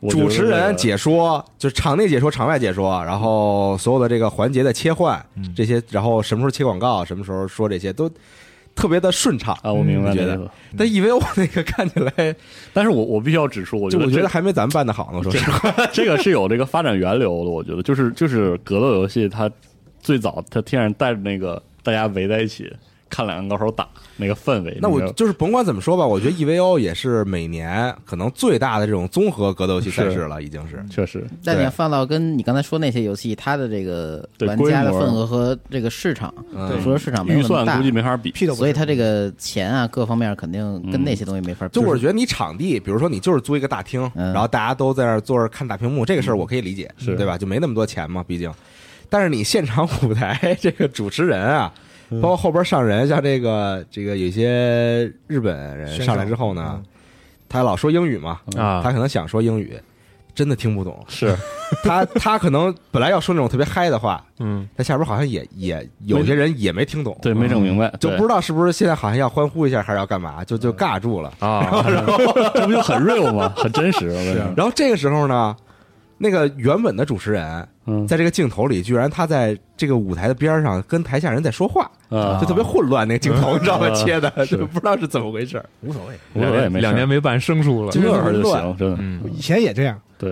Speaker 3: 我觉得
Speaker 2: 哦主持
Speaker 3: 这个
Speaker 2: 人解说，就是场内解说、场外解说，然后所有的这个环节的切换，
Speaker 3: 嗯
Speaker 2: 这些，然后什么时候切广告，什么时候说这些，都特别的顺畅。
Speaker 3: 啊，我明白
Speaker 2: 你觉
Speaker 3: 你的
Speaker 2: 得
Speaker 3: 意思，
Speaker 2: 但 EVO 那个看起来，
Speaker 3: 但是我我必须要指出，我
Speaker 2: 就
Speaker 3: 觉
Speaker 2: 我
Speaker 3: 得
Speaker 2: 觉
Speaker 3: 这
Speaker 2: 得还没咱们办的好呢。我说实话，
Speaker 3: 这个是有这个发展源流的，我觉得就是就是格斗游戏，它最早它天然带着那个大家围在一起看两个高手打那个氛围，
Speaker 2: 那我
Speaker 3: 个
Speaker 2: 就是甭管怎么说吧，我觉得 EVO 也是每年可能最大的这种综合格斗游戏赛事了，已经是。
Speaker 3: 确实
Speaker 4: 但你
Speaker 2: 对
Speaker 4: 要放到跟你刚才说那些游戏，它的这个
Speaker 3: 对
Speaker 4: 玩家的
Speaker 3: 规模
Speaker 4: 份额和这个市场，
Speaker 2: 嗯
Speaker 4: 说市场没有
Speaker 3: 预
Speaker 4: 那么
Speaker 3: 算
Speaker 4: 大
Speaker 3: 估，计没法比，
Speaker 5: 屁都不
Speaker 4: 所以
Speaker 5: 是，
Speaker 4: 它这个钱啊各方面肯定
Speaker 6: 嗯
Speaker 4: 跟那些东西没法比。
Speaker 2: 就我是觉得你场地，比如说你就是租一个大厅，
Speaker 4: 嗯
Speaker 2: 然后大家都在那儿坐着看大屏幕，这个事儿我可以理解，
Speaker 3: 是
Speaker 2: 对吧？就没那么多钱嘛，毕竟。但是你现场舞台这个主持人啊，包括后边上人，像这个这个有些日本人
Speaker 5: 选手
Speaker 2: 上来之后呢
Speaker 5: 嗯，
Speaker 2: 他老说英语嘛，
Speaker 3: 嗯
Speaker 6: 啊
Speaker 2: 他可能想说英语，真的听不懂。
Speaker 3: 是
Speaker 2: 他他可能本来要说那种特别嗨的话，
Speaker 6: 嗯
Speaker 2: 但下边好像也也有些人也没听懂，
Speaker 3: 对，没整明白，
Speaker 2: 就
Speaker 3: 对
Speaker 2: 不知道是不是现在好像要欢呼一下还是要干嘛，就就尬住了。
Speaker 6: 啊，
Speaker 3: 这不就很 real 吗？很真实，我跟你说，
Speaker 2: 然后这个时候呢，那个原本的主持人
Speaker 3: 嗯
Speaker 2: 在这个镜头里，居然他在这个舞台的边上跟台下人在说话，
Speaker 3: 啊
Speaker 2: 就，特别混乱。那个镜头你知 道吗？
Speaker 6: 嗯
Speaker 2: 切的
Speaker 3: 是
Speaker 2: 就不知道是怎么回事。
Speaker 7: 无所谓。
Speaker 3: 无所谓，没事
Speaker 6: 两年没办生疏了，
Speaker 2: 就
Speaker 3: 乐呵就
Speaker 2: 乱
Speaker 3: 行，真的。
Speaker 6: 嗯
Speaker 5: 以前也这 样，
Speaker 3: 对，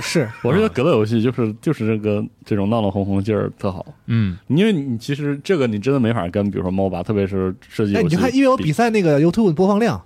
Speaker 5: 是
Speaker 3: 我是觉得格斗游戏就是就是这个这种闹闹哄哄劲儿特好，
Speaker 6: 嗯
Speaker 3: 因为你其实这个你真的没法跟，比如说 MOBA，特别是射击游
Speaker 5: 哎，
Speaker 3: 戏，
Speaker 5: 你就看，因为我比赛那个 YouTube 播放量，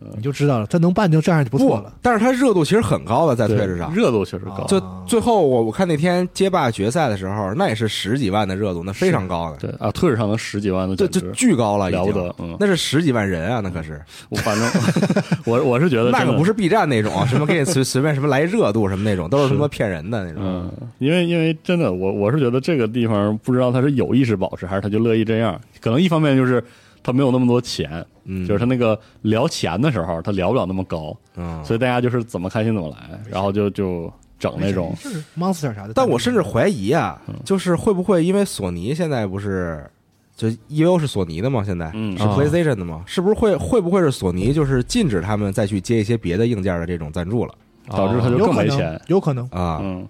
Speaker 3: 嗯
Speaker 5: 你就知道了，他能办就这样就不错
Speaker 2: 不
Speaker 5: 了。，
Speaker 2: 但是他热度其实很高的，在推
Speaker 3: 对
Speaker 2: 特上。
Speaker 3: 热度确实高
Speaker 5: 啊，
Speaker 2: 就最后我我看那天街霸决赛的时候，那也是十几万的热度，那非常高的，
Speaker 3: 对啊，推特上能十几万的，
Speaker 2: 这
Speaker 3: 简
Speaker 2: 这
Speaker 3: 直
Speaker 2: 巨高了，已
Speaker 3: 了不
Speaker 2: 经
Speaker 3: 得。。嗯，
Speaker 2: 那是十几万人啊，那可是，
Speaker 3: 我反正我我是觉得
Speaker 2: 那
Speaker 3: 呃真
Speaker 2: 可
Speaker 3: 的
Speaker 2: 不是 B 站那种，啊什么给你随随便什么来热度什么那种，都是
Speaker 3: 是
Speaker 2: 他妈骗人的那种。
Speaker 3: 嗯，因为因为真的，我我是觉得这个地方不知道他是有意识保持，还是他就乐意这样。可能一方面就是他没有那么多钱，
Speaker 2: 嗯，
Speaker 3: 就是他那个聊钱的时候，他聊不了那么高，
Speaker 2: 嗯，
Speaker 3: 所以大家就是怎么开心怎么来，然后就就整那种
Speaker 5: 是 Monster 啥的，
Speaker 2: 但我甚至怀疑啊，
Speaker 6: 嗯
Speaker 2: 就是会不会因为索尼现在不是就 EVO 是索尼的吗？现在
Speaker 3: 嗯
Speaker 2: 是
Speaker 6: 啊
Speaker 2: PlayStation 的吗？是不是会会不会是索尼就是禁止他们再去接一些别的硬件的这种赞助了
Speaker 3: 导
Speaker 6: 哦
Speaker 3: 致他就
Speaker 5: 有
Speaker 3: 更
Speaker 5: 可
Speaker 3: 没
Speaker 5: 能
Speaker 3: 钱，，
Speaker 5: 有可能。
Speaker 2: 啊？
Speaker 3: 嗯，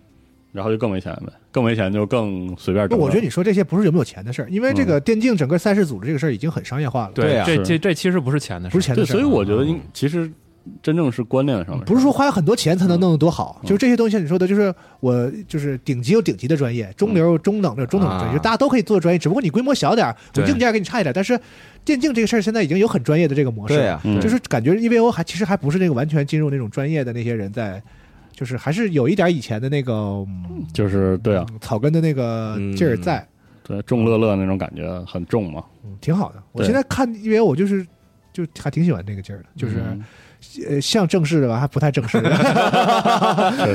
Speaker 3: 然后就更没钱呗，更没钱就更随便
Speaker 5: 那
Speaker 3: 整了。嗯
Speaker 5: 我觉得你说这些不是有没有钱的事儿，因为这个电竞整个赛事组织这个事儿已经很商业化了，
Speaker 2: 对
Speaker 6: 对
Speaker 2: 啊，
Speaker 6: 这
Speaker 3: 是
Speaker 6: 这这其实不是钱的事，
Speaker 5: 不是钱
Speaker 3: 对，
Speaker 5: 的事儿。
Speaker 3: 所以我觉得应其实真正是观念上的事儿，
Speaker 5: 不是说花很多钱才能弄得多好，
Speaker 3: 嗯
Speaker 5: 就是这些东西，你说的就是我就是顶级有顶级的专业，中流有中等有中等的专业，
Speaker 2: 啊
Speaker 5: 就大家都可以做专业，只不过你规模小点儿，我
Speaker 6: 对
Speaker 5: 硬件给你差一点儿。但是电竞这个事儿现在已经有很专业的这个模式，
Speaker 2: 对啊，
Speaker 3: 嗯
Speaker 5: 就是感觉 EVO 还其实还不是那个完全进入那种专业的那些人在，就是还是有一点以前的那个、嗯
Speaker 3: 就是对啊，
Speaker 5: 草根的那个劲儿在，
Speaker 3: 对众乐乐那种感觉很重嘛，
Speaker 5: 嗯挺好的。我
Speaker 3: 对
Speaker 5: 现在看 EVO 我就是就还挺喜欢这个劲儿的，就是、
Speaker 3: 嗯
Speaker 5: 呃像正式的吧，还不太正式的。
Speaker 3: 确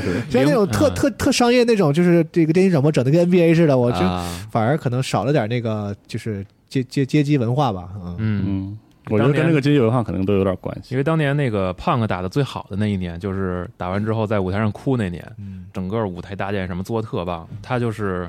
Speaker 3: 实
Speaker 5: 像那种特特特商业那种，就是这个电竞转播整的跟 NBA 似的，我就
Speaker 2: 啊
Speaker 5: 反而可能少了点那个就是阶阶阶级文化吧。嗯，
Speaker 6: 嗯。
Speaker 3: 嗯，我觉得跟这个阶级文化可能都有点关系
Speaker 6: 因。为当年那个胖哥打的最好的那一年，就是打完之后在舞台上哭那年，
Speaker 5: 嗯
Speaker 6: 整个舞台搭建什么做的特棒。他就是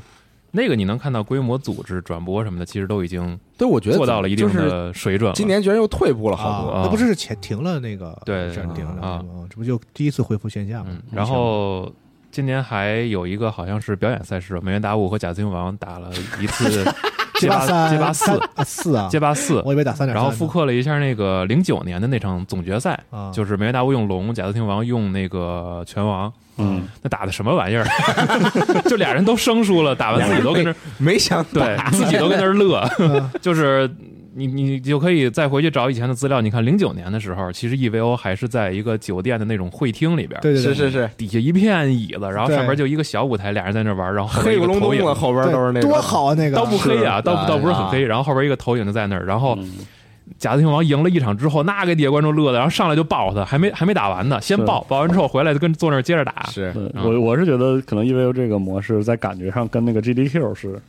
Speaker 6: 那个你能看到规模、组织、转播什么的，其实都已经
Speaker 2: 对，我觉得
Speaker 6: 做到了一定
Speaker 2: 就是
Speaker 6: 的水准了。
Speaker 2: 今年居然又退步了好多。
Speaker 6: 啊
Speaker 5: 那不是前停了那个
Speaker 6: 对
Speaker 5: 暂停了
Speaker 6: 啊
Speaker 5: 嗯这不就第一次恢复线下吗
Speaker 6: 嗯？，然后今年还有一个好像是表演赛事，美元达五和贾斯汀王打了 一次
Speaker 2: 啊
Speaker 5: 街霸三
Speaker 6: 街
Speaker 5: 三
Speaker 6: 霸四
Speaker 5: 啊四啊，
Speaker 6: 街霸四
Speaker 5: 我，以为打三点，
Speaker 6: 然后复刻了一下那个零九年的那场总决赛，
Speaker 5: 啊，
Speaker 6: 就是美元达五用龙，贾斯汀王用那个拳王，
Speaker 3: 嗯，
Speaker 6: 那打的什么玩意儿？ 就俩人都生疏了，打完自己都跟那
Speaker 2: 没想
Speaker 6: 对自己都跟那儿乐， 就是你你就可以再回去找以前的资料。你看零九年的时候，其实 EVO 还是在一个酒店的那种会厅里边，
Speaker 5: 对对对
Speaker 2: 是是是，
Speaker 6: 底下一片椅子，然后
Speaker 5: 对
Speaker 6: 上边就一个小舞台，俩人在那玩，然后后边
Speaker 2: 黑
Speaker 6: 一
Speaker 2: 咕
Speaker 6: 个
Speaker 2: 隆
Speaker 6: 投
Speaker 2: 咚
Speaker 6: 影
Speaker 2: 了，，后边
Speaker 5: 对
Speaker 2: 都是那种
Speaker 5: 多好啊那个
Speaker 6: 倒不黑啊，
Speaker 2: 是
Speaker 6: 倒不倒不是很黑，然后后边一个投影就在那儿，然后
Speaker 3: 嗯
Speaker 6: 贾斯汀王赢了一场之后，那给底下观众乐的，然后上来就抱他，还没还没打完呢，先
Speaker 3: 是
Speaker 6: 抱，抱完之后回来就跟坐那儿接着打，
Speaker 2: 是
Speaker 3: 对
Speaker 6: 嗯
Speaker 3: 我我是觉得可能因为这个模式在感觉上跟那个 GDQ 是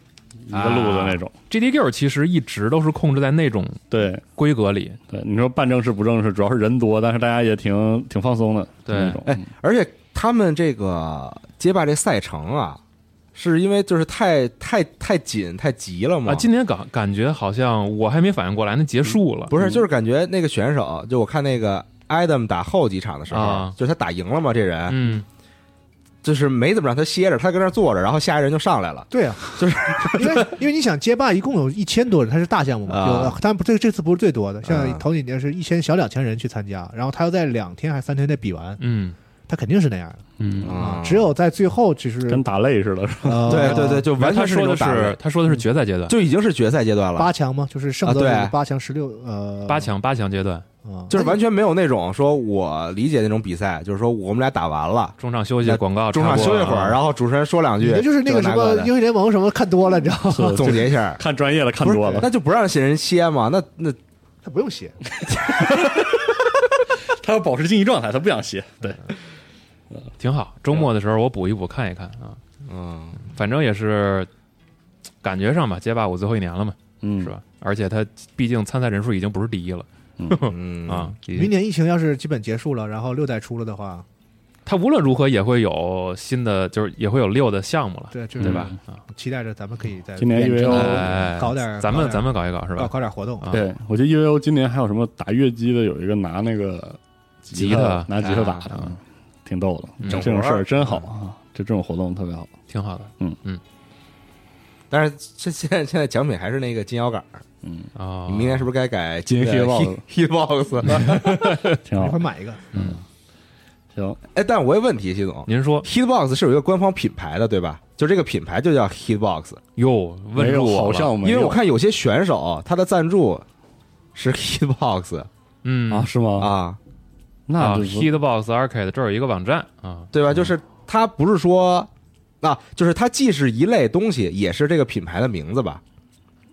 Speaker 3: 一个路子那种。
Speaker 6: GDQ 其实一直都是控制在那种
Speaker 3: 对
Speaker 6: 规格里，
Speaker 3: 对，你说办正式不正式，主要是人多，但是大家也挺挺放松的，
Speaker 6: 对
Speaker 3: 就那种。
Speaker 2: 哎而且他们这个街霸这赛程啊，是因为就是太太太紧太急了吗？
Speaker 6: 啊，今年感感觉好像我还没反应过来，那结束了，
Speaker 2: 不是，
Speaker 3: 嗯
Speaker 2: 就是感觉那个选手，就我看那个 Adam 打后几场的时候，
Speaker 6: 啊
Speaker 2: 就是他打赢了嘛，这人、
Speaker 6: 嗯，
Speaker 2: 就是没怎么让他歇着，他跟那儿坐着，然后下一人就上来了。
Speaker 5: 对啊，
Speaker 2: 就是
Speaker 5: 因为因为你想街霸一共有一千多人，它是大项目嘛，
Speaker 2: 啊
Speaker 5: 有但不这这次不是最多的，
Speaker 2: 啊
Speaker 5: 像头几年是一千小两千人去参加，然后他要在两天还三天内比完，
Speaker 6: 嗯
Speaker 5: 他肯定是那样的。
Speaker 6: 嗯。
Speaker 2: 啊
Speaker 5: 只有在最后只是
Speaker 3: 跟打擂似的，
Speaker 5: 呃
Speaker 2: 对对对，就完全
Speaker 6: 他说
Speaker 2: 那
Speaker 6: 的
Speaker 2: 种打嗯
Speaker 6: 是
Speaker 2: 的，
Speaker 6: 他说的是决赛阶段，
Speaker 2: 就已经是决赛阶段了，
Speaker 5: 八强吗？就是
Speaker 2: 啊
Speaker 5: 胜德
Speaker 2: 对
Speaker 5: 八强十六呃
Speaker 6: 八强八强阶段，
Speaker 5: 啊，
Speaker 2: 就是完全没有那种说我理解那种比赛，就是说我们俩打完了，
Speaker 6: 中场休息
Speaker 2: 那
Speaker 6: 广告，
Speaker 2: 中场休息会
Speaker 6: 啊
Speaker 2: 儿，，然啊后主持人说两
Speaker 5: 你
Speaker 2: 句，
Speaker 5: 这就是那个什么
Speaker 2: 这那个
Speaker 5: 英雄联盟什么看多了，你知道吗？
Speaker 2: 的总结一 下。
Speaker 3: 看专业的看
Speaker 2: 不是
Speaker 3: 多了，
Speaker 2: 那就不让人歇嘛？那那
Speaker 5: 他不用写，
Speaker 3: 他要保持竞技状态，他不想歇。对，
Speaker 6: 挺好。周末的时候我补一补看一看啊，
Speaker 2: 嗯，
Speaker 6: 反正也是感觉上吧，街霸五最后一年了嘛，
Speaker 3: 嗯
Speaker 6: 是吧？而且他毕竟参赛人数已经不是第一了，
Speaker 2: 嗯
Speaker 6: 啊，
Speaker 5: 明年疫情要是基本结束了，然后六代出了的话，
Speaker 6: 它无论如何也会有新的，就是也会有六的项目了，
Speaker 5: 对，就是
Speaker 6: 对吧？啊，
Speaker 5: 期待着咱们可以再
Speaker 3: 今年 E EVO
Speaker 2: 嗯
Speaker 6: 哎，
Speaker 5: 搞点
Speaker 6: 咱们
Speaker 5: 搞点
Speaker 6: 咱们搞一搞是
Speaker 5: 搞
Speaker 6: 吧？
Speaker 5: 搞点活动
Speaker 6: 啊
Speaker 3: 对，我觉得 EVO 今年还有什么打乐机的，有一个拿那个
Speaker 6: 吉他
Speaker 3: 拿吉他打的
Speaker 6: 啊，
Speaker 3: 挺逗的。
Speaker 6: 嗯
Speaker 3: 这种事儿真好啊，这这种活动特别好。
Speaker 6: 挺好的
Speaker 2: 但是现现在现在奖品还是那个金摇杆儿，
Speaker 3: 嗯，
Speaker 6: 啊。
Speaker 2: 你明年是不是该改
Speaker 3: 金
Speaker 2: box box 了？
Speaker 3: 挺
Speaker 5: 一
Speaker 3: 好
Speaker 5: 会儿。买一个，
Speaker 3: 行，
Speaker 2: 哎，但我有问题，习总
Speaker 6: 您说
Speaker 2: Hitbox 是有一个官方品牌的，对吧？就这个品牌就叫 Hitbox，
Speaker 6: 哟，
Speaker 3: 没
Speaker 6: 问
Speaker 3: 有
Speaker 6: 住我
Speaker 3: 好
Speaker 6: 了
Speaker 3: 像没
Speaker 2: 因为
Speaker 3: 有
Speaker 2: 我看有些选手他的赞助是 Hitbox
Speaker 6: 嗯
Speaker 3: 啊，是吗？
Speaker 2: 啊，
Speaker 3: 那
Speaker 6: 啊
Speaker 3: 就是
Speaker 6: ，Hitbox Arcade 这儿有一个网站啊，
Speaker 2: 对吧？
Speaker 3: 嗯
Speaker 2: 就是它不是说啊，就是它既是一类东西，也是这个品牌的名字吧？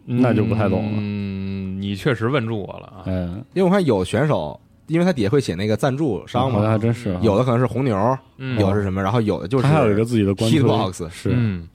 Speaker 3: 那就不太懂了
Speaker 6: 嗯，你确实问住我了啊。
Speaker 3: 嗯，
Speaker 2: 因为我看有选手，因为它底下会写那个赞助商
Speaker 3: 好像
Speaker 2: 嘛，
Speaker 3: 还真是啊
Speaker 2: 有的可能是红牛，
Speaker 6: 嗯，
Speaker 2: 有的是什么，然后有的就是
Speaker 3: 他还有一个自己的官推
Speaker 2: Hitbox
Speaker 3: 是
Speaker 6: 嗯，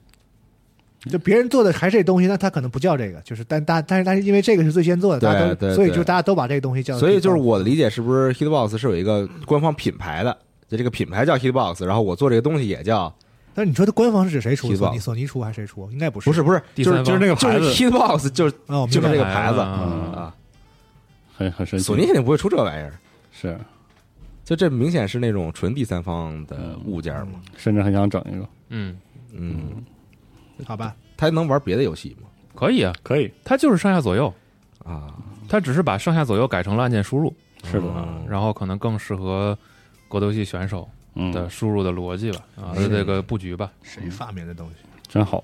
Speaker 5: 就别人做的还是这东西，那他可能不叫这个，就是但但但是但是因为这个是最先做的，大家
Speaker 2: 对
Speaker 5: 都
Speaker 2: 对
Speaker 5: 所以
Speaker 2: 对
Speaker 5: 就大家都把这个东西叫，
Speaker 2: 所以就是我的理解，是不是 Hitbox 是有一个官方品牌的？就这个品牌叫 Hitbox，然后我做这个东西也叫
Speaker 5: 但是你说它官方是指谁出的？
Speaker 2: 希望
Speaker 5: 索尼索尼出还是谁出？应该不是，
Speaker 2: 不是不是，
Speaker 6: 第
Speaker 2: 就
Speaker 6: 三
Speaker 2: 是
Speaker 6: 方
Speaker 2: 就是那个
Speaker 6: 就
Speaker 2: 就是是 Hitbox，就是
Speaker 5: 啊，我明
Speaker 2: 就
Speaker 5: 白
Speaker 2: 是
Speaker 5: 了
Speaker 2: 这个牌子
Speaker 6: 嗯
Speaker 2: 啊。
Speaker 3: 很很神奇。
Speaker 2: 索尼肯定不会出这玩意儿，
Speaker 3: 是，
Speaker 2: 就这明显是那种纯第三方的物件嘛。
Speaker 3: 甚至很想整一个，
Speaker 6: 嗯，
Speaker 2: 嗯，
Speaker 5: 好吧？
Speaker 2: 他能玩别的游戏吗？
Speaker 6: 可以啊，
Speaker 3: 可以，
Speaker 6: 它就是上下左右，
Speaker 2: 啊，
Speaker 6: 它只是把上下左右改成了按键输入，
Speaker 3: 是的，
Speaker 2: 嗯
Speaker 6: 然后可能更适合格斗系选手
Speaker 3: 嗯，
Speaker 6: 的输入的逻辑吧，啊，这个布局吧，
Speaker 5: 谁发明的东西？
Speaker 3: 真好，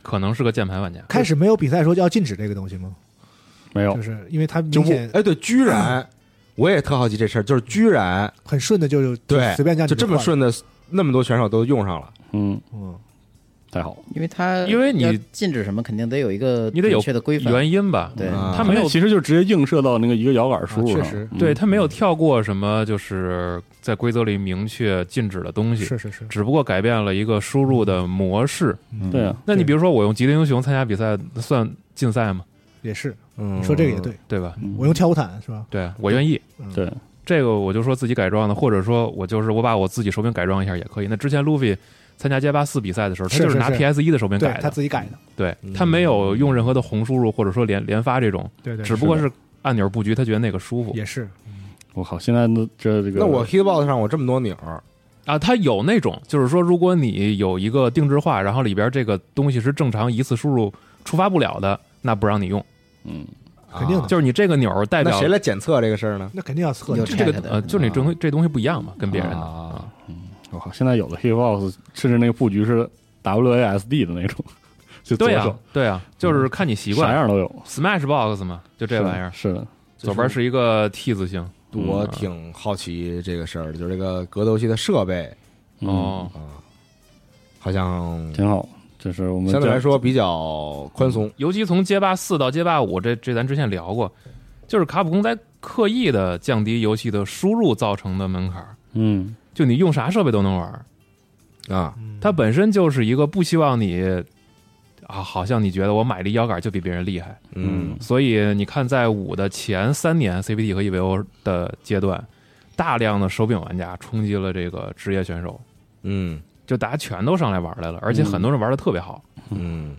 Speaker 6: 可能是个键盘玩家。
Speaker 5: 开始没有比赛的时候就要禁止这个东西吗？
Speaker 3: 没有
Speaker 5: 就，是因为它
Speaker 2: 就
Speaker 5: 明
Speaker 2: 不
Speaker 5: 显
Speaker 2: 哎，对，居 然我也特好奇这事儿，就是居然
Speaker 5: 很顺的就
Speaker 2: 对
Speaker 5: 随便叫你
Speaker 2: 就这么
Speaker 5: 换了，
Speaker 2: 顺的，那么多选手都用上了。
Speaker 3: 嗯，
Speaker 5: 嗯，
Speaker 3: 太好了，
Speaker 4: 因为它
Speaker 6: 因为你
Speaker 4: 要禁止什么，肯定得有一个
Speaker 6: 你得有
Speaker 4: 明确的规范。
Speaker 6: 原因吧，嗯
Speaker 4: 对，
Speaker 2: 啊
Speaker 6: 他没有
Speaker 3: 那其实就直接映射到那个一个摇杆输入上，
Speaker 5: 啊确实
Speaker 3: 嗯
Speaker 6: 对他没有跳过什么，就是在规则里明确禁止的东西，
Speaker 5: 是是是，
Speaker 6: 只不过改变了一个输入的模式。
Speaker 5: 嗯
Speaker 3: 对啊，
Speaker 6: 那你比如说，我用吉林英雄参加比赛，算竞赛吗？
Speaker 5: 也是，
Speaker 2: 嗯
Speaker 5: 你说这个也对，
Speaker 6: 对吧？
Speaker 3: 嗯
Speaker 5: 我用跳舞毯是吧？嗯
Speaker 6: 对啊我愿意。
Speaker 2: 嗯
Speaker 3: 对，
Speaker 6: 这个我就说自己改装的，或者说我就是我把我自己手柄改装一下也可以。那之前 Luffy 参加街霸四比赛的时候，他
Speaker 5: 是
Speaker 6: 就是
Speaker 5: 是
Speaker 6: 拿
Speaker 5: 是
Speaker 6: PS 一的手柄
Speaker 5: 对
Speaker 6: 改
Speaker 5: 他
Speaker 6: 的，嗯
Speaker 5: 自己改的，
Speaker 6: 对他没有用任何的红输入或者说连连发这种，
Speaker 5: 对对，
Speaker 6: 只不过
Speaker 3: 是
Speaker 6: 是按钮布局，他觉得那个舒服
Speaker 5: 也是
Speaker 3: 我靠，现在那这这个，
Speaker 2: 那我 Hitbox 上我这么多钮儿，
Speaker 6: 啊。他有那种就是说，如果你有一个定制化，然后里边这个东西是正常一次输入触发不了的，那不让你用。
Speaker 3: 嗯，
Speaker 2: 啊
Speaker 5: 肯定的
Speaker 6: 就是你这个钮儿代
Speaker 2: 那
Speaker 6: 表
Speaker 2: 谁来检测这个事儿呢？
Speaker 5: 那肯定要测
Speaker 4: 有
Speaker 5: 这
Speaker 6: 这
Speaker 5: 个
Speaker 6: 个
Speaker 4: check 的嗯
Speaker 6: 呃，就是你这东这东西不一样嘛，跟别人的。
Speaker 2: 啊，
Speaker 3: 嗯我靠，现在有的 Hitbox 甚至那个布局是 WASD 的那种， 就左
Speaker 6: 对呀、
Speaker 3: 手
Speaker 6: 对呀、啊就是看你习
Speaker 3: 啥
Speaker 6: 惯。
Speaker 3: 样都有，
Speaker 6: Smash Box 嘛，就这玩意儿，
Speaker 3: 是的，
Speaker 6: 左边是一个 T 字形。
Speaker 2: 我挺好奇这个事儿的，就是这个格斗系的设备
Speaker 3: 嗯，
Speaker 6: 哦，
Speaker 2: 啊，好像
Speaker 3: 挺好，这是我们
Speaker 2: 相对
Speaker 3: 这
Speaker 2: 来说比较宽松。
Speaker 6: 尤其从街霸四到街霸五，这这咱之前聊过，就是卡普空在刻意的降低游戏的输入造成的门槛儿，
Speaker 3: 嗯，
Speaker 6: 就你用啥设备都能玩儿。
Speaker 2: 啊，
Speaker 5: 嗯
Speaker 6: 它本身就是一个不希望你啊，好像你觉得我买了一摇杆就比别人厉害，
Speaker 2: 嗯，
Speaker 6: 所以你看，在五的前三年，CPT 和 EVO 的阶段，大量的手柄玩家冲击了这个职业选手，
Speaker 2: 嗯
Speaker 6: 就大家全都上来玩来了，而且很多人玩的特别好。
Speaker 2: 嗯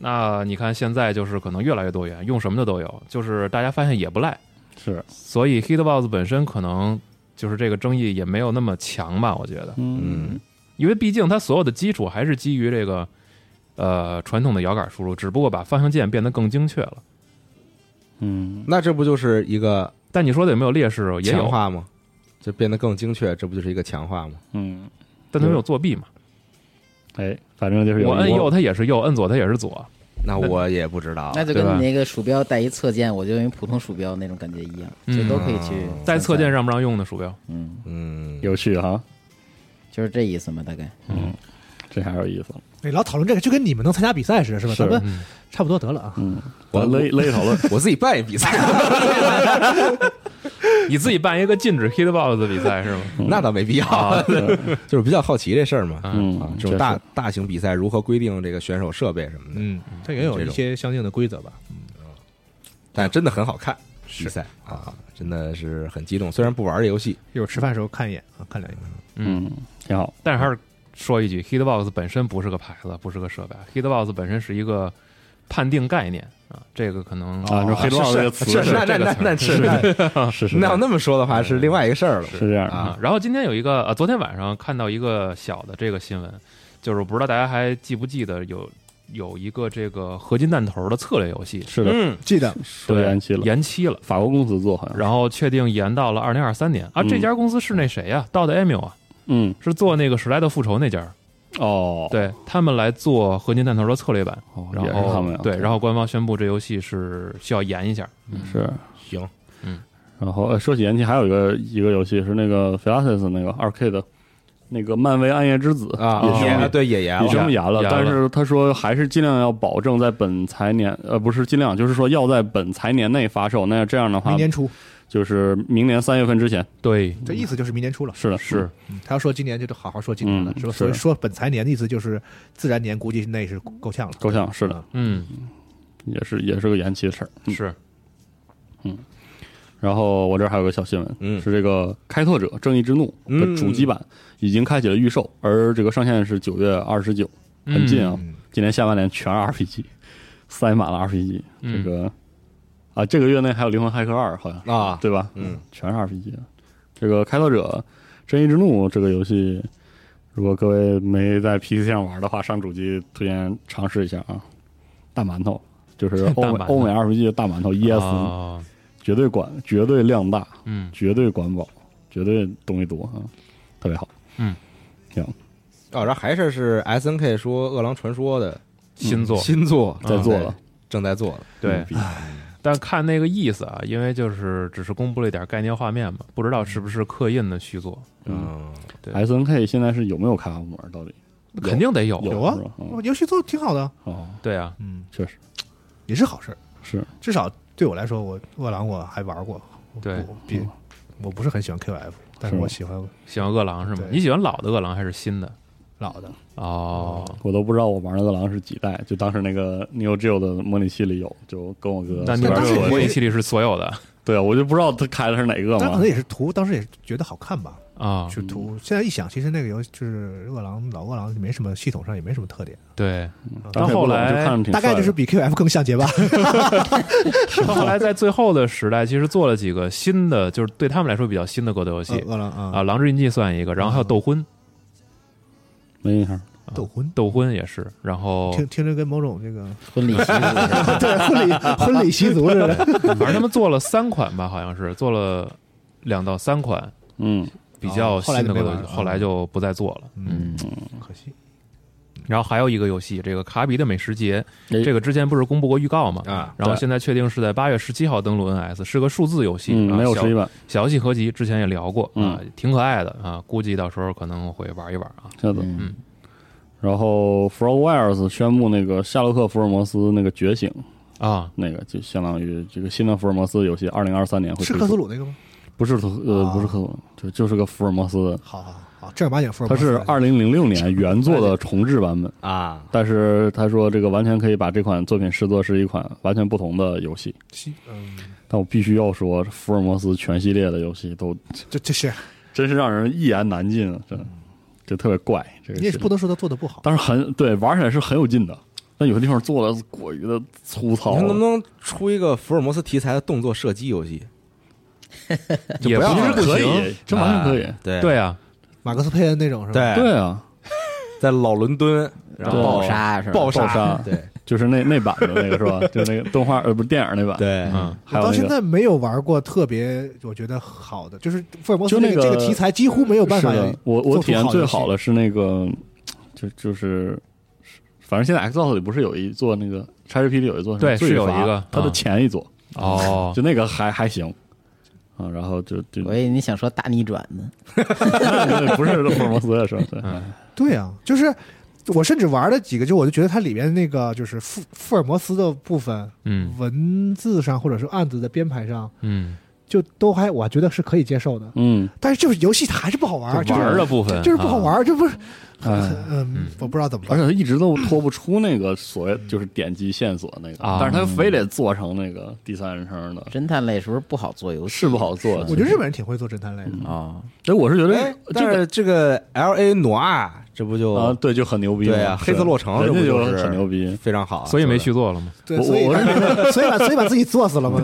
Speaker 6: 那你看现在就是可能越来越多元，用什么的都有，就是大家发现也不赖，
Speaker 3: 是，
Speaker 6: 所以 Hitbox 本身可能就是这个争议也没有那么强吧，我觉得，
Speaker 2: 嗯，
Speaker 6: 因为毕竟它所有的基础还是基于这个呃传统的摇杆输入，只不过把方向键变得更精确了。
Speaker 3: 嗯，
Speaker 2: 那这不就是一个
Speaker 6: 但你说的有没有劣势？也
Speaker 2: 强
Speaker 6: 有，
Speaker 2: 化吗？就变得更精确，这不就是一个强化吗？
Speaker 3: 嗯，
Speaker 6: 但它没有作弊嘛。
Speaker 3: 哎，反正就是有
Speaker 6: 我
Speaker 3: 一
Speaker 6: 摁
Speaker 3: 波
Speaker 6: 右，它也是右，摁左它也是左。
Speaker 2: 那我也不知道
Speaker 4: 那就
Speaker 6: 对
Speaker 4: 跟
Speaker 6: 吧
Speaker 4: 你那个鼠标带一侧键，我就用一普通鼠标那种感觉一样，就
Speaker 6: 嗯
Speaker 4: 都可以去
Speaker 2: 啊
Speaker 6: 带侧键
Speaker 4: 上，
Speaker 6: 让不让用的鼠标？
Speaker 4: 嗯，
Speaker 2: 嗯，
Speaker 3: 有趣哈，嗯
Speaker 4: 就是这意思嘛，大概。
Speaker 6: 嗯
Speaker 3: 这还有意思，
Speaker 5: 哎，老讨论这个，就跟你们能参加比赛似的，是吧？
Speaker 3: 是
Speaker 5: 咱们
Speaker 6: 嗯
Speaker 5: 差不多得了啊。
Speaker 3: 嗯，
Speaker 2: 我啊
Speaker 3: 咱勒勒一 讨论，
Speaker 2: 我自己办一比赛，
Speaker 6: 你自己办一个禁止 hitbox 的比赛是吗？
Speaker 2: 那倒没必要， 就是比较好奇这事儿嘛。
Speaker 3: 嗯
Speaker 2: 啊，，这
Speaker 3: 确实
Speaker 2: 种大大型比赛如何规定这个选手设备什么的，
Speaker 5: 嗯，它也有一些相应的规则吧。
Speaker 2: 但真的很好看。比赛啊，真的是很激动。虽然不玩这游戏，
Speaker 5: 一会儿吃饭时候看一眼啊，看两眼。
Speaker 3: 嗯，挺好。
Speaker 6: 但是还是说一句，Hitbox 本身不是个牌子，不是个设备，Hitbox 本身是一个判定概念啊，这个可能
Speaker 3: 啊，你说黑豹这个词
Speaker 2: 是那那那那是那
Speaker 3: 是是
Speaker 2: 那要那么说的话是另外一个事儿了
Speaker 3: 是这样的，
Speaker 6: 啊
Speaker 2: 啊。。
Speaker 6: 然后今天有一个呃，昨天晚上看到一个小的这个新闻，就是我不知道大家还记不记得有有一个这个合金弹头的策略游戏
Speaker 3: 是的，
Speaker 2: 嗯，
Speaker 5: 记得
Speaker 3: 说延期了，
Speaker 6: 延期了，
Speaker 3: 法国公司做好像，
Speaker 6: 然后确定延到了二零二三年啊。
Speaker 3: 嗯
Speaker 6: 这家公司是那谁呀、到的 Emil 啊，
Speaker 3: 嗯，
Speaker 6: 是做那个《史莱德复仇》那家，
Speaker 3: 哦，
Speaker 6: 对他们来做合金弹头的策略版。
Speaker 3: 哦，
Speaker 6: 然
Speaker 3: 也是他
Speaker 6: 后
Speaker 3: 们呀，
Speaker 6: 对，然后官方宣布这游戏是需要延一下，
Speaker 3: 是。
Speaker 2: 行，
Speaker 3: 然后呃说起延期，还有一个一个游戏是那个 f e l a c i s 那个 2K 的，那个漫威暗夜之子
Speaker 2: 啊，
Speaker 3: 也
Speaker 2: 也
Speaker 3: 宣
Speaker 2: 啊
Speaker 3: 布
Speaker 2: 对也严
Speaker 3: 也
Speaker 2: 了
Speaker 3: 宣布延了，
Speaker 6: 延了
Speaker 3: 但是他说还是尽量要保证在本财年，呃，不是尽量，就是说要在本财年内发售。那这样的话，
Speaker 5: 明年初，
Speaker 3: 就是明年三月份之前。
Speaker 6: 对，
Speaker 5: 这意思就是明年初了。
Speaker 3: 是的，
Speaker 6: 是
Speaker 5: 嗯他要说今年就得好好说今年了，
Speaker 3: 嗯
Speaker 5: 是吧？
Speaker 3: 是
Speaker 5: 所以
Speaker 3: 的
Speaker 5: 说本财年的意思就是自然年，估计那是够呛了。
Speaker 3: 够呛，是的
Speaker 5: 嗯，
Speaker 6: 嗯
Speaker 3: 也是也是个延期的事儿。嗯
Speaker 6: 是，
Speaker 3: 然后我这儿还有个小新闻，
Speaker 2: 嗯
Speaker 3: 是这个《开拓者：正义之怒》的主机版已经开启了预售，而这个上线是九月二十九，很近啊。
Speaker 5: 嗯
Speaker 3: 今年下半年全是 RPG，塞满了 RPG。
Speaker 6: 嗯
Speaker 3: 这个啊，这个月内还有《灵魂骇客二》，好像
Speaker 2: 啊，
Speaker 3: 对吧？
Speaker 2: 嗯，
Speaker 3: 全是 RPG。这个《开拓者：正义之怒》这个游戏，如果各位没在 PC 上玩的话，上主机推荐尝试一下啊。大馒头 就是欧美
Speaker 6: 大馒头
Speaker 3: 欧美 RPG 的大馒头噎死你。
Speaker 6: 哦
Speaker 3: 绝对管，绝对量大，
Speaker 6: 嗯
Speaker 3: 绝对管饱，绝对东西多啊，特别好。
Speaker 2: 哦，然后还是是 S N K 说《饿狼传说》
Speaker 3: 嗯
Speaker 2: 的
Speaker 6: 新作，
Speaker 2: 新作
Speaker 3: 在做了，
Speaker 2: 正在做了，
Speaker 6: 啊对
Speaker 3: 比，
Speaker 6: 但看那个意思啊，因为就是只是公布了一点概念画面嘛，不知道是不是刻印的续作，
Speaker 3: 嗯
Speaker 2: 嗯，
Speaker 6: 对
Speaker 3: ，S N K 现在是有没有开发部门？到底
Speaker 6: 肯定得有，
Speaker 3: 嗯有
Speaker 5: 有啊
Speaker 3: 是吧嗯
Speaker 5: 哦游戏做得挺好的，
Speaker 3: 哦，
Speaker 6: 对啊，
Speaker 5: 嗯，
Speaker 3: 确实
Speaker 5: 也是好事儿。
Speaker 3: 是
Speaker 5: 至少对我来说，我饿狼我还玩过，我
Speaker 6: 对
Speaker 5: 我比
Speaker 3: 嗯
Speaker 5: 我不是很喜欢 QF，但是
Speaker 3: 是吗
Speaker 5: 我喜欢
Speaker 6: 喜欢饿狼是吗？
Speaker 5: 对
Speaker 6: 你喜欢老的饿狼还是新的？
Speaker 5: 老的。
Speaker 6: 哦，
Speaker 3: 我都不知道我玩的狼是几代，就当时那个 Neo Geo 的模拟器里有，就跟我哥，
Speaker 6: 那你
Speaker 5: 但
Speaker 6: 玩
Speaker 5: 当时
Speaker 6: 的
Speaker 5: 我
Speaker 6: 模拟器里是所有的
Speaker 3: 对啊，我就不知道他开的是哪个
Speaker 5: 但可
Speaker 3: 嘛
Speaker 5: 能。也是图，当时也是觉得好看吧，
Speaker 3: 嗯
Speaker 6: 啊？
Speaker 5: 就图。现在一想，其实那个游戏就是饿狼老饿狼，没什么系统上也没什么特点，
Speaker 6: 对，
Speaker 5: 嗯
Speaker 3: 当时也不懂
Speaker 6: 但后来
Speaker 3: 就看着挺
Speaker 5: 大概就是比 QF 更像结巴。
Speaker 6: 后来在最后的时代，其实做了几个新的，就是对他们来说比较新的格斗游戏
Speaker 3: 嗯
Speaker 5: 饿狼啊
Speaker 6: 啊，《狼之印记》算一个，然后还有《斗魂》，
Speaker 3: 没印象，
Speaker 5: 斗魂
Speaker 6: 《斗魂》也是，然后
Speaker 5: 听听着跟某种这个
Speaker 4: 婚礼习俗
Speaker 5: 对婚礼婚礼习俗似的。
Speaker 6: 反正他们做了三款吧，好像是做了两到三款
Speaker 3: 嗯，
Speaker 6: 比较
Speaker 5: 哦后来
Speaker 6: 新的
Speaker 5: 就没
Speaker 6: 格斗
Speaker 5: 玩
Speaker 6: 游戏，
Speaker 5: 了
Speaker 6: 后来就不再做了。
Speaker 5: 嗯，
Speaker 4: 嗯，
Speaker 5: 可惜。
Speaker 6: 然后还有一个游戏，这个《卡比的美食节》，
Speaker 3: 哎
Speaker 6: 这个之前不是公布过预告嘛？
Speaker 2: 啊，
Speaker 6: 然后
Speaker 3: 对
Speaker 6: 现在确定是在八月十七号登陆 NS，是个数字游戏，
Speaker 3: 嗯，
Speaker 6: 啊
Speaker 3: 没有
Speaker 6: 小
Speaker 3: 实体版，
Speaker 6: 小游戏合集，之前也聊过啊
Speaker 3: 嗯，
Speaker 6: 挺可爱的啊，估计到时候可能会玩一玩啊。
Speaker 3: 下次。
Speaker 4: 嗯
Speaker 3: 然后 From Wires 宣布那个夏洛克·福尔摩斯那个觉醒
Speaker 6: 啊，
Speaker 3: 那个就相当于这个新的福尔摩斯游戏，二零二三年会
Speaker 5: 是
Speaker 3: 推
Speaker 5: 克
Speaker 3: 出
Speaker 5: 苏鲁那个吗？
Speaker 3: 不是图呃
Speaker 5: 啊
Speaker 3: 不是克苏鲁，就就是个福尔摩斯的，
Speaker 5: 好好好好，正儿八经福尔
Speaker 3: 它
Speaker 5: 摩斯
Speaker 3: 是
Speaker 5: 来的
Speaker 3: 二零零六 年原作的重制版本，
Speaker 2: 啊，
Speaker 3: 但是他说这个完全可以把这款作品视作是一款完全不同的游戏。
Speaker 5: 西嗯，
Speaker 3: 但我必须要说，福尔摩斯全系列的游戏都
Speaker 5: 这这是
Speaker 3: 真是让人一言难尽啊，这这特别怪。这个
Speaker 5: 你也是
Speaker 3: 系列
Speaker 5: 不能说他做的不好，
Speaker 3: 但是很对，玩起来是很有劲的，但有些地方做的过于的粗糙
Speaker 2: 你
Speaker 3: 了。
Speaker 2: 看能不能出一个福尔摩斯题材的动作射击游戏？
Speaker 6: 也
Speaker 2: 不要
Speaker 6: 不是
Speaker 2: 了
Speaker 6: 不
Speaker 3: 可
Speaker 6: 行
Speaker 3: 以，，这完全可以。
Speaker 2: 对
Speaker 6: 对啊，
Speaker 5: 马克思佩恩那种是吧？
Speaker 2: 对
Speaker 3: 对啊，
Speaker 2: 在老伦敦，然后
Speaker 4: 暴杀是吧？
Speaker 2: 暴
Speaker 3: 暴杀
Speaker 2: 对
Speaker 3: 就是那那版的那个是吧？就是那个动画呃不是电影那版。
Speaker 2: 对，
Speaker 6: 嗯，
Speaker 3: 还
Speaker 5: 我
Speaker 3: 有
Speaker 5: 到
Speaker 3: 那
Speaker 5: 现
Speaker 3: 个
Speaker 5: 在没有玩过特别我觉得好的，就是福尔摩斯
Speaker 3: 就那
Speaker 5: 这
Speaker 3: 个
Speaker 5: 个这个题材几乎没有办法
Speaker 3: 是的，我我
Speaker 5: 做出
Speaker 3: 体验最好
Speaker 5: 好游戏
Speaker 3: 的是那个，就就是，反正现在 Xbox 里不是有一座那个 XGP 里有一座
Speaker 6: 对
Speaker 3: 罪
Speaker 6: 是有
Speaker 3: 罚
Speaker 6: 一个
Speaker 3: 它的
Speaker 6: 嗯
Speaker 3: 前一座，
Speaker 6: 哦，
Speaker 3: 就那个还还行啊，然后就就
Speaker 4: 我以为你想说大逆转呢，
Speaker 3: 不是福尔摩斯的是吧？对，
Speaker 6: 嗯
Speaker 5: 对啊，就是我甚至玩了几个，就我就觉得它里面那个就是福福尔摩斯的部分，
Speaker 6: 嗯
Speaker 5: 文字上或者是案子的编排上，
Speaker 6: 嗯
Speaker 5: 就都还我觉得是可以接受的。
Speaker 3: 嗯，
Speaker 5: 但是就是游戏它还是不好玩儿，
Speaker 6: 就
Speaker 5: 就是
Speaker 6: 玩儿的部分
Speaker 5: 就是不
Speaker 3: 啊
Speaker 5: 好玩儿，这不是
Speaker 3: 哎
Speaker 5: 嗯，我不知道怎么办。
Speaker 3: 而且他一直都脱不出那个所谓就是点击线索那个，
Speaker 6: 啊
Speaker 3: 但是他又非得做成那个第三人称的，
Speaker 4: 侦探类是不是不好做游戏？
Speaker 3: 是不好做
Speaker 5: 我觉得日本人挺会做侦探类的，
Speaker 3: 嗯
Speaker 4: 啊，
Speaker 3: 所以我是觉
Speaker 2: 哎
Speaker 3: 得，
Speaker 2: 但
Speaker 3: 这个
Speaker 2: 是这个 L A 诺啊，这不就
Speaker 3: 啊，对，就很牛逼嘛，
Speaker 2: 对啊
Speaker 3: 是
Speaker 2: 黑色洛城
Speaker 3: 人家
Speaker 2: 这
Speaker 3: 就
Speaker 2: 不就是
Speaker 3: 很牛逼。
Speaker 2: 非常好啊，
Speaker 6: 所以没
Speaker 2: 说
Speaker 6: 续作了吗？
Speaker 5: 对，
Speaker 3: 我
Speaker 5: 所以
Speaker 3: 我
Speaker 5: 把所以把所以把自己作死了嘛。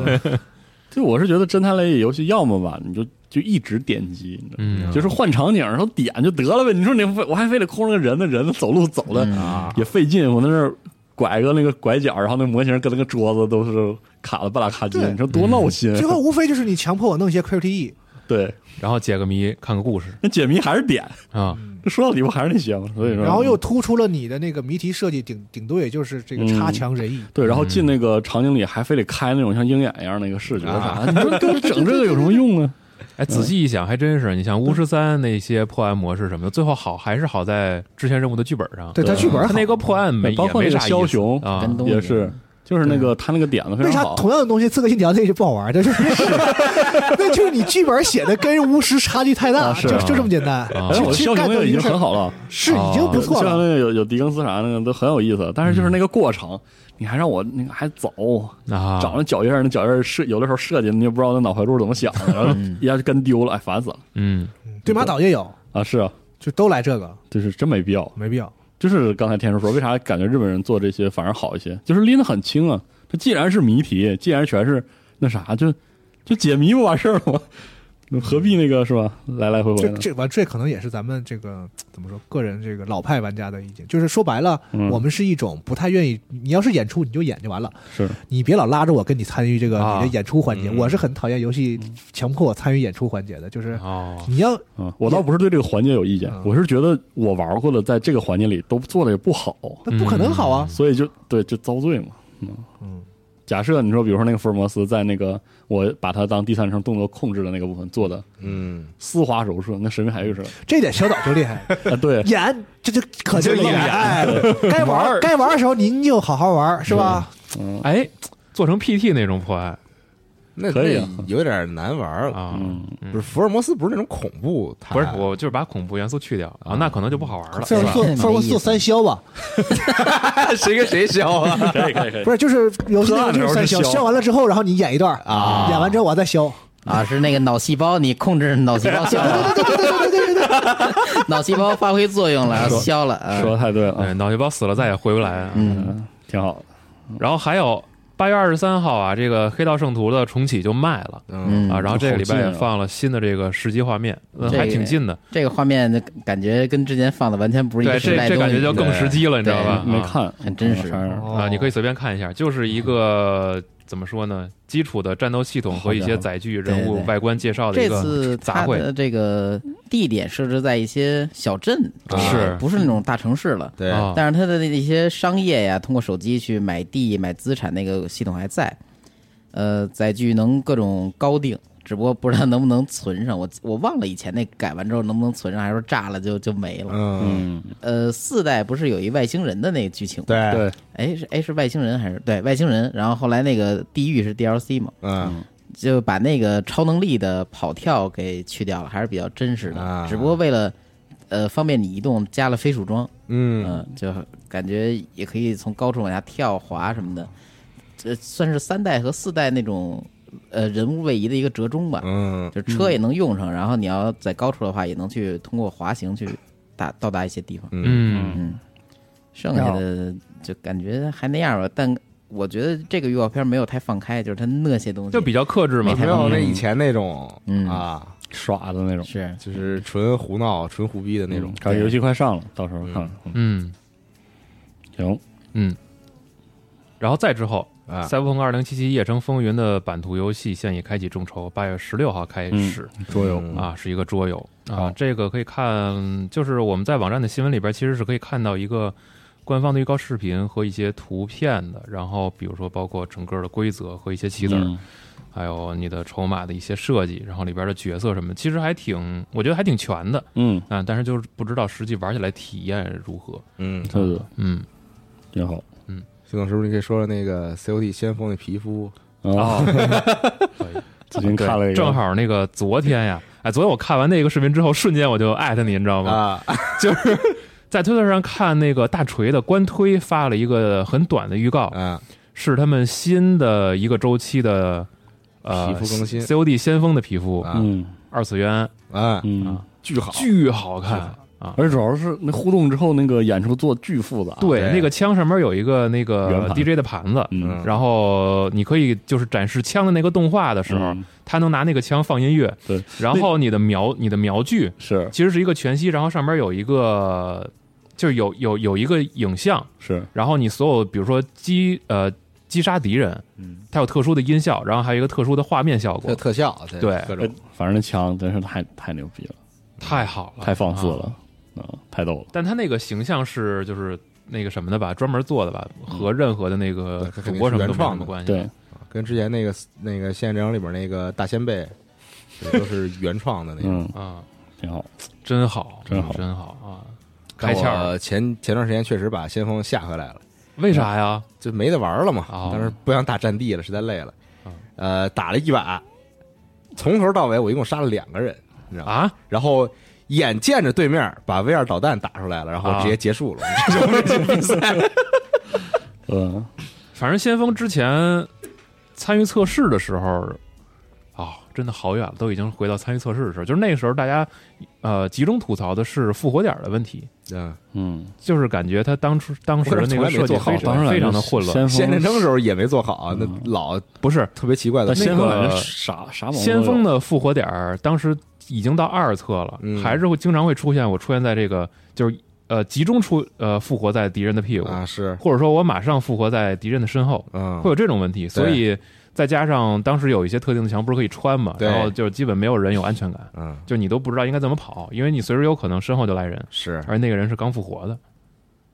Speaker 3: 就我是觉得侦探类游戏，要么吧，你就就一直点击，你知道吗
Speaker 6: 嗯，
Speaker 3: 就是换场景，然后点就得了呗。你说你非我还非得控制个人呢，人走路走
Speaker 2: 嗯
Speaker 3: 的、
Speaker 2: 啊
Speaker 3: 也费劲，我在那儿拐个那个拐角，然后那模型跟那个桌子都是卡的半拉卡叽，
Speaker 5: 对
Speaker 3: 你说多闹心。
Speaker 5: 最后
Speaker 2: 嗯
Speaker 5: 无非就是你强迫我弄一些 E，QTE，
Speaker 3: 对，
Speaker 6: 然后解个谜，看个故事
Speaker 3: 那解谜还是点，
Speaker 6: 啊，
Speaker 3: 说到底不还是那些吗？所以说，
Speaker 5: 然后又突出了你的那个谜题设计，顶顶多也就是这
Speaker 3: 嗯
Speaker 5: 个差强人意。
Speaker 3: 对，然后
Speaker 6: 嗯
Speaker 3: 进那个场景里还非得开那种像鹰眼一样的一个视觉
Speaker 6: 啊
Speaker 3: 啥，你说 跟整这个有什么用啊？
Speaker 6: 哎，仔细一想，还真是。你像巫师三那些破案模式什么的，最后好还是好在支线任务的剧本上。
Speaker 5: 对，他剧本
Speaker 6: 他
Speaker 5: 好
Speaker 6: 那个破案 没
Speaker 3: 啊包括
Speaker 6: 也
Speaker 3: 那个
Speaker 6: 没啥意思
Speaker 3: 枭雄
Speaker 6: 啊
Speaker 4: 跟，东
Speaker 3: 也是，就是那个他那个点子非
Speaker 5: 为
Speaker 3: 常
Speaker 5: 啥
Speaker 3: 好。
Speaker 5: 同样的东西，《刺客信条》那就不好玩儿？就是 那就是你剧本写的跟巫师差距太大，
Speaker 3: 啊是
Speaker 5: 就
Speaker 3: 啊
Speaker 5: 就这么简单。
Speaker 6: 啊
Speaker 3: 哎，
Speaker 5: 就
Speaker 3: 我
Speaker 5: 去
Speaker 3: 枭雄
Speaker 5: 干
Speaker 3: 那
Speaker 5: 掉
Speaker 3: 个已
Speaker 5: 一
Speaker 3: 经
Speaker 5: 个事儿
Speaker 3: 很好哦了，啊
Speaker 5: 是已经不错
Speaker 3: 像
Speaker 5: 了。
Speaker 3: 那个有有狄更斯啥那个都很有意思，但是
Speaker 6: 嗯
Speaker 3: 就是那个过程，你还让我那个还走，
Speaker 6: 啊，
Speaker 3: 找那脚印儿，那脚印儿设有的时候设计，你也不知道那脑回路怎么想的，然后一下就跟丢了，哎，烦死了
Speaker 6: 嗯，
Speaker 5: 对马岛也有，
Speaker 3: 啊！是啊，
Speaker 5: 就都来这个，
Speaker 3: 就是真没必要。
Speaker 5: 没必要。
Speaker 3: 就是刚才天叔说，为啥感觉日本人做这些反而好一些？就是拎得很轻啊，它既然是谜题，既然全是那啥，就就解谜不完事儿了吗？那何必那个是吧？来来回回
Speaker 5: 这
Speaker 3: 的，
Speaker 5: 这完，这可能也是咱们这个怎么说，个人这个老派玩家的意见，就是说白了，
Speaker 3: 嗯
Speaker 5: 我们是一种不太愿意，你要是演出你就演就完了，
Speaker 3: 是
Speaker 5: 你别老拉着我跟你参与这个
Speaker 6: 啊
Speaker 5: 你的演出环节。
Speaker 6: 嗯
Speaker 5: 我是很讨厌游戏强迫我参与演出环节的，就是
Speaker 6: 哦，
Speaker 5: 你要
Speaker 3: 啊，我倒不是对这个环节有意见
Speaker 5: 嗯，
Speaker 3: 我是觉得我玩过的，在这个环节里都做的也不好，
Speaker 5: 那不可能好啊。
Speaker 3: 所以就对就遭罪嘛。
Speaker 5: 嗯，
Speaker 3: 假设你说，比如说那个福尔摩斯在那个我把它当第三人称动作控制的那个部分做的
Speaker 2: 嗯，
Speaker 3: 丝滑柔顺，那神秘海域似的
Speaker 5: 这点小岛就厉害，
Speaker 3: 啊， 对，
Speaker 5: 演这就可就厉害，哎该玩儿该玩儿的时候您就好好玩儿，是吧？
Speaker 3: 嗯
Speaker 6: 哎，做成 PT 那种破案
Speaker 2: 那
Speaker 3: 可以啊
Speaker 2: 那有点难玩了。
Speaker 6: 啊，
Speaker 3: 嗯，
Speaker 2: 不是福尔摩斯不是那种恐怖，它
Speaker 6: 不
Speaker 3: 哎
Speaker 6: 是，我就是把恐怖元素去掉啊，那可能就不好玩了，
Speaker 5: 福尔摩
Speaker 6: 是吧
Speaker 5: 斯做福尔摩斯做三消吧，
Speaker 2: 谁跟谁削 啊？
Speaker 3: 可以可以可以
Speaker 5: 不，是就是游戏那个就是
Speaker 2: 喝完之后
Speaker 5: 三消，
Speaker 2: 是消
Speaker 5: 消完了之后，然后你演一段
Speaker 2: 啊
Speaker 5: 演完之后我再消，
Speaker 4: 啊，是那个脑细胞，你控制脑细胞消 了，脑细胞发挥作用了，消了啊。
Speaker 3: 说的太对了，
Speaker 6: 哎对，脑细胞死了再也回不来啊。
Speaker 4: 嗯，
Speaker 3: 挺好的。
Speaker 6: 然后还有八月二十三号啊，这个《黑道圣徒》的重启就卖了
Speaker 2: 嗯，
Speaker 6: 啊，然后这个礼拜
Speaker 3: 好
Speaker 6: 也
Speaker 4: 哦
Speaker 3: 近啊
Speaker 6: 放了新的这个实际画面，嗯，
Speaker 4: 这
Speaker 6: 还挺近的，
Speaker 4: 这个画面感觉跟之前放的完全不是一
Speaker 6: 对，
Speaker 4: 个
Speaker 6: 这
Speaker 4: 时代
Speaker 6: 这
Speaker 4: 东
Speaker 6: 感
Speaker 4: 西
Speaker 6: 觉就更
Speaker 2: 对
Speaker 6: 实际了，你知道
Speaker 4: 对
Speaker 6: 吧？
Speaker 3: 哎没
Speaker 6: 啊
Speaker 3: 看，
Speaker 4: 很真实
Speaker 3: 啥样儿
Speaker 6: 啊，你可以随便看一下，就是一个怎么说呢，基础的战斗系统和一些载具、
Speaker 4: 对
Speaker 6: 人物
Speaker 4: 对
Speaker 6: 外观介绍嗯的一
Speaker 4: 这
Speaker 6: 个
Speaker 4: 次
Speaker 6: 杂
Speaker 4: 它
Speaker 6: 烩
Speaker 4: 的这个地点设置在一些小镇，
Speaker 2: 啊
Speaker 6: 是
Speaker 4: 不是那种大城市了？
Speaker 2: 对，
Speaker 6: 啊，
Speaker 4: 但是它的那些商业呀，通过手机去买地、买资产那个系统还在，呃，载具能各种高定，只不过不知道能不能存上。我我忘了以前那改完之后能不能存上，还是说炸了就就没了。
Speaker 2: 嗯，
Speaker 3: 嗯，
Speaker 4: 呃，四代不是有一外星人的那个剧情？，
Speaker 2: 对，
Speaker 3: 对，
Speaker 4: 哎是哎是外星人还是对外星人？然后后来那个地狱是 DLC 嘛，
Speaker 2: 嗯，
Speaker 4: 就把那个超能力的跑跳给去掉了，还是比较真实的。
Speaker 2: 啊
Speaker 4: 只不过为了呃方便你移动，加了飞鼠装，
Speaker 2: 嗯，
Speaker 4: 嗯、就感觉也可以从高处往下跳、滑什么的。这算是三代和四代那种呃人物位移的一个折中吧。
Speaker 2: 嗯，
Speaker 4: 就车也能用上，然后你要在高处的话，也能去通过滑行去达到达一些地方。
Speaker 6: 嗯，
Speaker 4: 嗯，剩下的就感觉还那样吧，但我觉得这个预告片没有太放开，就是它那些东西
Speaker 6: 就比较克制嘛
Speaker 4: 没。
Speaker 2: 没
Speaker 4: 太
Speaker 2: 有
Speaker 4: 放
Speaker 2: 那
Speaker 4: 开
Speaker 2: 以前那种
Speaker 4: 嗯
Speaker 2: 啊，
Speaker 3: 耍的那种
Speaker 4: 是
Speaker 2: 就是纯胡闹、纯胡逼的那种。
Speaker 3: 感觉游戏快上了，到时候看。嗯
Speaker 6: 嗯
Speaker 3: 行，
Speaker 6: 嗯。然后再之后，
Speaker 2: 啊
Speaker 6: 《赛博朋克2077：夜城风云》的版图游戏现已开启众筹，八月十六号开始
Speaker 3: 桌游
Speaker 2: 嗯
Speaker 6: 啊，是一个桌游啊
Speaker 3: 好。
Speaker 6: 这个可以看，就是我们在网站的新闻里边其实是可以看到一个官方的预告视频和一些图片的，然后比如说包括整个的规则和一些棋子儿。
Speaker 3: 嗯
Speaker 6: 还有你的筹码的一些设计，然后里边的角色什么的，其实还挺，我觉得还挺全的
Speaker 3: 嗯，
Speaker 6: 啊、但是就是不知道实际玩起来体验如何。
Speaker 2: 嗯，
Speaker 3: 对对，
Speaker 6: 嗯，
Speaker 3: 挺好。
Speaker 2: 系统是不是你可以说说那个 COD 先锋那皮肤？
Speaker 3: 啊，嗯最近看
Speaker 2: 哎
Speaker 3: 了一个，
Speaker 6: 正好那个昨天 呀，哎，昨天我看完那个视频之后，瞬间我就艾特你，你知道吗？
Speaker 2: 啊，
Speaker 6: 就是在推特上看那个大锤的官推发了一个很短的预告，
Speaker 2: 嗯，
Speaker 6: 是他们新的一个周期的呃
Speaker 2: 皮肤更新
Speaker 6: COD 先锋的皮肤
Speaker 2: 啊
Speaker 3: 嗯
Speaker 6: 二次元，
Speaker 2: 啊，
Speaker 3: 嗯
Speaker 6: 啊，
Speaker 2: 巨好，
Speaker 6: 巨好看啊！
Speaker 3: 而主要是那互动之后那个演出做巨复杂，，
Speaker 6: 对，
Speaker 2: 啊对
Speaker 6: 那个枪上面有一个那
Speaker 3: 圆
Speaker 6: 个
Speaker 3: 盘
Speaker 6: DJ 的盘子，
Speaker 3: 嗯，
Speaker 2: 嗯
Speaker 6: 然后你可以就是展示枪的那个动画的时候，
Speaker 3: 嗯
Speaker 6: 他能拿那个枪放音乐，
Speaker 3: 对，
Speaker 6: 然后你的瞄你的瞄具
Speaker 3: 是
Speaker 6: 其实是一个全息，然后上面有一个就是有有有一个影像，
Speaker 3: 是，
Speaker 6: 然后你所有比如说击呃击杀敌人，
Speaker 3: 嗯，
Speaker 6: 它有特殊的音效，然后还有一个特殊的画面效
Speaker 2: 特
Speaker 6: 果，
Speaker 2: 特效，
Speaker 6: 对
Speaker 2: 各
Speaker 3: 呃
Speaker 2: 种，
Speaker 3: 反正那枪真是太太牛逼了，
Speaker 6: 太好了，
Speaker 3: 太放肆
Speaker 6: 啊
Speaker 3: 了，嗯，太逗了，
Speaker 6: 但他那个形象是就是那个什么的吧，专门做的吧，和任何的那
Speaker 2: 嗯对
Speaker 6: 个
Speaker 2: 它肯
Speaker 6: 主
Speaker 2: 定
Speaker 6: 播
Speaker 2: 是
Speaker 6: 什么
Speaker 2: 原
Speaker 6: 都没
Speaker 2: 创
Speaker 6: 什么
Speaker 2: 的
Speaker 6: 关系。
Speaker 3: 对，
Speaker 2: 跟之前那个那个《现战争》里边那个大先辈，都是原创的那个。
Speaker 3: 嗯，
Speaker 6: 啊，
Speaker 3: 挺好，
Speaker 6: 真好，
Speaker 3: 真好
Speaker 6: 真好啊！
Speaker 2: 但
Speaker 6: 开窍
Speaker 2: 我
Speaker 6: 了，
Speaker 2: 前前段时间确实把先锋下回来了。
Speaker 6: 为啥呀？
Speaker 2: 就没得玩了嘛
Speaker 6: 哦，
Speaker 2: 但是不想打战地了，实在累了
Speaker 6: 嗯，
Speaker 2: 呃，打了一把，从头到尾我一共杀了两个人，你知道吗？
Speaker 6: 啊，
Speaker 2: 然后眼见着对面把 VR 导弹打出来了，然后
Speaker 6: 啊
Speaker 2: 直接结 束了，就是这比赛。
Speaker 3: 嗯，
Speaker 6: 反正先锋之前参与测试的时候，啊、真的好远了，都已经回到参与测试的时候。就是那个时候，大家呃集中吐槽的是复活点的问题，
Speaker 2: 嗯，
Speaker 3: 嗯，
Speaker 6: 就是感觉他当初当时的那个设计非
Speaker 2: 我
Speaker 3: 当时
Speaker 6: 常非常的混乱。
Speaker 3: 先
Speaker 2: 现
Speaker 3: 锋
Speaker 2: 战争的时候也没做好啊，那
Speaker 3: 嗯
Speaker 2: 老
Speaker 6: 不是
Speaker 2: 特别奇怪的
Speaker 3: 但先锋
Speaker 6: 那个
Speaker 3: 感觉啥啥毛病
Speaker 6: 先锋
Speaker 3: 的
Speaker 6: 的复活点儿当时已经到二侧了，
Speaker 2: 嗯
Speaker 6: 还是会经常会出现我出现在这个就是呃集中出呃复活在敌人的屁股，
Speaker 2: 啊是，
Speaker 6: 或者说我马上复活在敌人的身后，
Speaker 2: 嗯
Speaker 6: 会，有这种问题。所以再加上当时有一些特定的墙不是可以穿嘛，
Speaker 2: 对
Speaker 6: 然后就基本没有人有安全感，
Speaker 2: 嗯
Speaker 6: 就你都不知道应该怎么跑，因为你随时有可能身后就来人，
Speaker 2: 是，
Speaker 6: 而那个人是刚复活的。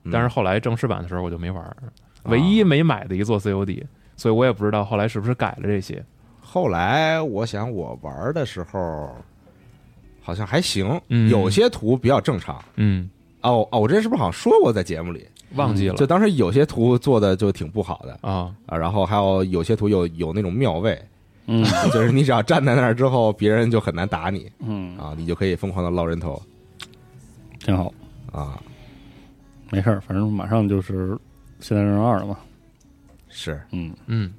Speaker 2: 嗯
Speaker 6: 但是后来正式版的时候我就没玩儿，
Speaker 5: 哦
Speaker 6: 唯一没买的一座 COD，所以我也不知道后来是不是改了这些。
Speaker 2: 后来我想我玩的时候好像还行，
Speaker 6: 嗯
Speaker 2: 有些图比较正常。
Speaker 6: 嗯，
Speaker 2: 哦哦，我之前是不是好像说过在节目里？
Speaker 6: 忘
Speaker 5: 嗯
Speaker 6: 记了
Speaker 2: 就当时有些图做的就挺不好的
Speaker 6: 啊。
Speaker 2: 啊，然后还有有些图有有那种庙位，
Speaker 3: 嗯
Speaker 2: 就是你只要站在那儿之后，别人就很难打你
Speaker 3: 嗯，
Speaker 2: 啊，你就可以疯狂的捞人头
Speaker 3: 挺好，
Speaker 2: 啊，
Speaker 3: 没事儿，反正马上就是现在人二了嘛，
Speaker 2: 是
Speaker 3: 嗯，
Speaker 6: 嗯，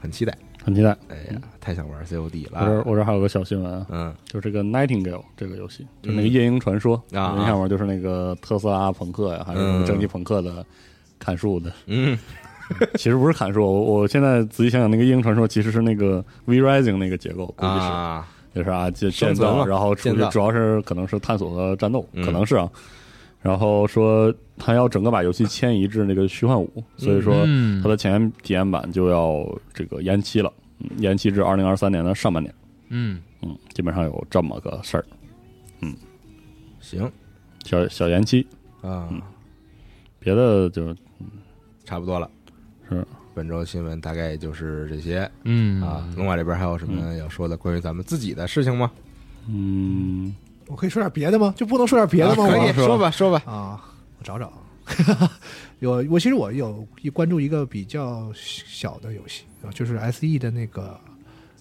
Speaker 2: 很期待。
Speaker 3: 很期待。
Speaker 2: 哎呀，太想玩 COD
Speaker 3: 我这儿
Speaker 2: 了。
Speaker 3: 我这儿还嗯有个小新闻啊，
Speaker 2: 嗯
Speaker 3: 就这个 Nightingale 这个游戏，就那个
Speaker 2: 嗯
Speaker 3: 夜鹰传说，
Speaker 2: 啊
Speaker 3: 你看嘛，就是那个特斯拉朋克呀，还是什么蒸汽朋克的砍树的，
Speaker 2: 嗯
Speaker 3: 其实不是砍树，我我现在仔细想想，那个夜鹰传说其实是那个 V Rising 那个结构，估计是、
Speaker 2: 啊，
Speaker 3: 就是啊，建
Speaker 2: 生
Speaker 3: 建
Speaker 2: 存
Speaker 3: 造，
Speaker 2: 嘛
Speaker 3: 然后出
Speaker 2: 建
Speaker 3: 去
Speaker 2: 造
Speaker 3: 主要是可能是探索和战斗，
Speaker 2: 嗯
Speaker 3: 可能是啊，然后说他要整个把游戏迁移至那个虚幻五，所以说
Speaker 6: 嗯
Speaker 3: 它的前体验版就要这个延期了，嗯延期至二零二三年的上半年。
Speaker 6: 嗯，
Speaker 3: 嗯，基本上有这么个事儿，
Speaker 2: 行
Speaker 3: 小小延期，
Speaker 2: 啊，
Speaker 3: 嗯别的就
Speaker 2: 差不多了。
Speaker 3: 是
Speaker 2: 本周新闻大概就是这些
Speaker 6: 嗯
Speaker 2: 啊。龙马这边还有什么要说的关于咱们自己的事情吗？
Speaker 3: 嗯，
Speaker 5: 我可以说点别的吗？就不能说点别的吗？
Speaker 2: 啊可以
Speaker 5: 我
Speaker 2: 说吧，说吧。
Speaker 5: 啊，我找 找。有我其实我有关注一个比较小的游戏啊，就是 S E 的那个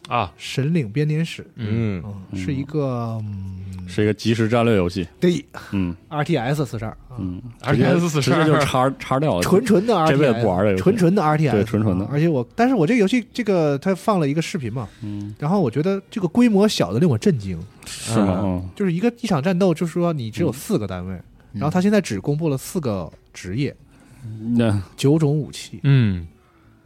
Speaker 6: 啊，
Speaker 5: 《神领编年史》，
Speaker 6: 嗯
Speaker 2: 嗯
Speaker 5: 嗯，是一个嗯
Speaker 3: 是一个即时战略游戏，
Speaker 5: 对
Speaker 3: 嗯
Speaker 5: R T S 四十二，嗯，
Speaker 3: 嗯，
Speaker 6: 而且 S
Speaker 3: 直接就叉叉掉了，
Speaker 5: 纯纯的 R
Speaker 3: 这
Speaker 5: T
Speaker 3: 辈子
Speaker 5: S，
Speaker 3: 不玩这游戏
Speaker 5: 纯纯的 R T S，啊
Speaker 3: 对纯纯的
Speaker 5: 而且我，但是我这个游戏这个它放了一个视频嘛，
Speaker 3: 嗯，
Speaker 5: 然后我觉得这个规模小的令我震惊，
Speaker 3: 是吗？嗯
Speaker 5: 就是一个一场战斗，就是说你只有四个单位，然后它现在只公布了四个职业，
Speaker 3: 嗯那
Speaker 5: 九种武器，
Speaker 6: 嗯，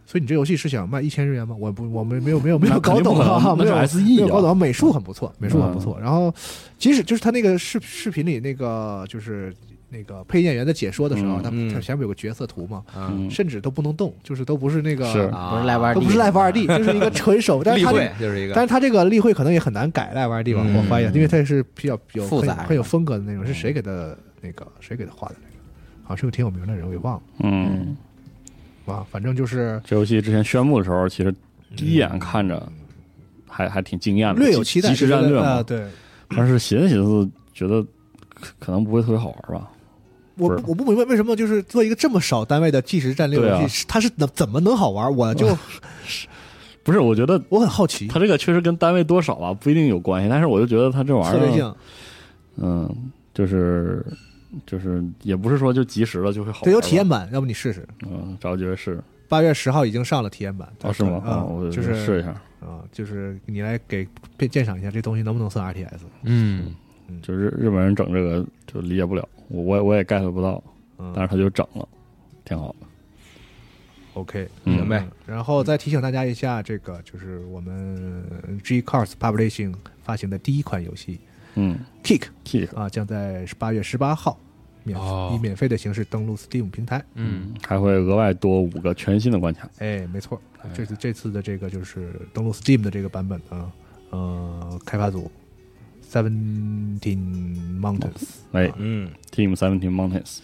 Speaker 5: 所以你这游戏是想卖一千日元吗？我不，我们没有没有没有
Speaker 3: 那
Speaker 5: 搞
Speaker 3: 肯定
Speaker 5: 懂
Speaker 3: 不可能
Speaker 5: 啊，没有
Speaker 3: 那是 SE
Speaker 5: 没有
Speaker 3: 啊嗯
Speaker 5: 搞懂啊。美术很不错，美术很不错。然后，即使就是他那个视视频里那个就是那个配音演员的解说的时候，
Speaker 3: 嗯
Speaker 5: 他
Speaker 2: 嗯
Speaker 5: 他前面有个角色图嘛，
Speaker 2: 嗯
Speaker 3: 嗯
Speaker 5: 甚至都不能动，就是都不是那
Speaker 3: 是 E
Speaker 5: 个
Speaker 2: 啊
Speaker 4: 不是 Live 二 D，
Speaker 5: 都不是 Live 二 D，就是一个纯 手，嗯但是
Speaker 2: 例
Speaker 5: 他这
Speaker 2: 会
Speaker 5: 个。
Speaker 2: 就是一个，
Speaker 5: 但是他这个例会可能也很难改 Live 二 D 吧，
Speaker 2: 嗯
Speaker 5: 我怀疑，因为它是比较有
Speaker 4: 复杂
Speaker 5: 很有很有风格的那种。
Speaker 3: 嗯
Speaker 5: 是谁给的那个谁给他画的那个？好像是个挺有名的人，我给忘了
Speaker 3: 嗯，
Speaker 5: 啊。反正就是
Speaker 3: 这游戏之前宣布的时候，其实第一眼看着
Speaker 5: 嗯
Speaker 3: 还还挺惊艳的，
Speaker 5: 略有期待，
Speaker 3: 嗯即时战略
Speaker 5: 啊，
Speaker 3: 嘛，
Speaker 5: 对。
Speaker 3: 但是寻思寻思，觉得可可能不会特别好玩吧？
Speaker 5: 我
Speaker 3: 不是
Speaker 5: 不我不明白为什么就是做一个这么少单位的计时战略
Speaker 3: 对啊啊
Speaker 5: 游戏，是它是能怎么能好玩？我就
Speaker 3: 不是，我觉得
Speaker 5: 我很好奇，
Speaker 3: 它这个确实跟单位多少啊不一定有关系，但是我就觉得它这玩意
Speaker 5: 策
Speaker 3: 儿
Speaker 5: 略
Speaker 3: 啊，
Speaker 5: 性，
Speaker 3: 嗯，就是就是也不是说就及时了就会好，
Speaker 5: 对，有体验，版，要不你试试。
Speaker 3: 嗯，找机会试试，
Speaker 5: 八月十号已经上了体验版，
Speaker 3: 哦，是吗？
Speaker 5: 啊
Speaker 3: 啊，我
Speaker 5: 就是
Speaker 3: 试一下，
Speaker 5: 啊，就是你来给鉴赏一下这东西能不能算 RTS。
Speaker 6: 嗯，
Speaker 3: 就是日本人整这个就理解不了，我我也我也 get 不到，
Speaker 5: 嗯
Speaker 3: 但是他就整了，挺好的，
Speaker 5: ，OK，
Speaker 3: 嗯
Speaker 2: 明白
Speaker 5: 嗯然后再提醒大家一下，这个就是我们 G Cars Publishing 发行的第一款游戏
Speaker 3: 嗯
Speaker 5: Kick
Speaker 3: ，kick，
Speaker 5: 啊，将在八月十八号免
Speaker 6: 哦
Speaker 5: 以免费的形式登陆 Steam 平台。
Speaker 6: 嗯，
Speaker 3: 还会额外多五个全新的关卡，
Speaker 5: 哎，没错，这次这次的这个就是登录 Steam 的这个版本啊，呃，开发组 Seventeen Mountains
Speaker 3: 哎
Speaker 2: 嗯，
Speaker 3: ，Team Seventeen Mountains，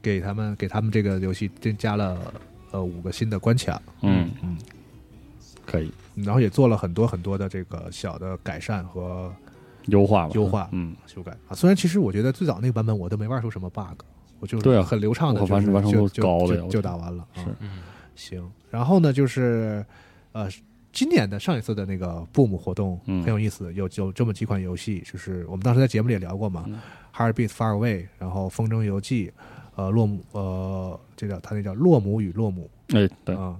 Speaker 5: 给他们给他们这个游戏增加了呃五个新的关卡，
Speaker 3: 嗯
Speaker 5: 嗯，
Speaker 3: 可以
Speaker 5: 然后也做了很多很多的这个小的改善和
Speaker 3: 优化吧，
Speaker 5: 优化
Speaker 3: 嗯，
Speaker 5: 修改啊。虽然其实我觉得最早那个版本我都没玩出什么 bug，我就
Speaker 3: 对啊
Speaker 5: 很流畅的
Speaker 3: 我
Speaker 5: 就
Speaker 3: 完
Speaker 5: 是
Speaker 3: 完成
Speaker 5: 就
Speaker 3: 度高
Speaker 5: 就
Speaker 3: 的呀
Speaker 5: 就
Speaker 3: 我
Speaker 5: 就
Speaker 3: 觉得
Speaker 5: 打完了。啊
Speaker 3: 是
Speaker 5: 行。然后呢，就是呃，今年的上一次的那个 Boom 活动
Speaker 3: 嗯
Speaker 5: 很有意思，有有这么几款游戏，就是我们当时在节目里也聊过嘛，
Speaker 3: 嗯
Speaker 5: Heartbeat Far Away》，然后《风筝游记》，呃，洛姆呃，这叫它那叫《洛姆与洛姆》。
Speaker 3: 哎，对，
Speaker 5: 啊，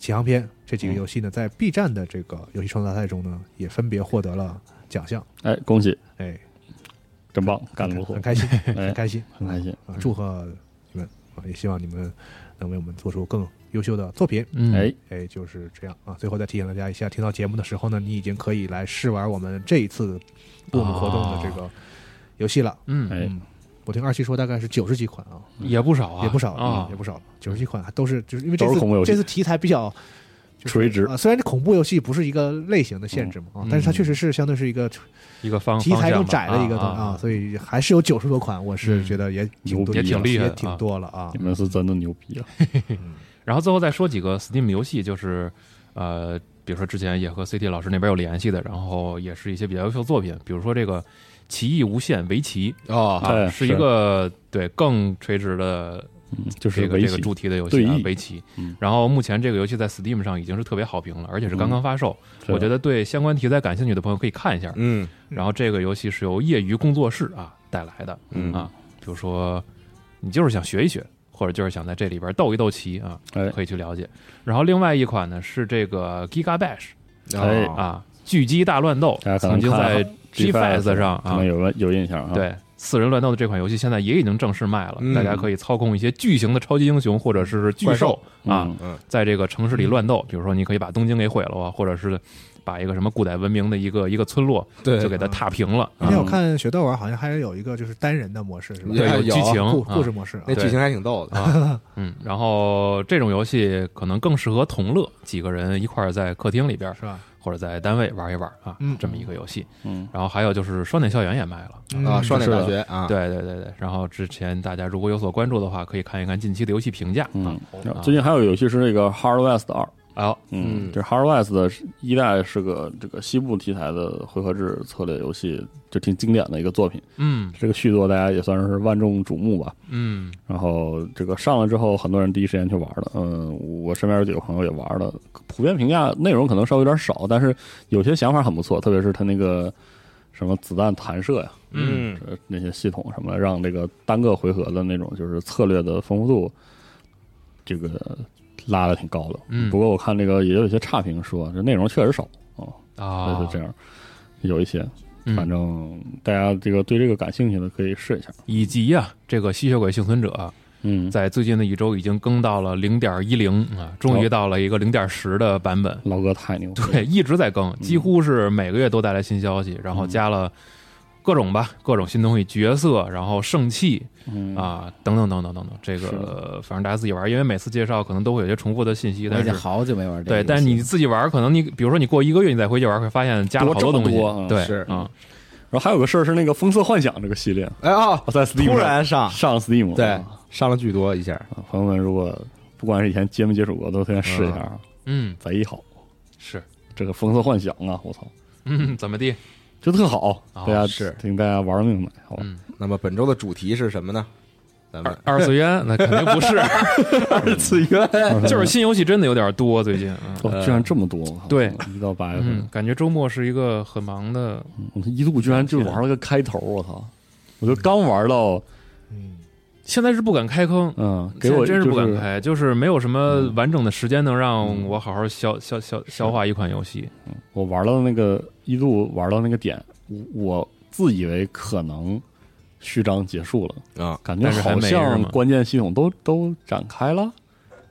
Speaker 5: 启航篇这几个
Speaker 3: 嗯
Speaker 5: 游戏呢，在 B 站的这个游戏创作大赛中呢，也分别获得了奖项。
Speaker 3: 哎，恭喜，
Speaker 5: 哎，
Speaker 3: 真棒，干得
Speaker 5: 很
Speaker 3: 不错
Speaker 5: 很，开心，很
Speaker 3: 哎，
Speaker 5: 开心，
Speaker 3: 很开心，
Speaker 5: 啊！祝贺你们啊，也希望你们能为我们做出更优秀的作品。
Speaker 6: 嗯，
Speaker 3: 哎，
Speaker 5: 哎，就是这样啊！最后再提醒大家一下，听到节目的时候呢，你已经可以来试玩我们这一次我们活动的这个游戏了。
Speaker 6: 嗯，
Speaker 3: 哎，
Speaker 5: 嗯，我听二七说大概是九十几款啊，
Speaker 6: 也不少啊，
Speaker 5: 也不少嗯
Speaker 6: 啊
Speaker 5: 也，不少了，九十几款都是就是因为这
Speaker 3: 都
Speaker 5: 次
Speaker 3: 是恐怖游戏
Speaker 5: 这次题材比较就是
Speaker 3: 垂直
Speaker 5: 啊，虽然这恐怖游戏不是一个类型的限制嘛啊，但是它
Speaker 6: 嗯
Speaker 5: 确实是相对是一个
Speaker 6: 一个方
Speaker 5: 题材更窄的一个东
Speaker 6: 东
Speaker 5: 西啊，所以还是有九十多款，我是
Speaker 6: 嗯
Speaker 5: 觉得也挺
Speaker 3: 牛
Speaker 5: 多
Speaker 3: 逼也
Speaker 6: 挺厉害
Speaker 5: 也
Speaker 6: 的
Speaker 5: 挺
Speaker 6: 啊
Speaker 5: 多了啊
Speaker 3: 你。们是真的牛逼啊！
Speaker 6: 然后最后再说几个 Steam 游戏，就是呃，比如说之前也和 CT 老师那边有联系的，然后也是一些比较优秀的作品，比如说这个《奇异无限围棋》
Speaker 2: 哦，
Speaker 3: 对
Speaker 6: 啊，是一
Speaker 3: 哎是
Speaker 6: 个对更垂直的
Speaker 3: 嗯就是
Speaker 6: 这个
Speaker 3: 围
Speaker 6: 这个
Speaker 3: 棋，
Speaker 6: 主题的游戏啊
Speaker 3: 对弈，
Speaker 6: 围棋
Speaker 3: 嗯。
Speaker 6: 然后目前这个游戏在 Steam 上已经是特别好评了，而且是刚刚发售。
Speaker 3: 是
Speaker 6: 我觉得对相关题材感兴趣的朋友可以看一下。
Speaker 2: 嗯
Speaker 6: 然后这个游戏是由业余工作室啊带来的，
Speaker 2: 嗯
Speaker 6: 啊，比如说你就是想学一学，或者就是想在这里边斗一斗棋啊，
Speaker 3: 哎
Speaker 6: 可以去了解。然后另外一款呢是这个 Giga Bash
Speaker 3: 哎
Speaker 2: 哦
Speaker 6: 啊，巨鸡大乱斗
Speaker 3: 大家，可能
Speaker 6: 曾经在 G Fest 上
Speaker 3: 可
Speaker 6: 啊
Speaker 3: 能，有个有印象啊。，
Speaker 6: 对四人乱斗的这款游戏现在也已经正式卖了，
Speaker 2: 嗯
Speaker 6: 大家可以操控一些巨型的超级英雄或者是巨兽啊，
Speaker 3: 嗯，
Speaker 6: 在这个城市里乱斗，比如说你可以把东京给毁了啊，或者是把一个什么古代文明的一个一个村落
Speaker 2: 对
Speaker 6: 就给
Speaker 3: 嗯
Speaker 6: 它踏平了。
Speaker 5: 那天哎我看雪豆玩好像还有一个就是单人的模式是吧？
Speaker 2: 对
Speaker 6: 有
Speaker 2: 有
Speaker 6: 剧情
Speaker 5: 故
Speaker 6: 啊
Speaker 5: 故事模式啊
Speaker 2: 那剧情还挺逗的，
Speaker 6: 啊，嗯，然后这种游戏可能更适合同乐，几个人一块儿在客厅里边儿
Speaker 5: 是吧？
Speaker 6: 或者在单位玩一玩啊，
Speaker 5: 嗯
Speaker 6: 这么一个游戏。
Speaker 3: 嗯，
Speaker 6: 然后还有就是双点校园也卖了，
Speaker 2: 啊，
Speaker 5: 嗯
Speaker 2: 双
Speaker 3: 是
Speaker 2: 点大
Speaker 3: 的
Speaker 2: 学啊，
Speaker 6: 对对对对。然后之前大家如果有所关注的话，可以看一看近期的游戏评价啊
Speaker 3: 嗯。，然后最近还有个游戏是这个《Hard West 二》，
Speaker 6: 哎呦，
Speaker 3: 嗯，
Speaker 2: 嗯
Speaker 3: 这《Hard West》的一代是个这个西部题材的回合制策略游戏，就挺经典的一个作品。
Speaker 6: 嗯
Speaker 3: 这个续作大家也算是万众瞩目吧。
Speaker 6: 嗯
Speaker 3: 然后这个上了之后，很多人第一时间去玩了。嗯，我身边有几个朋友也玩了，普遍评价内容可能稍微有点少，但是有些想法很不错，特别是它那个什么子弹弹射呀，
Speaker 6: 嗯
Speaker 2: 嗯
Speaker 3: 呃那些系统什么的，让这个单个回合的那种就是策略的丰富度，这个拉的挺高的。
Speaker 6: 嗯
Speaker 3: 不过我看这个也有一些差评说，这内容确实少哦，
Speaker 6: 啊，
Speaker 3: 就是这样，有一些。
Speaker 6: 嗯
Speaker 3: 反正大家这个对这个感兴趣的可以试一下。
Speaker 6: 以及呀、这个吸血鬼幸存者啊、
Speaker 3: 嗯，
Speaker 6: 在最近的一周已经更到了零点一零啊，终
Speaker 3: 哦
Speaker 6: 于到了一个零点十的版本。
Speaker 3: 老哥太牛逼了，
Speaker 6: 对，一直在更，几乎是每个月都带来新消息，然后
Speaker 3: 嗯
Speaker 6: 加了各种吧，各种新东西，角色，然后圣器
Speaker 3: 嗯，
Speaker 6: 啊，等等等等等等。这
Speaker 3: 是
Speaker 6: 个反正大家自己玩，因为每次介绍可能都会有些重复的信息，
Speaker 4: 我已
Speaker 6: 但
Speaker 4: 经
Speaker 6: 是
Speaker 4: 好久没玩这个游
Speaker 6: 对，
Speaker 4: 戏了。
Speaker 6: 但是你自己玩，可能你比如说你过一个月，你再回去玩，会发现加了好
Speaker 3: 多这么
Speaker 6: 东西
Speaker 3: 多啊。
Speaker 6: 对，
Speaker 2: 是
Speaker 6: 啊，
Speaker 3: 然后还有个事儿是那个《风色幻想》这个系列，
Speaker 2: 哎哦，
Speaker 3: 我在 Steam
Speaker 2: 突然上
Speaker 3: 上，上 Steam
Speaker 2: 对
Speaker 3: 啊，
Speaker 2: 上了巨多一下，
Speaker 3: 朋友们如果不管是以前接没接触过，都推荐试一下，啊，
Speaker 6: 嗯，
Speaker 3: 贼好。
Speaker 6: 是，
Speaker 3: 这个《风色幻想》啊，我操，
Speaker 6: 嗯，怎么地？
Speaker 3: 就特好，
Speaker 6: 啊
Speaker 3: 大家
Speaker 2: 是
Speaker 3: 听大家玩命买，好吧？哦
Speaker 6: 嗯
Speaker 2: 那么本周的主题是什么呢？咱们
Speaker 6: 二二次元那肯定不是，
Speaker 2: 二次元，
Speaker 6: 哎就是新游戏真的有点多，最近，嗯
Speaker 3: 哦，居然这么多！我靠
Speaker 6: 对，
Speaker 3: 一到八月份
Speaker 6: 嗯，，感觉周末是一个很忙的，
Speaker 3: 我一度居然就玩了个开头，我操！我就刚玩到，
Speaker 5: 嗯
Speaker 6: 现在是不敢开坑，
Speaker 3: 嗯，给我
Speaker 6: 现在真是
Speaker 3: 就嗯
Speaker 6: 不敢开，就是没有什么完整的时间能让我好好消消消消化一款游戏。
Speaker 3: 我玩到那个一度玩到那个点，我我自以为可能序章结束了，
Speaker 2: 啊，
Speaker 3: 感觉
Speaker 6: 但是还
Speaker 3: 好
Speaker 6: 没是
Speaker 3: 像
Speaker 6: 吗
Speaker 3: 关键系统都都展开了，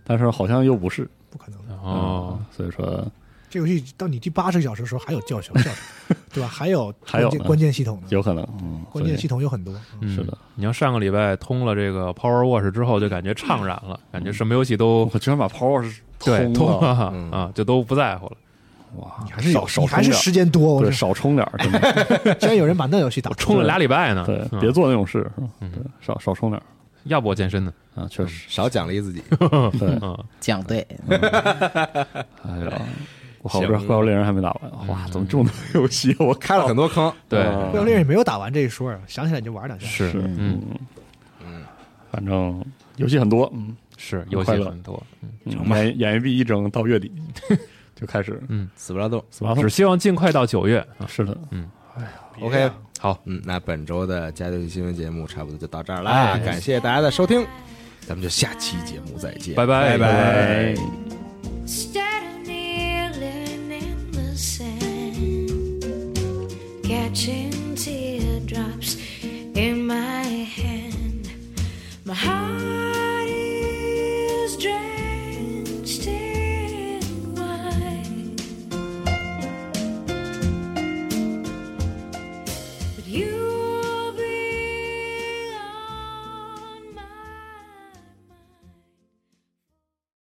Speaker 3: 但是好像又不是
Speaker 5: 不可能。
Speaker 6: 哦，
Speaker 3: 嗯所以说
Speaker 5: 这游戏到你第八十个小时的时候还有教学，教学对吧？还有
Speaker 3: 还有
Speaker 5: 关键
Speaker 3: 呢
Speaker 5: 关键系统呢，
Speaker 3: 有可能，嗯，
Speaker 5: 关键系统有很多。嗯
Speaker 6: 嗯
Speaker 3: 是的，
Speaker 6: 你要上个礼拜通了这个 Power Watch 之后，就感觉怅然了，感觉什么游戏都
Speaker 3: 我居然把 Power 是
Speaker 6: 对
Speaker 3: 嗯通
Speaker 6: 通
Speaker 3: 了，
Speaker 6: 了
Speaker 2: 嗯
Speaker 6: 啊，就都不在乎了。
Speaker 3: 哇，
Speaker 5: 你还是有
Speaker 3: 少，少
Speaker 5: 你还是
Speaker 3: 充点
Speaker 5: 时间多。我
Speaker 3: 对
Speaker 5: 这
Speaker 3: 少充点儿，真 的
Speaker 5: 居然有人把那游戏打
Speaker 6: 我充了俩礼拜呢，
Speaker 3: 对，
Speaker 6: 嗯
Speaker 3: 别做那种事，是吧
Speaker 6: 嗯
Speaker 3: 对，少少充点儿
Speaker 6: 要不我健身呢。
Speaker 3: 啊，确实，
Speaker 2: 少奖励自己，
Speaker 3: 对，
Speaker 6: 嗯，
Speaker 4: 讲对，
Speaker 3: 哎呀，我好，我
Speaker 2: 行
Speaker 3: 这《怪物猎人》还没打完，哇，怎么这么多游戏？我
Speaker 2: 开了很多坑，
Speaker 6: 嗯对，
Speaker 3: 啊
Speaker 5: 《怪物猎人》没有打完这一说啊，想起来你就玩两下。
Speaker 6: 是，嗯，
Speaker 3: 嗯反正游戏很多，嗯，
Speaker 6: 是
Speaker 3: 很
Speaker 6: 游戏
Speaker 3: 快乐
Speaker 6: 很多，
Speaker 3: 嗯眼眼一闭一睁到月底 就开始
Speaker 6: 嗯
Speaker 2: 死不了洞。
Speaker 3: 死八头
Speaker 6: 只，希望尽快到九月啊。
Speaker 3: 是的，
Speaker 2: OK，
Speaker 6: 好，
Speaker 2: 嗯，那本周的加队新闻节目差不多就到
Speaker 6: 哎
Speaker 2: 这儿了，感谢大家的收听，咱们就下期节目再见，
Speaker 6: 拜拜
Speaker 2: 拜
Speaker 3: 拜拜